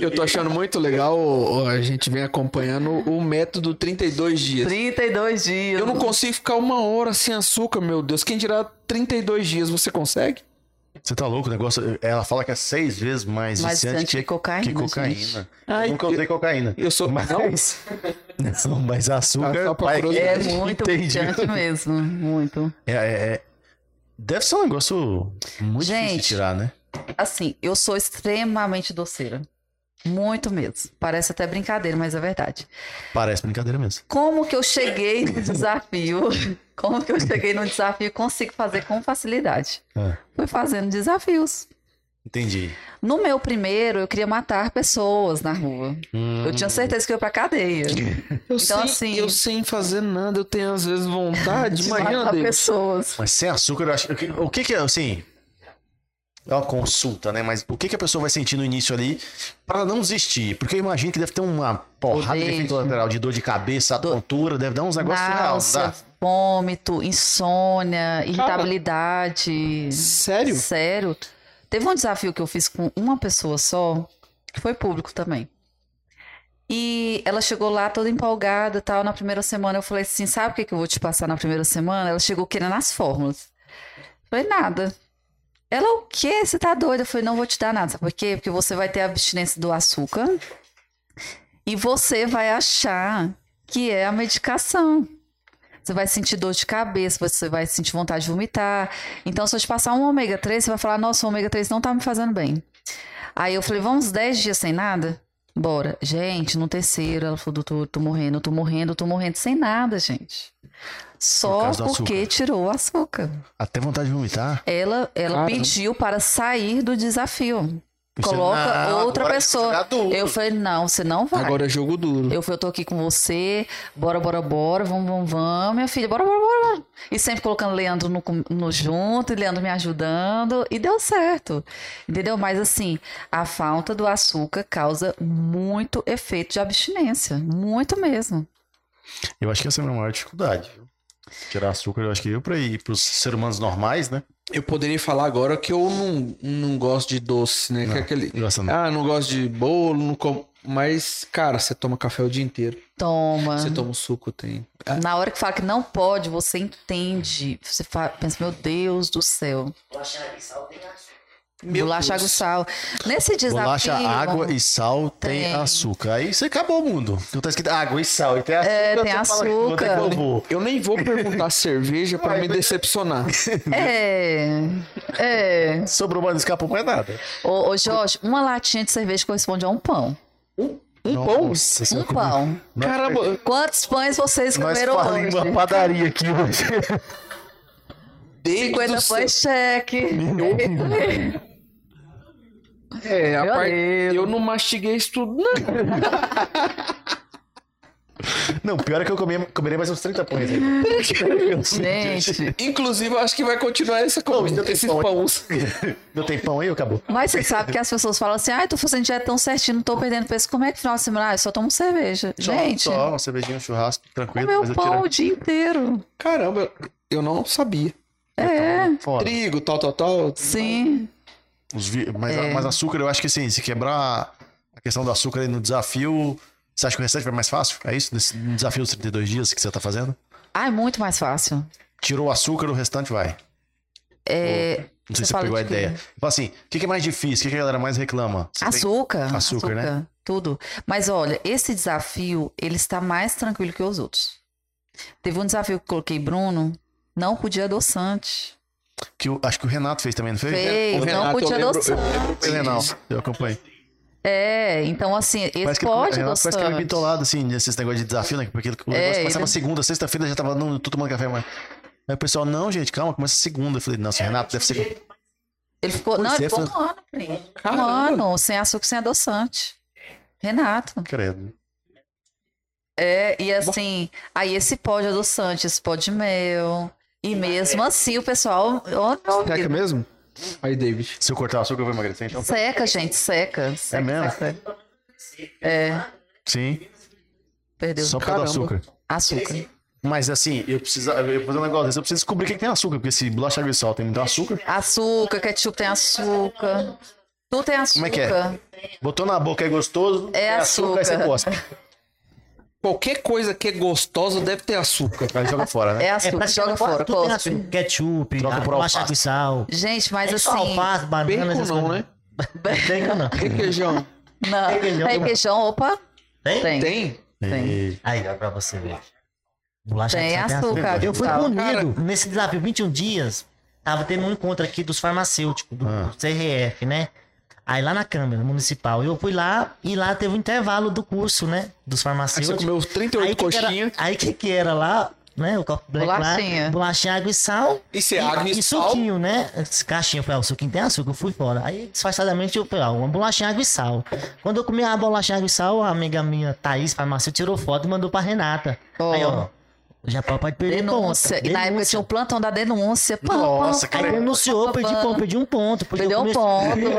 Eu tô achando muito legal, ó, a gente vem acompanhando o método 32 dias. 32 dias. Eu não consigo ficar uma hora sem açúcar, meu Deus. Quem dirá 32 dias, você consegue? Você tá louco? O negócio. Ela fala que é seis vezes mais, Mais viciante viciante que cocaína, Que cocaína. gente. Ai, Nunca usei cocaína. Eu sou. Mas, é Não, não, mas açúcar. Tá só pra pai, [LAUGHS] É curiosidade. muito Entendi. viciante mesmo. Muito. É, é, é- deve ser um negócio muito difícil de Gente. tirar, né? Assim, eu sou extremamente doceira. Muito mesmo. Parece até brincadeira, mas é verdade. Parece brincadeira mesmo. Como que eu cheguei no desafio? [LAUGHS] Como que eu cheguei no desafio e consigo fazer com facilidade? Ah, Fui fazendo desafios. entendi. No meu primeiro, eu queria matar pessoas na rua. Hum, Eu tinha certeza que eu ia pra cadeia. eu, Então, sem, assim- eu sem fazer nada, eu tenho às vezes vontade. De Imagina, matar David. pessoas. Mas é sem açúcar, eu acho. o que- O que que é, assim. É uma consulta, né? Mas o que, que a pessoa vai sentir no início ali pra não desistir? Porque eu imagino que deve ter uma porrada de Odeio. efeito lateral, de dor de cabeça, Dor. tontura, deve dar uns negócios real. Náusea, vômito, insônia, irritabilidade. Sério? Sério. Teve um desafio que eu fiz com uma pessoa só, que foi público também. E ela chegou lá toda empolgada, tal, na primeira semana. Eu falei assim, sabe o que que eu vou te passar na primeira semana? Ela chegou querendo as fórmulas. Eu Falei, nada. Ela, o quê? Você tá doida? Eu falei, não vou te dar nada. Sabe por quê? Porque você vai ter abstinência do açúcar e você vai achar que é a medicação. Você vai sentir dor de cabeça, você vai sentir vontade de vomitar. Então, se eu te passar um ômega 3, você vai falar, nossa, o ômega 3 não tá me fazendo bem. Aí eu falei, vamos 10 dias sem nada? Bora. Gente, no terceiro, ela falou, doutor, eu tô morrendo, eu tô morrendo, eu tô morrendo sem nada, gente. Só caso do porque açúcar. tirou o açúcar. Até vontade de vomitar. Ela, ela Caramba. pediu para sair do desafio. Você, Coloca "Não, outra agora é pessoa. jogar duro." Eu falei, não, você não vai. Agora é jogo duro. Eu falei, eu tô aqui com você, bora, bora, bora, vamos, vamos, vamos, minha filha, bora, bora, bora. bora. E sempre colocando Leandro no, com- no junto, e Leandro me ajudando, e deu certo, entendeu? Mas assim, a falta do açúcar causa muito efeito de abstinência, muito mesmo. Eu acho que essa é a minha maior dificuldade. viu? Tirar açúcar, eu acho que eu para ir para os seres humanos normais, né? Eu poderia falar agora que eu não, não gosto de doce, né? que é aquele... Gosta um não. Ah, não gosto de bolo, não como. Mas, cara, você toma café o dia inteiro. Toma. Você toma um suco, tem. tá- Na hora que fala que não pode, você entende. Você fa- pensa, meu Deus do céu. Bolacha, água e sal. Nesse desafio. né? Bolacha, água e sal tem, Tem. açúcar. Aí você acabou o mundo. Então tá escrito água e sal e tem açúcar. É, tem você fala, "Vou ter que açúcar." vou." Eu nem vou [LAUGHS] perguntar cerveja pra Ué, me mas- decepcionar. É. É. Sobrou uma não escapou mais nada. Ô, ô, Jorge, uma latinha de cerveja corresponde a um pão. Um pão? Nossa, você Um comeu- pão. Nós- Caramba, Quantos pães vocês Nós comeram falamos uma hoje? padaria aqui hoje. [LAUGHS] desde 50 o seu- pães cheque. É, a Meu parte. Deus. Eu não mastiguei isso tudo, não. Não, pior é que eu comi, comerei mais uns 30 pães. aí. Gente. Inclusive, eu acho que vai continuar essa Não, comida, ainda tem esses pão. pãos. Não tem pão aí, acabou. Mas você sabe que as pessoas falam assim: ai, tô fazendo dieta tão certinho, não tô perdendo peso. Como é que final de semana? Ah, eu só tomo cerveja. Só- Gente, Só uma cervejinha, um churrasco, tranquilo. comeu mas eu pão tiro- o dia inteiro. É. Caramba, eu não sabia. Fora. Trigo, tal, tal, tal. Sim. Os vi- mas, É. mas açúcar, eu acho que assim, se quebrar a questão do açúcar aí no desafio, você acha que o restante vai mais fácil? É isso? Nesse no desafio dos 32 dias que você tá fazendo? Ah, é muito mais fácil. Tirou o açúcar, o restante vai. É, Não sei Você se você fala pegou a de quê? ideia. Fala assim, o que que é mais difícil? O que que a galera mais reclama? Você tem- açúcar, Açúcar, açúcar. né? Tudo. Mas olha, esse desafio, ele está mais tranquilo que os outros. Teve um desafio que eu coloquei Bruno, não podia adoçante. que eu- acho que o Renato fez também, não fez? Fez, não podia eu lembro- adoçante. eu lembro Foi o disso. Renato, eu acompanhei. É, então assim, esse Parece que, pode Renato, parece que ele é adoçante. bitolado, assim, nesses negócios de desafio, né? Porque o É, negócio ele- começava segunda, sexta-feira já tava, não, não tô tomando café mais. Aí o pessoal, não, gente, calma, começa segunda. Eu falei, nossa, Renato, deve ser. Ele ficou, Pois não, é, ele ficou um Fran- ano, primo. um Caramba. ano sem açúcar, sem adoçante. Renato. Credo. É, e assim, aí esse pó de adoçante, esse pó de mel. E mesmo assim, o pessoal. ó, meu Será que é amigo, mesmo? Aí, David. Se eu cortar o açúcar, eu vou emagrecer, então. Seca, gente, seca. É seca, mesmo? seca. É, Sim, perdeu só por causa do Caramba. açúcar. açúcar. Mas assim, eu preciso eu vou fazer um negócio desse, eu preciso descobrir o que que tem açúcar, porque se bolacha água e sal tem muito açúcar, Açúcar, ketchup tem açúcar. Tudo tem açúcar. Como é que é? botou na boca é gostoso, É tem aí você açúcar. gosta. Qualquer coisa que é gostosa deve ter açúcar. Aí joga fora, [LAUGHS] né? É É, açúcar, joga praticamente fora, tudo tem cospe. açúcar. Ketchup, Troca por bolacha alface. com sal. Gente, mas É só assim. alface, banana, Bacon essas não, coisas. né? [LAUGHS] Bacon não. Requeijão. Não, Requeijão. requeijão, opa, Tem? tem. Tem, Tem? É, Tem. E- Aí, ó, pra você ver. Bolacha Tem com sal açúcar, Eu fui Gustavo. punido Cara- nesse desafio 21 dias. Tava tendo um encontro aqui dos farmacêuticos, do, Ah. do CRF, né? Aí lá na Câmara Municipal. Eu fui lá e lá teve um intervalo do curso, né? Aí Dos você farmacêuticos. comeu Aí 38 que que era- coxinhas. Aí que que era lá, né? O copo black Bolachinha. lá. Bolachinha, água e sal. E é você água e sal? suquinho, né? Esse Caixinha, eu falei, ah, o suquinho tem açúcar, eu fui fora. Aí, disfarçadamente, eu falei, ah, uma bolachinha, água e sal. Quando eu comi a bolachinha, água e sal, a amiga minha, Thaís, farmacêutica, tirou foto e mandou pra Renata. Ó. Aí, ó, o Japão pode perder denúncia. ponto. E na época Denúncia. tinha um o plantão da denúncia. Pá, Nossa, pá, Aí cara. denunciou, perdi ponto, perdi um ponto. porque eu Perdeu um comecei- ponto.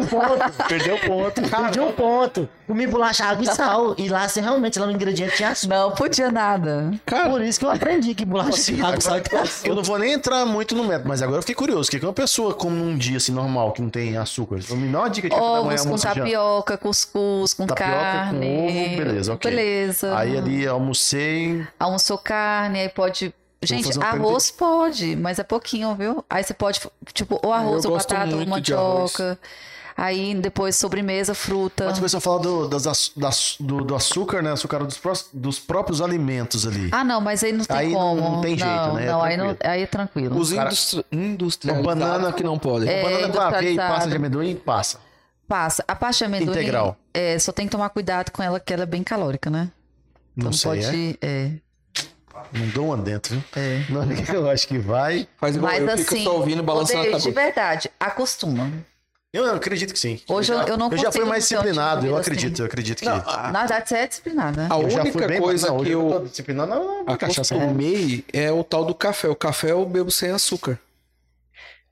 Um ponto. Perdeu um ponto. Perdi um ponto. Comi bolacha, água e sal. E lá, assim, realmente, lá no ingrediente tinha açúcar. Não podia nada. Por isso que eu aprendi que bolacha, água e sal é Agora, tem açúcar. eu não vou nem entrar muito no método, mas agora eu fiquei curioso. O que que uma pessoa come num dia assim normal, que não tem açúcar? Me dá uma dica de café da manhã, Ovos com é almoço e janta. tapioca, cuscuz, com Tapioca carne. com ovo, beleza, ok. Beleza. Aí ali almocei, almoçou carne, aí pode. fazer Gente, uma arroz pode, mas é pouquinho, viu? Aí você pode, tipo, ou arroz, eu ou gosto batata, ou muito de arroz. mandioca. Aí depois sobremesa, fruta. Mas começou a falar do, das aç- das- do, do açúcar, né? Açúcar dos, prós- dos próprios alimentos ali. Ah, não, mas aí não tem Aí não- como. não tem jeito, Não, né? É Não, aí, não, tranquilo. aí é tranquilo. Os Cara, industri... industrializados uma banana- que não podem. É, Banana pavê e industrializado. pasta de amendoim, passa. Passa. A parte de amendoim. Integral. É, só tem que tomar cuidado com ela, que ela é bem calórica, né? Não Então sei, é? pode. É. Não dou um dentro, viu? É. Na hora que [LAUGHS] eu acho que vai. Faz igual Mas eu, assim, fico só ouvindo e balançando a Odeio, de cabeça. verdade, acostuma. Eu, acredito que sim. Hoje eu, eu não Eu já fui consigo mais viver o tipo de disciplinado, eu vida acredito, eu acredito que. Não, a, Assim. Na verdade, você é disciplinada. a Ah, eu já fui única bem, coisa não, que hoje eu tô disciplinado não, na cachaça. acostumei é o tal do café. O café eu bebo sem açúcar.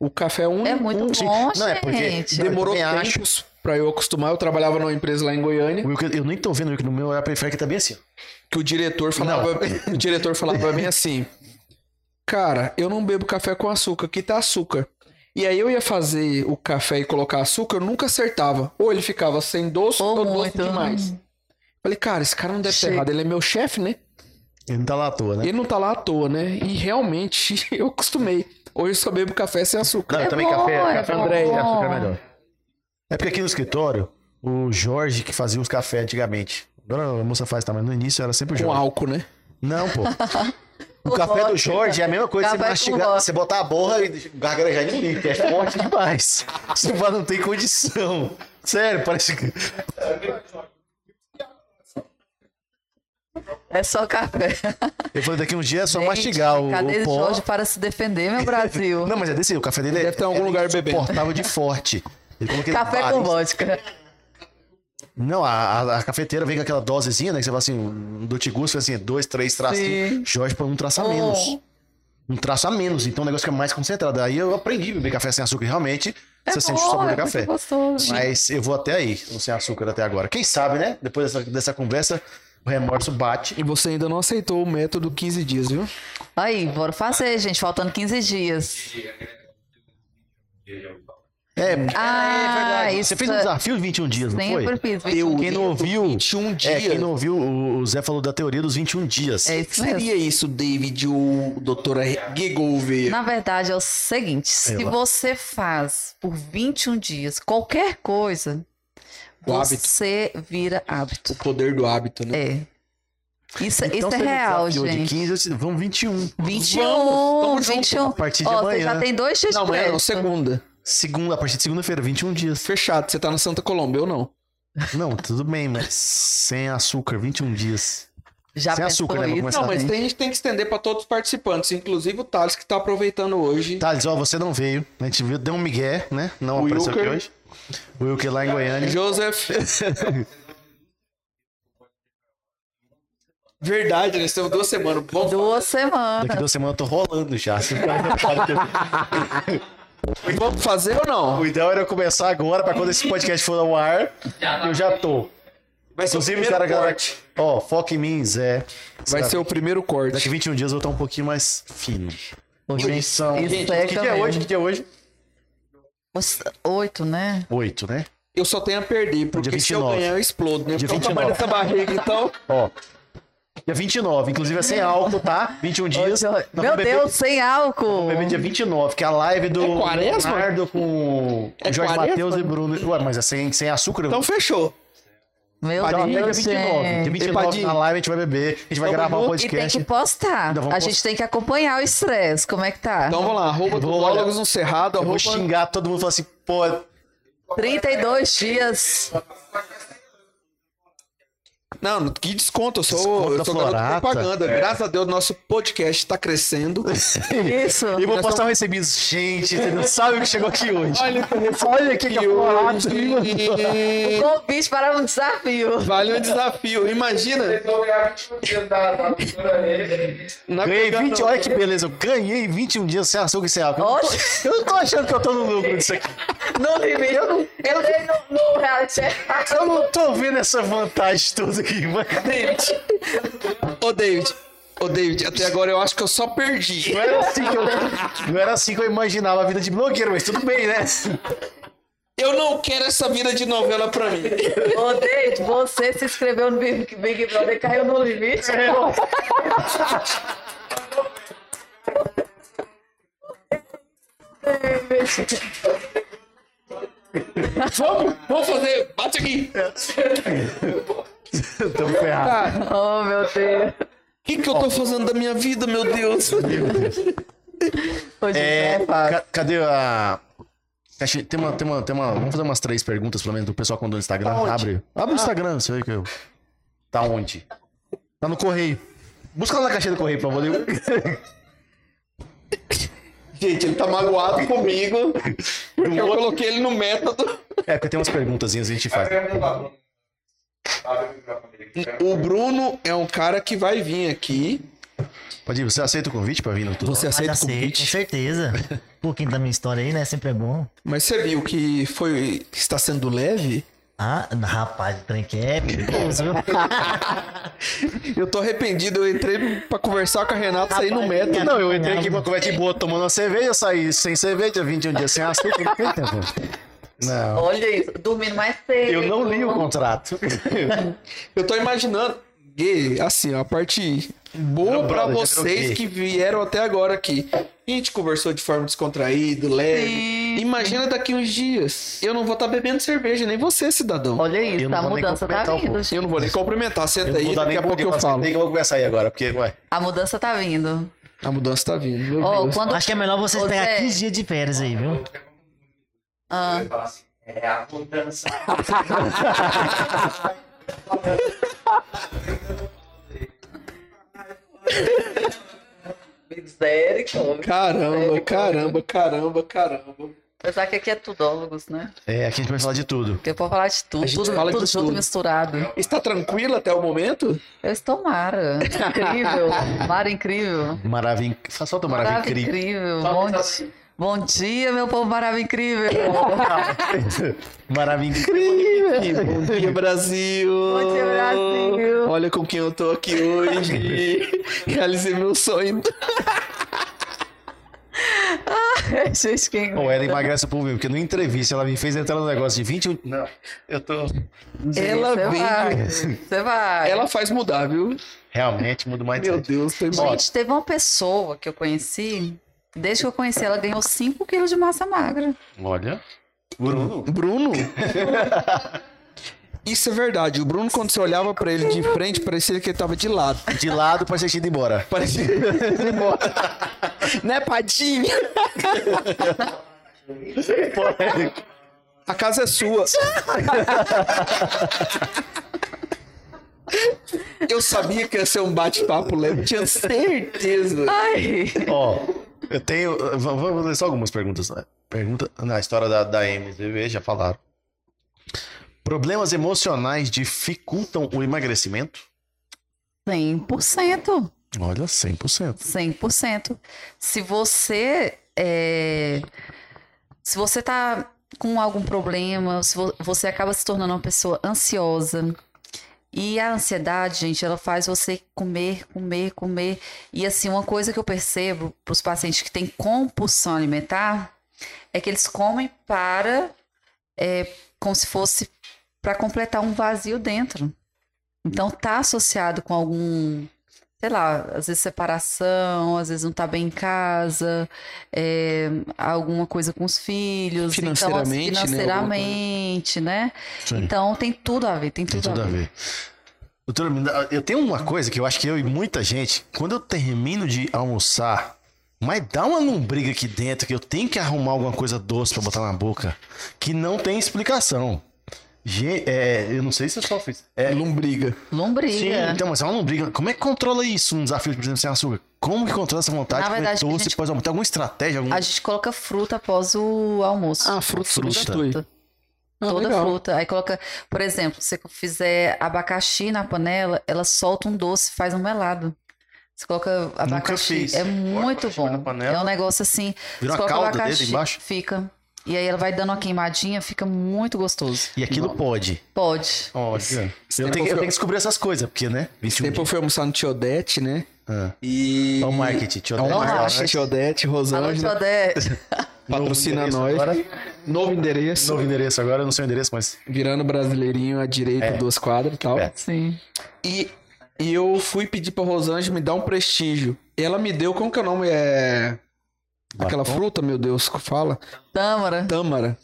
O café é um. É muito um- bom, Não, é porque gente. Demorou Eu também tempos pra eu acostumar. Eu trabalhava numa empresa lá em Goiânia. O Wilker- eu nem tô vendo o Wilker no meu olhar periférico, tá bem assim. ó. que o diretor falava, [LAUGHS] o diretor falava pra mim assim: "Cara, eu não bebo café com açúcar, aqui tá açúcar". E aí eu ia fazer o café e colocar açúcar, eu nunca acertava. Ou ele ficava sem doce ou, Ou doce né? muito. demais. Falei, cara, esse cara não deve estar Chega. errado, ele é meu chefe, né? Ele não tá lá à toa, né? Ele não tá lá à toa, né? E realmente [LAUGHS] eu acostumei. Hoje eu só bebo café sem açúcar. Não, eu É também bom, café, é café bom. André, açúcar é melhor. É porque aqui no escritório, o Jorge que fazia os cafés antigamente. Agora a moça faz, tá? Mas no início era sempre o Com Jorge. álcool, né? Não, [LAUGHS] pô. O O café do Jorge, Jorge é a mesma coisa, você Café com mastigar, Jorge. você botar a borra e gargarejar de limpo, é forte demais. [LAUGHS] Você fala, não tem condição. Sério, parece que... É só café. Eu falei, daqui um dia é só Gente, mastigar o, Cadê o pó. Jorge para se defender, meu [LAUGHS] Brasil? Não, mas é desse, o café dele é, Deve ter em algum é lugar bebendo. insuportável de forte. Ele coloca aquele café com barulho. vodka. Não, a, a- a cafeteira vem com aquela dosezinha, né? Que você fala assim, um do Tigus, faz assim, dois, três tracinhos. Sim. Oh. Jorge põe um traço a menos. Um traço a menos, então o negócio fica mais concentrado. Aí eu aprendi a beber café sem açúcar, e realmente É você bom, sente o sabor é do café. muito gostoso. Mas eu vou até aí, no sem açúcar até agora. Quem sabe, né? Depois dessa, dessa conversa, o remorso bate. E você ainda não aceitou o método 15 dias, viu? Aí, bora fazer, gente. Faltando 15 dias. É, Ah, é isso Você fez um é- desafio de 21 dias, não Sempre foi? fiz. Quem não ouviu. 21 É, dias. quem não ouviu, o o Zé falou da teoria dos 21 dias. É O que isso mesmo. seria isso, David, ou doutora Gigoveia? Na verdade, é o seguinte: se Ela. você faz por 21 dias qualquer coisa, O hábito. você vira hábito. O poder do hábito, né? É. Isso, Então, isso é você me real, desafiou gente. De 15, eu disse, vamos 21. 21, Vamos, tamo junto. 21. A partir de Ó, você amanhã. já tem dois dias Não, é é de amanhã não, crédito. né? segunda. Segunda, a partir de segunda-feira, 21 dias. Fechado, você tá no Santa Colombo, eu não. Não, tudo bem, mas sem açúcar, 21 dias. Já Sem pensou açúcar, né? Vou isso? começar Não, mas gente? tem, a gente tem que estender pra todos os participantes, inclusive o Thales, que tá aproveitando hoje. Thales, ó, você não veio. A gente viu, deu um migué, né? Não O apareceu aqui Wilker. hoje. O Wilker lá em Goiânia. Joseph. [LAUGHS] Verdade, nós temos duas semanas. Bom, Duas semanas. Daqui duas semanas eu tô rolando já. Você tá vendo a cara que eu- vamos fazer ou não? O ideal era eu começar agora, pra quando esse podcast for ao ar, eu já tô. Vai ser Inclusive, o cara, primeiro galera, corte. ó, foca em mim, Zé. Vai ser o primeiro Daqui corte. 21 dias eu vou estar um pouquinho mais fino. Hoje são... isso que é dia é também. hoje? Que dia é hoje? Os- Oito, né? Oito, né? Eu só tenho a perder, porque Dia se eu 29. ganhar eu explodo, né? Dia Porque eu tamanho 29. dessa barriga, então... Ó. Dia 29, inclusive é sem álcool, tá? 21 dias. Ô, Nós Jorge, vamos Meu beber- Deus, sem álcool. Vamos beber dia 29, que é a live do É quaresma? Leonardo com É Jorge quaresma? Matheus e Bruno. Ué, mas é sem, sem açúcar. Então fechou. Meu Então, até Deus, dia 29. Dia gente. 29 Epadinho. na live a gente vai beber, a gente vai Tamo gravar o junto. E tem podcast. que postar. Ainda vamos A gente tem que acompanhar o estresse. Como é que tá? Então vamos lá, arroba Vou olhar. Tudólogos no Cerrado, Eu vou arroba... xingar todo mundo e falar assim, pô, 32 dias. Não, no- que desconto, eu sou, Desconto da eu sou garoto Florata. de propaganda. Graças a Deus, nosso podcast tá crescendo. Isso. e vou Nós postar um recebido. Gente, você não sabe o que chegou aqui hoje. [LAUGHS] Olha aqui que apurado. [LAUGHS] E- Convite para um desafio. Vale um desafio, imagina. Não é Ganhei propaganda, 20, não. olha que beleza, eu ganhei 21 dias sem açúcar e sem álcool. Eu não tô- Oxe. Eu não tô achando que eu tô no lucro disso aqui. No limite. Eu não. Eu não. no reality Eu não tô vendo essa vantagem toda aqui, mas... Ô, David, ô, David, até agora eu acho que eu só perdi. Não era, assim que eu, [LAUGHS] não era assim que eu imaginava a vida de blogueiro, mas tudo bem, né? Eu não quero essa vida de novela pra mim. Ô, Deide, você se inscreveu no Big Big Brother e caiu [LAUGHS] no limite? Vamos, vamos fazer, bate aqui. Tamo ferrado. Cara, o Oh, meu Deus. que, que eu tô fazendo da minha vida, meu Deus? Hoje É, é fácil. ca- cadê a. Acho- Tem uma, tem, uma, tem uma. Vamos fazer umas três perguntas, pelo menos, do pessoal quando o Instagram. Abre. Abre o Instagram, você vê que eu. Tá onde? Tá no correio. Busca lá na caixinha do correio, por favor. Gente, ele tá magoado comigo. Porque eu coloquei ele no método. [LAUGHS] É, porque tem umas perguntazinhas que a gente faz. O Bruno é um cara que vai vir aqui. Pode ir, você aceita o convite pra vir no tudo? Você Mas aceita o aceito, Com convite. certeza. Um pouquinho da minha história aí, né? Sempre é bom. Mas você viu que foi está sendo leve? Ah, rapaz, o trem que é perigoso, viu? Eu tô arrependido. Eu entrei pra conversar com a Renata, saí no método. Não, eu entrei aqui pra conversa de boa, tomando uma cerveja, eu saí sem cerveja, eu vim de um dia sem açúcar. não tem tempo. Não. então. Olha isso, dormindo mais cedo. Eu não li o [LAUGHS] contrato. Eu tô imaginando. Gui, assim, ó, a parte boa Não, brother, já pra virou vocês gay. que vieram até agora aqui. A gente conversou de forma descontraída, leve. Sim. Imagina daqui uns dias. Eu não vou estar bebendo cerveja, nem você, cidadão. Olha isso, Eu não a vou nem mudança tá comentar um vindo. pouco. Eu não vou nem cumprimentar. Senta Não aí, daqui a pouco eu falo. Tem que eu vou começar aí agora, porque, ué. A mudança tá vindo. A mudança tá vindo. Meu Ó, Deus. quando... Acho que é melhor vocês Ô, pegar Zé. 15 dias de férias aí, viu? Ah, Caramba, caramba, caramba, caramba. apesar que aqui é tudólogos, né? É, aqui a gente vai falar de tudo. Porque eu posso falar de tudo, A gente tudo, fala de tudo junto, tudo. misturado. Está tranquilo até o momento? Eu estou Mara. Incrível. Mara incrível. Maravilha. Solta o Mara maravilha incrível. incrível. Bom, di- bom dia, meu povo Mara incrível. [LAUGHS] [LAUGHS] Maravilha incrível. Bom dia, Brasil! Bom dia, Brasil! Olha com quem eu tô aqui hoje. Realizei meu sonho. Gente, quem... Ou ela emagrece o público, porque no entrevista ela me fez entrar no negócio de 21. Não, eu tô. Ela Você vem- vai, Você vai. Ela faz mudar, viu? Realmente mudo mais Meu Deus, tô embora. Gente, teve uma pessoa que eu conheci, desde que eu conheci ela, ganhou 5 quilos de massa magra. Olha. um Bruno. Bruno? Isso é verdade. O Bruno, quando você olhava pra ele de frente, parecia que ele tava de lado. De lado pra ser ido [LAUGHS] embora. Parecia que ele [LAUGHS] ia embora. né, Padinha? A casa é sua. Eu sabia que ia ser um bate-papo leve, tinha certeza. Ai! Ó, eu tenho. v- v- Vamos ler só algumas perguntas. né? Pergunta na história da, da MVV, já falaram. Problemas emocionais dificultam o emagrecimento? 100%. Olha, 100%. 100%. Se você é, se você tá com algum problema, se vo- você acaba se tornando uma pessoa ansiosa. E a ansiedade, gente, ela faz você comer, comer, comer. E assim, uma coisa que eu percebo para os pacientes que têm compulsão alimentar é que eles comem para é, como se fosse para completar um vazio dentro. Então tá associado com algum sei lá, às vezes separação, às vezes não tá bem em casa, é, alguma coisa com os filhos, então, Financeiramente, né, assim, alguma coisa. financeiramente, né? Sim, Então tem tudo a ver, tem tem tudo, tudo a ver. Doutora, me dá- eu tenho uma coisa que eu acho que eu e muita gente, quando eu termino de almoçar, mas dá uma lombriga aqui dentro que eu tenho que arrumar alguma coisa doce pra botar na boca, que não tem explicação. Gen- é, eu não sei se eu só fiz. É, Lombriga. Sim, Lombriga. então, mas é uma lombriga. Como é que controla isso? Um desafio, por exemplo, sem açúcar. Como que controla essa vontade? Na de comer verdade, a doce, gente- pode aumentar alguma estratégia? Algum... A gente coloca fruta após o almoço. Ah, fruta Fruta. substitui. Ah, Toda legal. fruta. Aí coloca, por exemplo, se você fizer abacaxi na panela, ela solta um doce, faz um melado. Você coloca abacaxi. fiz. É Coloca muito abacaxi na bom. panela. É um negócio assim. Vira você uma coloca calda abacaxi, dele embaixo? Fica. E aí ela vai dando uma queimadinha, fica muito gostoso. E aquilo pode. Pode. Olha. Eu tempo tenho, eu foi- tenho que descobrir essas coisas, porque, né? 21 Depois eu fui almoçar no Tio Odete, né? Ah. E. Olha o marketing, tio. É um Olha o Adélio. marketing. Tio Odete, Alô, Rosângela, Odete. Novo patrocina endereço nós. agora. Novo endereço. Novo endereço agora, eu não sei o endereço, mas. Virando brasileirinho à direita, duas quadras e tal. É. [LAUGHS] Sim. E, e eu fui pedir pra Rosângela me dar um prestígio. Ela me deu, como que é o nome? É. Aquela Batom? fruta, meu Deus, que fala? Tâmara. Tâmara.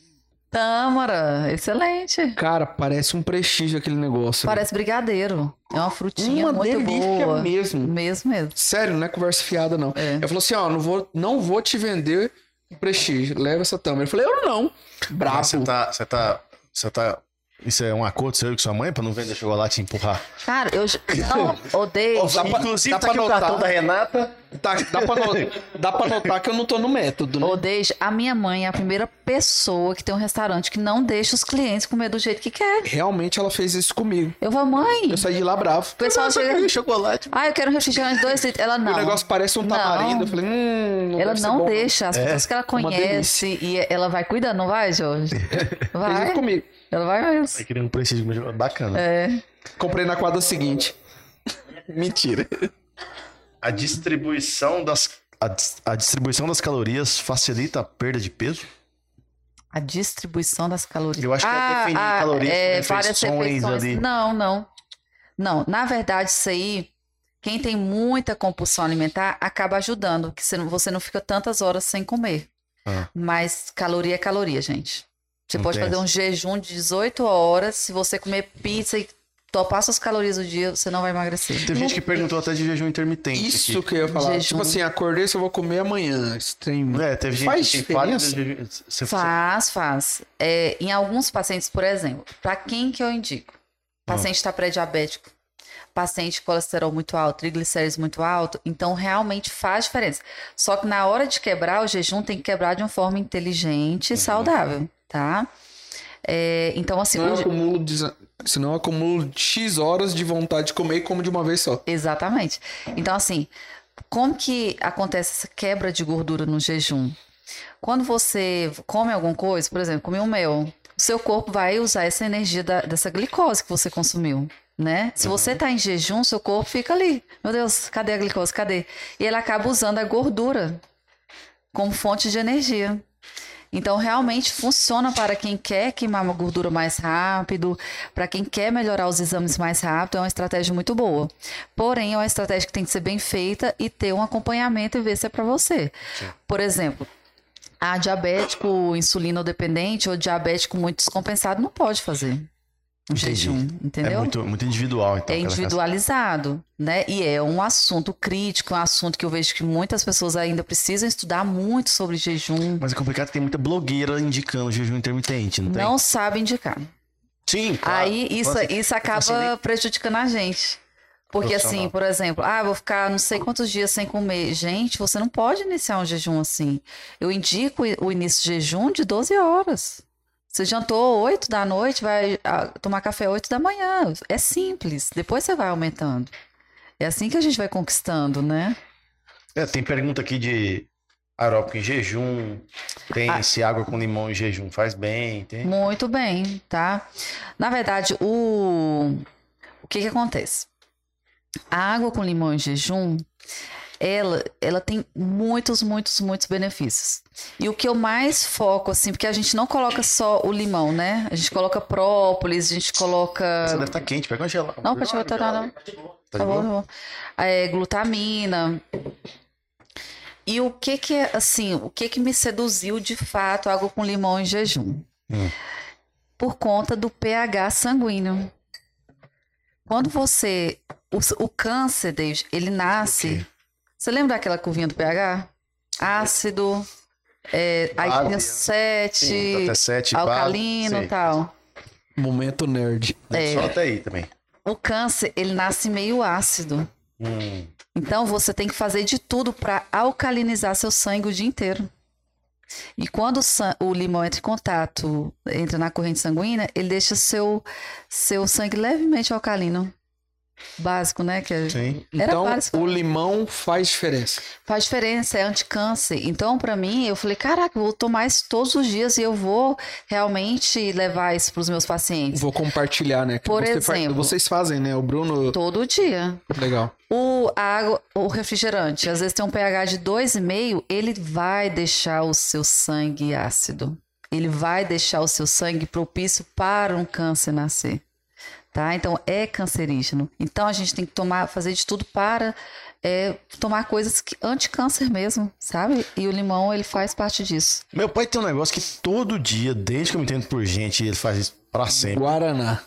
Tâmara. Excelente. Cara, parece um prestígio aquele negócio. Parece brigadeiro. É uma frutinha uma muito delícia boa. mesmo. Mesmo, mesmo. Sério, não é conversa fiada, não. É. Ela falou assim: ó, não vou, não vou te vender um prestígio. Leva essa tâmara. Eu falei, eu não. Ah, Brabo. Você tá. Você tá. Você tá Isso é um acordo seu e com sua mãe pra não vender chocolate e empurrar. Cara, eu j- [COUGHS] não odeio. Ó, dá pra- Inclusive, dá tá pra aqui o notar. cartão da Renata. Tá, dá, pra no- dá pra notar que eu não tô no método, né? Odeio. A minha mãe é a primeira pessoa que tem um restaurante que não deixa os clientes comer do jeito que quer. Realmente ela fez isso comigo. Eu vou, mãe. Eu saí de lá bravo. O pessoal chega. chocolate. Ah, eu quero um refrigerante dois litros. Ela não. [LAUGHS] O negócio parece um Não. tamarindo. Eu falei, hum, não Ela deve ser não bom, É, deixa. As pessoas que ela Uma delícia. conhece e ela vai cuidando, não vai, [LAUGHS] Jorge? Fez isso Vai. comigo. Ela vai mesmo. Querendo um preço de comer Bacana. É. Comprei na quadra seguinte. É, Mentira. A distribuição das. A, dis- a distribuição das calorias facilita a perda de peso? A distribuição das calorias. Eu acho que é definir calorias por Ah, é, refeições várias refeições. um ali. Não, não. Não, na verdade, isso aí, quem tem muita compulsão alimentar acaba ajudando, porque você não, você não fica tantas horas sem comer. Ah. Mas caloria é caloria, gente. Você Não pode tem fazer um jejum de 18 horas, se você comer pizza e topar suas calorias do dia, você não vai emagrecer. Teve gente que perguntou até de jejum intermitente. Isso aqui. que eu ia falar. Jejum. Tipo assim, acordei, se eu vou comer amanhã. Esse trem- É, teve gente Faz que fala de diferença? jejum- você- Faz, faz. É, em alguns pacientes, por exemplo, para quem que eu indico? Paciente Ah. está pré-diabético, paciente com colesterol muito alto, triglicérides muito alto, então realmente faz diferença. Só que na hora de quebrar o jejum, tem que quebrar de uma forma inteligente Uhum. e saudável, tá? É, então, assim, Senão o eu je- acumulo, desa- senão eu acumulo X horas de vontade de comer e como de uma vez só. Exatamente. Então, assim, como que acontece essa quebra de gordura no jejum? Quando você come alguma coisa, por exemplo, comi um mel, o seu corpo vai usar essa energia da- dessa glicose que você consumiu, né? Se Uhum. você tá em jejum, seu corpo fica ali. Meu Deus, cadê a glicose? Cadê? E ele acaba usando a gordura como fonte de energia. Então, realmente funciona para quem quer queimar uma gordura mais rápido, para quem quer melhorar os exames mais rápido, é uma estratégia muito boa. Porém, é uma estratégia que tem que ser bem feita e ter um acompanhamento e ver se é para você. Por exemplo, a diabético insulinodependente ou diabético muito descompensado não pode fazer um Entendi. jejum, entendeu? É muito, muito individual, então. É cada caso. individualizado, né? E é um assunto crítico, um assunto que eu vejo que muitas pessoas ainda precisam estudar muito sobre jejum. Mas é complicado que tem muita blogueira indicando jejum intermitente, não, Não sabe indicar. tem? Sim, claro. Aí isso, Nossa, isso consigo acaba prejudicando a gente. Porque assim, Profissional. por exemplo, ah, vou ficar não sei quantos dias sem comer. Gente, você não pode iniciar um jejum assim. Eu indico o início de jejum de 12 horas. Você jantou 8 da noite, vai ah, tomar café 8 da manhã. É simples. Depois você vai aumentando. É assim que a gente vai conquistando, né? É, tem pergunta aqui de aeróbico em jejum, tem Ah. se água com limão em jejum faz bem, tem... Muito bem, tá? Na verdade, o, o que que acontece? A água com limão em jejum, ela, ela tem muitos, muitos, muitos benefícios. E o que eu mais foco, assim, porque a gente não coloca só o limão, né? A gente coloca própolis, a gente coloca... Você deve estar quente, pega um gelado. Não, pode botar não. Tá Tá de bom, boa? tá bom. É, glutamina. E o que que, assim, o que que me seduziu de fato a água com limão em jejum? Hum. Por conta do pH sanguíneo. Quando você... O, s- o câncer, David, ele nasce... Ok. Você lembra daquela curvinha do pH? Ácido, é, aí Base, tinha né? sete, Sim, tá até 7 alcalino e tal. Momento nerd. É. Só até aí também. O câncer, ele nasce meio ácido. Hum, Então você tem que fazer de tudo para alcalinizar seu sangue o dia inteiro. E quando o, san- o limão entra em contato, entra na corrente sanguínea, ele deixa seu, seu sangue levemente alcalino. Básico, né? Que é- sim. Era Então, básico. o limão faz diferença. Faz diferença, é anticâncer. Então, para mim, eu falei: caraca, eu vou tomar isso todos os dias e eu vou realmente levar isso para os meus pacientes. Vou compartilhar, né? que Por você fa- exemplo. vocês fazem, né? O Bruno. Todo dia. Legal. O, a água, o refrigerante, às vezes tem um pH de 2,5, ele vai deixar o seu sangue ácido. Ele vai deixar o seu sangue propício para um câncer nascer. Tá? Então é cancerígeno. Então a gente tem que tomar, fazer de tudo para é, tomar coisas que, anti-câncer mesmo, sabe? E o limão ele faz parte disso. Meu pai tem um negócio que todo dia, desde que eu me entendo por gente, ele faz isso pra sempre. Guaraná.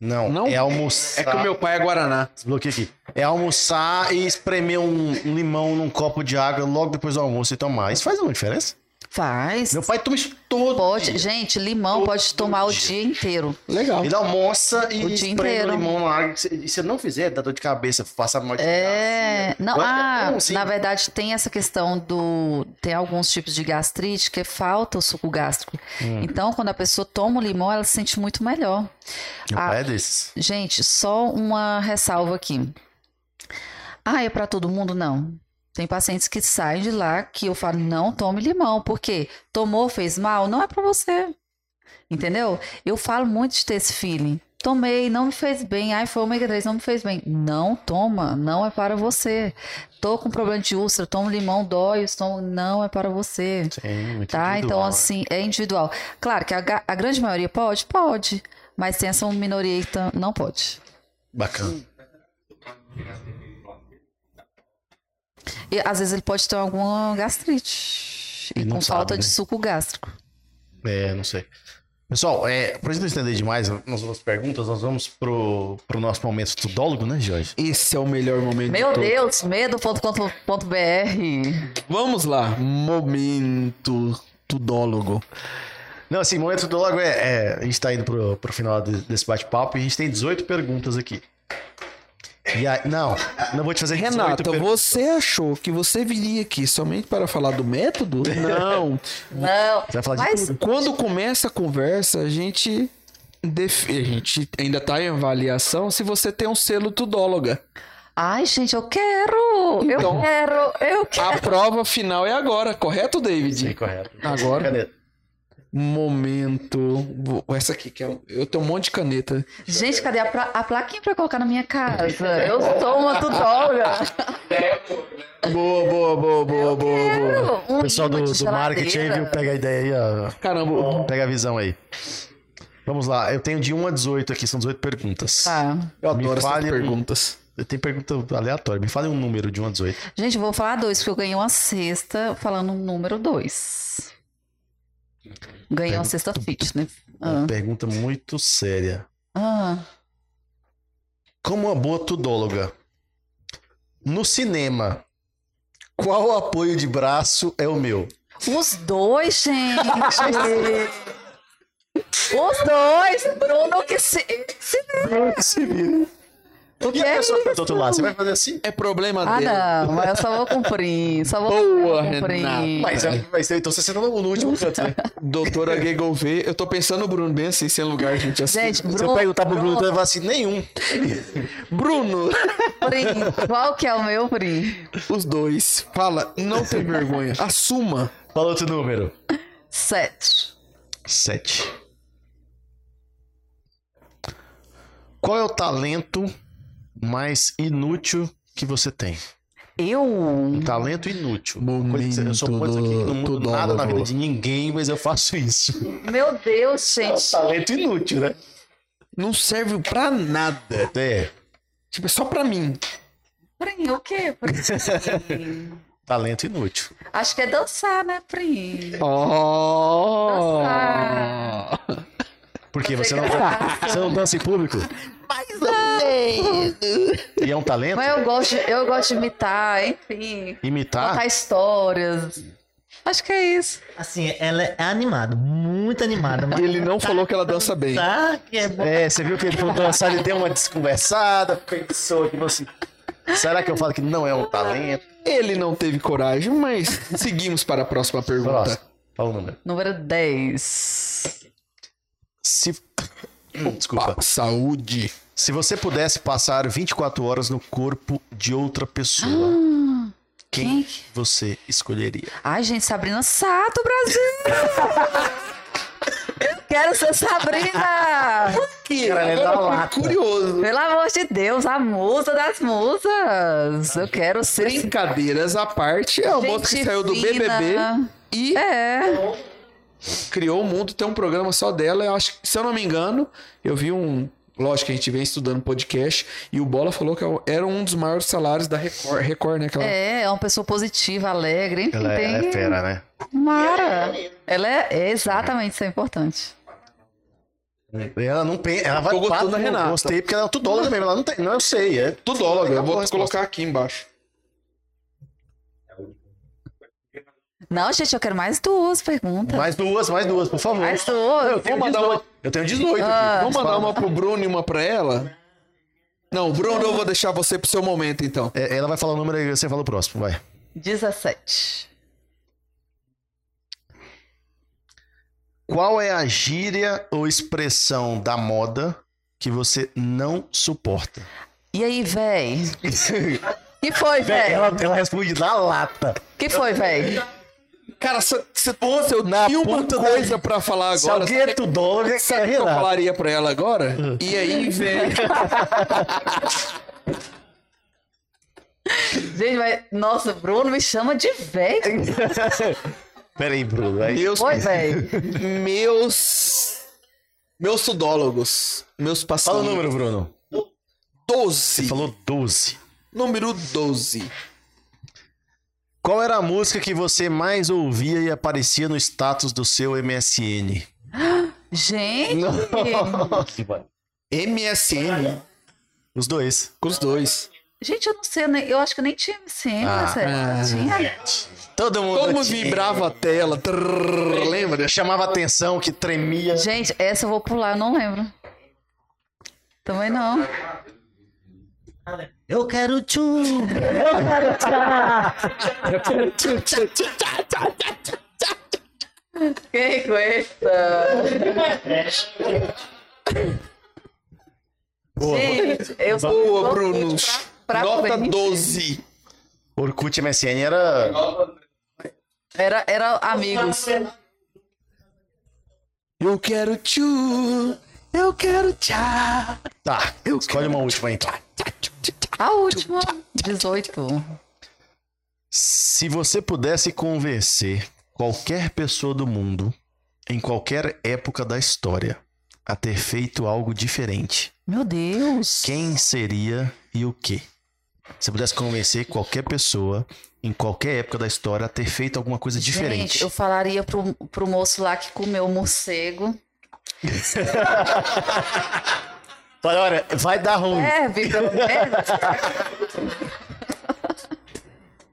Não, Não? é almoçar. É que o meu pai é Guaraná. Desbloqueei aqui. É almoçar e espremer um, um limão num copo de água logo depois do almoço e tomar. Isso faz uma diferença? Faz. Meu pai toma isso todo. Pode, dia. gente, limão pode tomar o dia inteiro. Legal. Ele almoça e O dia espreme o inteiro. limão na água. E se- E se ele não fizer, dá dor de cabeça, passa mal de É, gases, né? não, Eu acho que é ah, bom, sim. na verdade tem essa questão do, tem alguns tipos de gastrite que falta o suco gástrico. Hum. Então, quando a pessoa toma o limão, ela se sente muito melhor. Meu Ah, pai é desses. Gente, só uma ressalva aqui. Ah, é pra todo mundo? Não. Tem pacientes que saem de lá que eu falo, não tome limão, porque tomou, fez mal, não é pra você. Entendeu? Eu falo muito de ter esse feeling. Tomei, não me fez bem. Ai, foi ômega 3, não me fez bem. Não toma, não é para você. Tô com problema de úlcera, tomo limão, dói o estômago, não é para você. Tá? Então, né? assim, é individual. Claro que a, ga- a grande maioria pode? Pode. Mas tem essa minoria que tam- não pode. Bacana. E, às vezes ele pode ter alguma gastrite. E E não com sabe, falta né? de suco gástrico. É, não sei. Pessoal, é, pra gente não estender demais nas outras perguntas, nós vamos pro, pro nosso momento tudólogo, né, Jorge? Esse é o melhor momento. de Meu todo. Deus, medo.com.br. Vamos lá. Momento tudólogo. Não, assim, momento tudólogo é, é, A gente tá indo pro, pro final de- desse bate-papo e a gente tem 18 perguntas aqui. E aí, não, não vou te fazer 18 Renata, perguntas. você achou que você viria aqui somente para falar do método? Não. Não. Você vai falar de Mas Quando começa a conversa, a gente, def- a gente ainda está em avaliação se você tem um selo tudóloga. Ai, gente, eu quero! Então- Eu quero! Eu Ah. quero! A prova final é agora, correto, Sim, David? correto. Agora, Cadê? momento. Vou- Essa aqui, que é- eu tenho um monte de caneta. Gente, cadê a, pla- a plaquinha pra colocar na minha casa? Eu sou uma tutóloga! Boa, boa, boa, boa, boa, boa. Um O pessoal do, imã de do marketing aí, geladeira. viu? Pega a ideia aí, ó. Caramba, Pega a visão aí. Vamos lá, eu tenho de 1 a 18 aqui, são 18 perguntas. Tá. eu Me adoro essas fale um- perguntas. Tem pergunta aleatória. Me fale um número de 1 a 18. Gente, eu vou falar dois, porque eu ganhei uma cesta falando o número dois. Ganhei uma cesta fitness. Uma Ah, pergunta muito séria. ah. Como uma boa tudóloga, no cinema, qual apoio de braço é o meu? Os dois, gente! Os dois! Bruno que se. se- O que E a é pessoa que tá do outro lado, você vai fazer assim? É problema Ah, dela. não, mas eu só vou cumprir. Só vou Boa, cumprir. Renata. Mas é o que vai ser, então você senta no no último canto, né? Doutora Gegolvê, eu tô pensando no Bruno bem assim, sem lugar, gente. Assim. Gente, Se Bruno, eu perguntar pro Bruno, ele Bruno, vai falar assim, nenhum. Bruno, Pri, qual que é o meu Pri? os dois. Fala, não tem vergonha. Assuma. Fala outro número. Sete. Sete. Qual é o talento mais inútil que você tem? Eu? Um talento inútil. Momento Coisa que você- eu sou coisa que não mudo do- nada na do- vida de ninguém, mas eu faço [LAUGHS] isso. Meu Deus, É um gente. talento inútil, né? Não serve pra nada. É, Tipo, é só pra mim. Pri, o quê, Pri? talento inútil. Acho que é dançar, né, Pri? Oh. Nossa. Porque você Fazer não, graça. você não dança em público? ah. E é um talento? Mas eu gosto, de- eu gosto de imitar, enfim. Imitar? Contar histórias. Acho que é isso. Assim, ela é animada, muito animada. Mas Ele não falou que ela dança bem. tá que é bom. É, você viu que ele foi dançar, ele deu uma desconversada, pensou, tipo assim. Será que eu falo que não é um talento? Ele não teve coragem, mas seguimos para a próxima pergunta. Próximo. Fala o número. Número 10. Se. Hum, Desculpa. Pa- Saúde. Se você pudesse passar 24 horas no corpo de outra pessoa, quem quem? você escolheria? Ai, gente, Sabrina Sato, Brasil! Eu quero ser Sabrina! Que Cara, ele é da lata. curioso. Pelo amor de Deus, a musa das musas! Eu quero ser. Brincadeiras à parte, é o Gente moço que saiu do fina. BBB e É, criou o mundo, tem um programa só dela. Eu acho, que, se eu não me engano, eu vi um. Lógico que a gente vem estudando podcast e o Bola falou que era um dos maiores salários da Record, Record né? Aquela... é, é uma pessoa positiva, alegre, enfim, Ela é, tem. ela é fera, né? Mara. Ela é, é exatamente, isso é importante. Ela não pensa. Ela vai Tô gostando quatro, da Renata. Gostei, porque ela é tudóloga mesmo. Ela não tem. Não, eu sei. É Tudóloga, eu vou Acabou a colocar aqui embaixo. Não, gente, eu quero mais duas perguntas. Mais duas, mais duas, por favor. Mais Eu duas. tenho Vamos mandar 18. Eu tenho 18 Ah. aqui. Vamos mandar uma pro Bruno e uma pra ela? Não, Bruno, eu vou deixar você pro seu momento, então. É, Ela vai falar o número e você fala o próximo, vai. 17. Qual é a gíria ou expressão da moda que você não [LAUGHS] suporta? E aí, véi? Que foi, Véi, véi? ela, ela responde na lata. Que foi, véi? Cara, se, se, Pô, se eu na tinha uma ponta da- coisa pra falar Se agora, alguém é tu dólar, é sabe o que eu Renato. falaria pra ela agora? E aí, velho? Gente, mas. Nossa, Bruno me chama de véi. [LAUGHS] Peraí, Bruno. Aí. Meus, Foi, véi. meus... Meus sudólogos. Meus Fala o passados. número, Bruno. 12. Falou 12. Número 12. Qual era a música que você mais ouvia e aparecia no status do seu MSN? Gente! MSN. Os dois. Com os dois. Gente, eu não sei, né? eu acho que eu nem tinha MCN Ah. nessa época. Tinha. Todo mundo. Como tinha. vibrava a tela. Trrr, lembra? Lembra? Chamava atenção, que tremia. Gente, essa eu vou pular, eu não lembro. Também não. Eu quero tchum. Quem aguenta? Gente, eu Boa, Bruno. pra Nota frente. 12. Orkut MSN era. Era, era amigos. Eu quero tchu. Eu quero tchá. Tá, escolhe uma última aí. então. A última, 18. Se você pudesse convencer qualquer pessoa do mundo, em qualquer época da história, a ter feito algo diferente, Meu Deus. quem seria e o quê? Se você pudesse convencer qualquer pessoa, em qualquer época da história, a ter feito alguma coisa diferente. Gente, eu falaria pro, pro moço lá que comeu o morcego. Fala, olha, vai dar ruim. É, Vitor. É,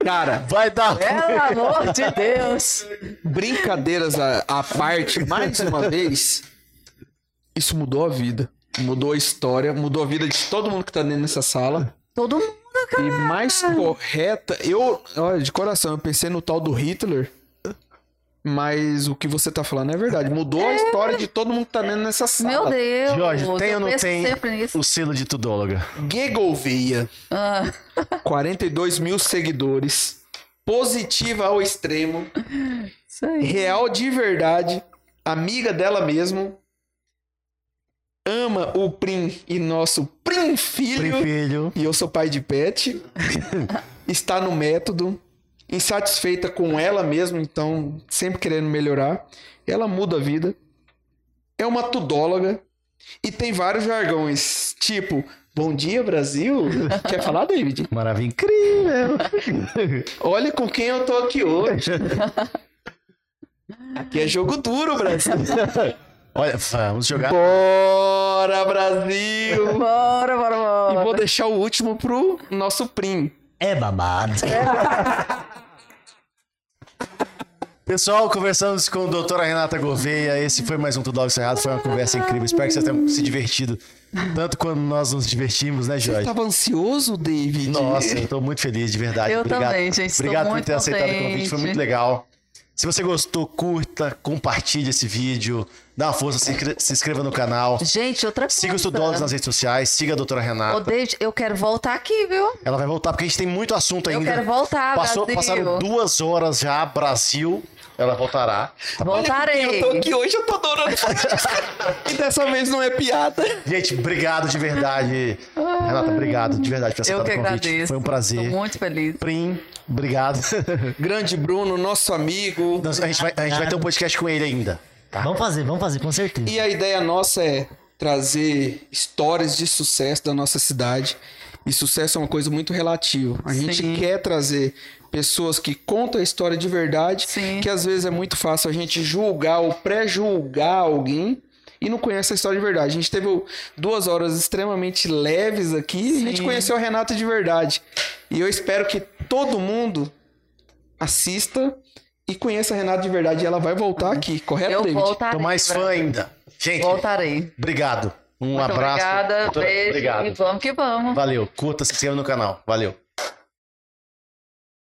Cara, Vai dar ruim. [LAUGHS] pelo amor de Deus. brincadeiras à, à parte, mais [LAUGHS] uma vez, isso mudou a vida. Mudou a história, mudou a vida de todo mundo que tá dentro dessa sala. Todo mundo, E mais correta, eu, olha, de coração, eu pensei no tal do Hitler, mas o que você tá falando é verdade. Mudou a história de todo mundo que tá dentro nessa sala. meu Deus. Jorge, tem eu ou não penso tem sempre nisso. o selo de [LAUGHS] tudóloga? Gegovia. Ah. 42 mil seguidores. Positiva ao extremo. Isso aí. Real de verdade. Amiga dela mesmo. Ama o Prim e nosso Prim filho. Prefiro. E eu sou pai de pet. Está no método. Insatisfeita com ela mesma, então sempre querendo melhorar. Ela muda a vida. É uma tudóloga. E tem vários jargões. Tipo, bom dia, Brasil. Quer falar, David? Maravilha incrível. Olha com quem eu tô aqui hoje. Aqui é jogo duro, Brasil. Olha, vamos jogar. Bora, Brasil! Bora, bora, E bora. vou deixar o último pro nosso prim. É babado. Pessoal, conversamos com a doutora Renata Gouveia. Esse foi mais um Tudólogo Cerrado. Foi uma conversa incrível. Espero que vocês tenham se divertido. Tanto quanto nós nos divertimos, né, Você Jorge? tava ansioso, David? Nossa, eu tô muito feliz, de verdade. Eu Obrigado. também, gente. Tô Obrigado por muito ter aceitado o convite. Foi contente. muito legal. Se você gostou, curta, compartilhe esse vídeo. Dá uma força, se, inscre- se inscreva no canal. Gente, outra coisa. Siga os Tudólogos nas redes sociais. Siga a doutora Ô, Renata. David, eu quero voltar aqui, viu? Ela vai voltar, porque a gente tem muito assunto Eu ainda. quero voltar, Passou, Brasil. passaram duas horas já, Brasil. Ela voltará. Voltarei. Eu tô aqui hoje, eu tô adorando. e [LAUGHS] dessa vez não é piada. Gente, obrigado de verdade. Renata, obrigado de verdade por aceitar Eu que o convite. agradeço. Foi um prazer. Tô muito feliz. Prim, obrigado. [LAUGHS] Grande Bruno, nosso amigo. Nós- a, gente vai, a gente vai ter um podcast com ele ainda. Vamos fazer, vamos fazer, com certeza. E a ideia nossa é trazer histórias de sucesso da nossa cidade. E sucesso é uma coisa muito relativa. A gente quer trazer pessoas que contam a história de verdade, Sim. que às vezes é muito fácil a gente julgar ou pré-julgar alguém e não conhece a história de verdade. A gente teve duas horas extremamente leves aqui e a gente Sim. conheceu a Renata de verdade. E eu espero que todo mundo assista e conheça a Renata de verdade. E ela vai voltar aqui, correto, Eu David? Tô voltarei. mais fã Brasil. ainda. Gente, Voltarei. obrigado. Um Muito abraço. Obrigada, doutora. beijo. então. E Obrigado. vamos que vamos. Valeu. Curta, se inscreva no canal. Valeu.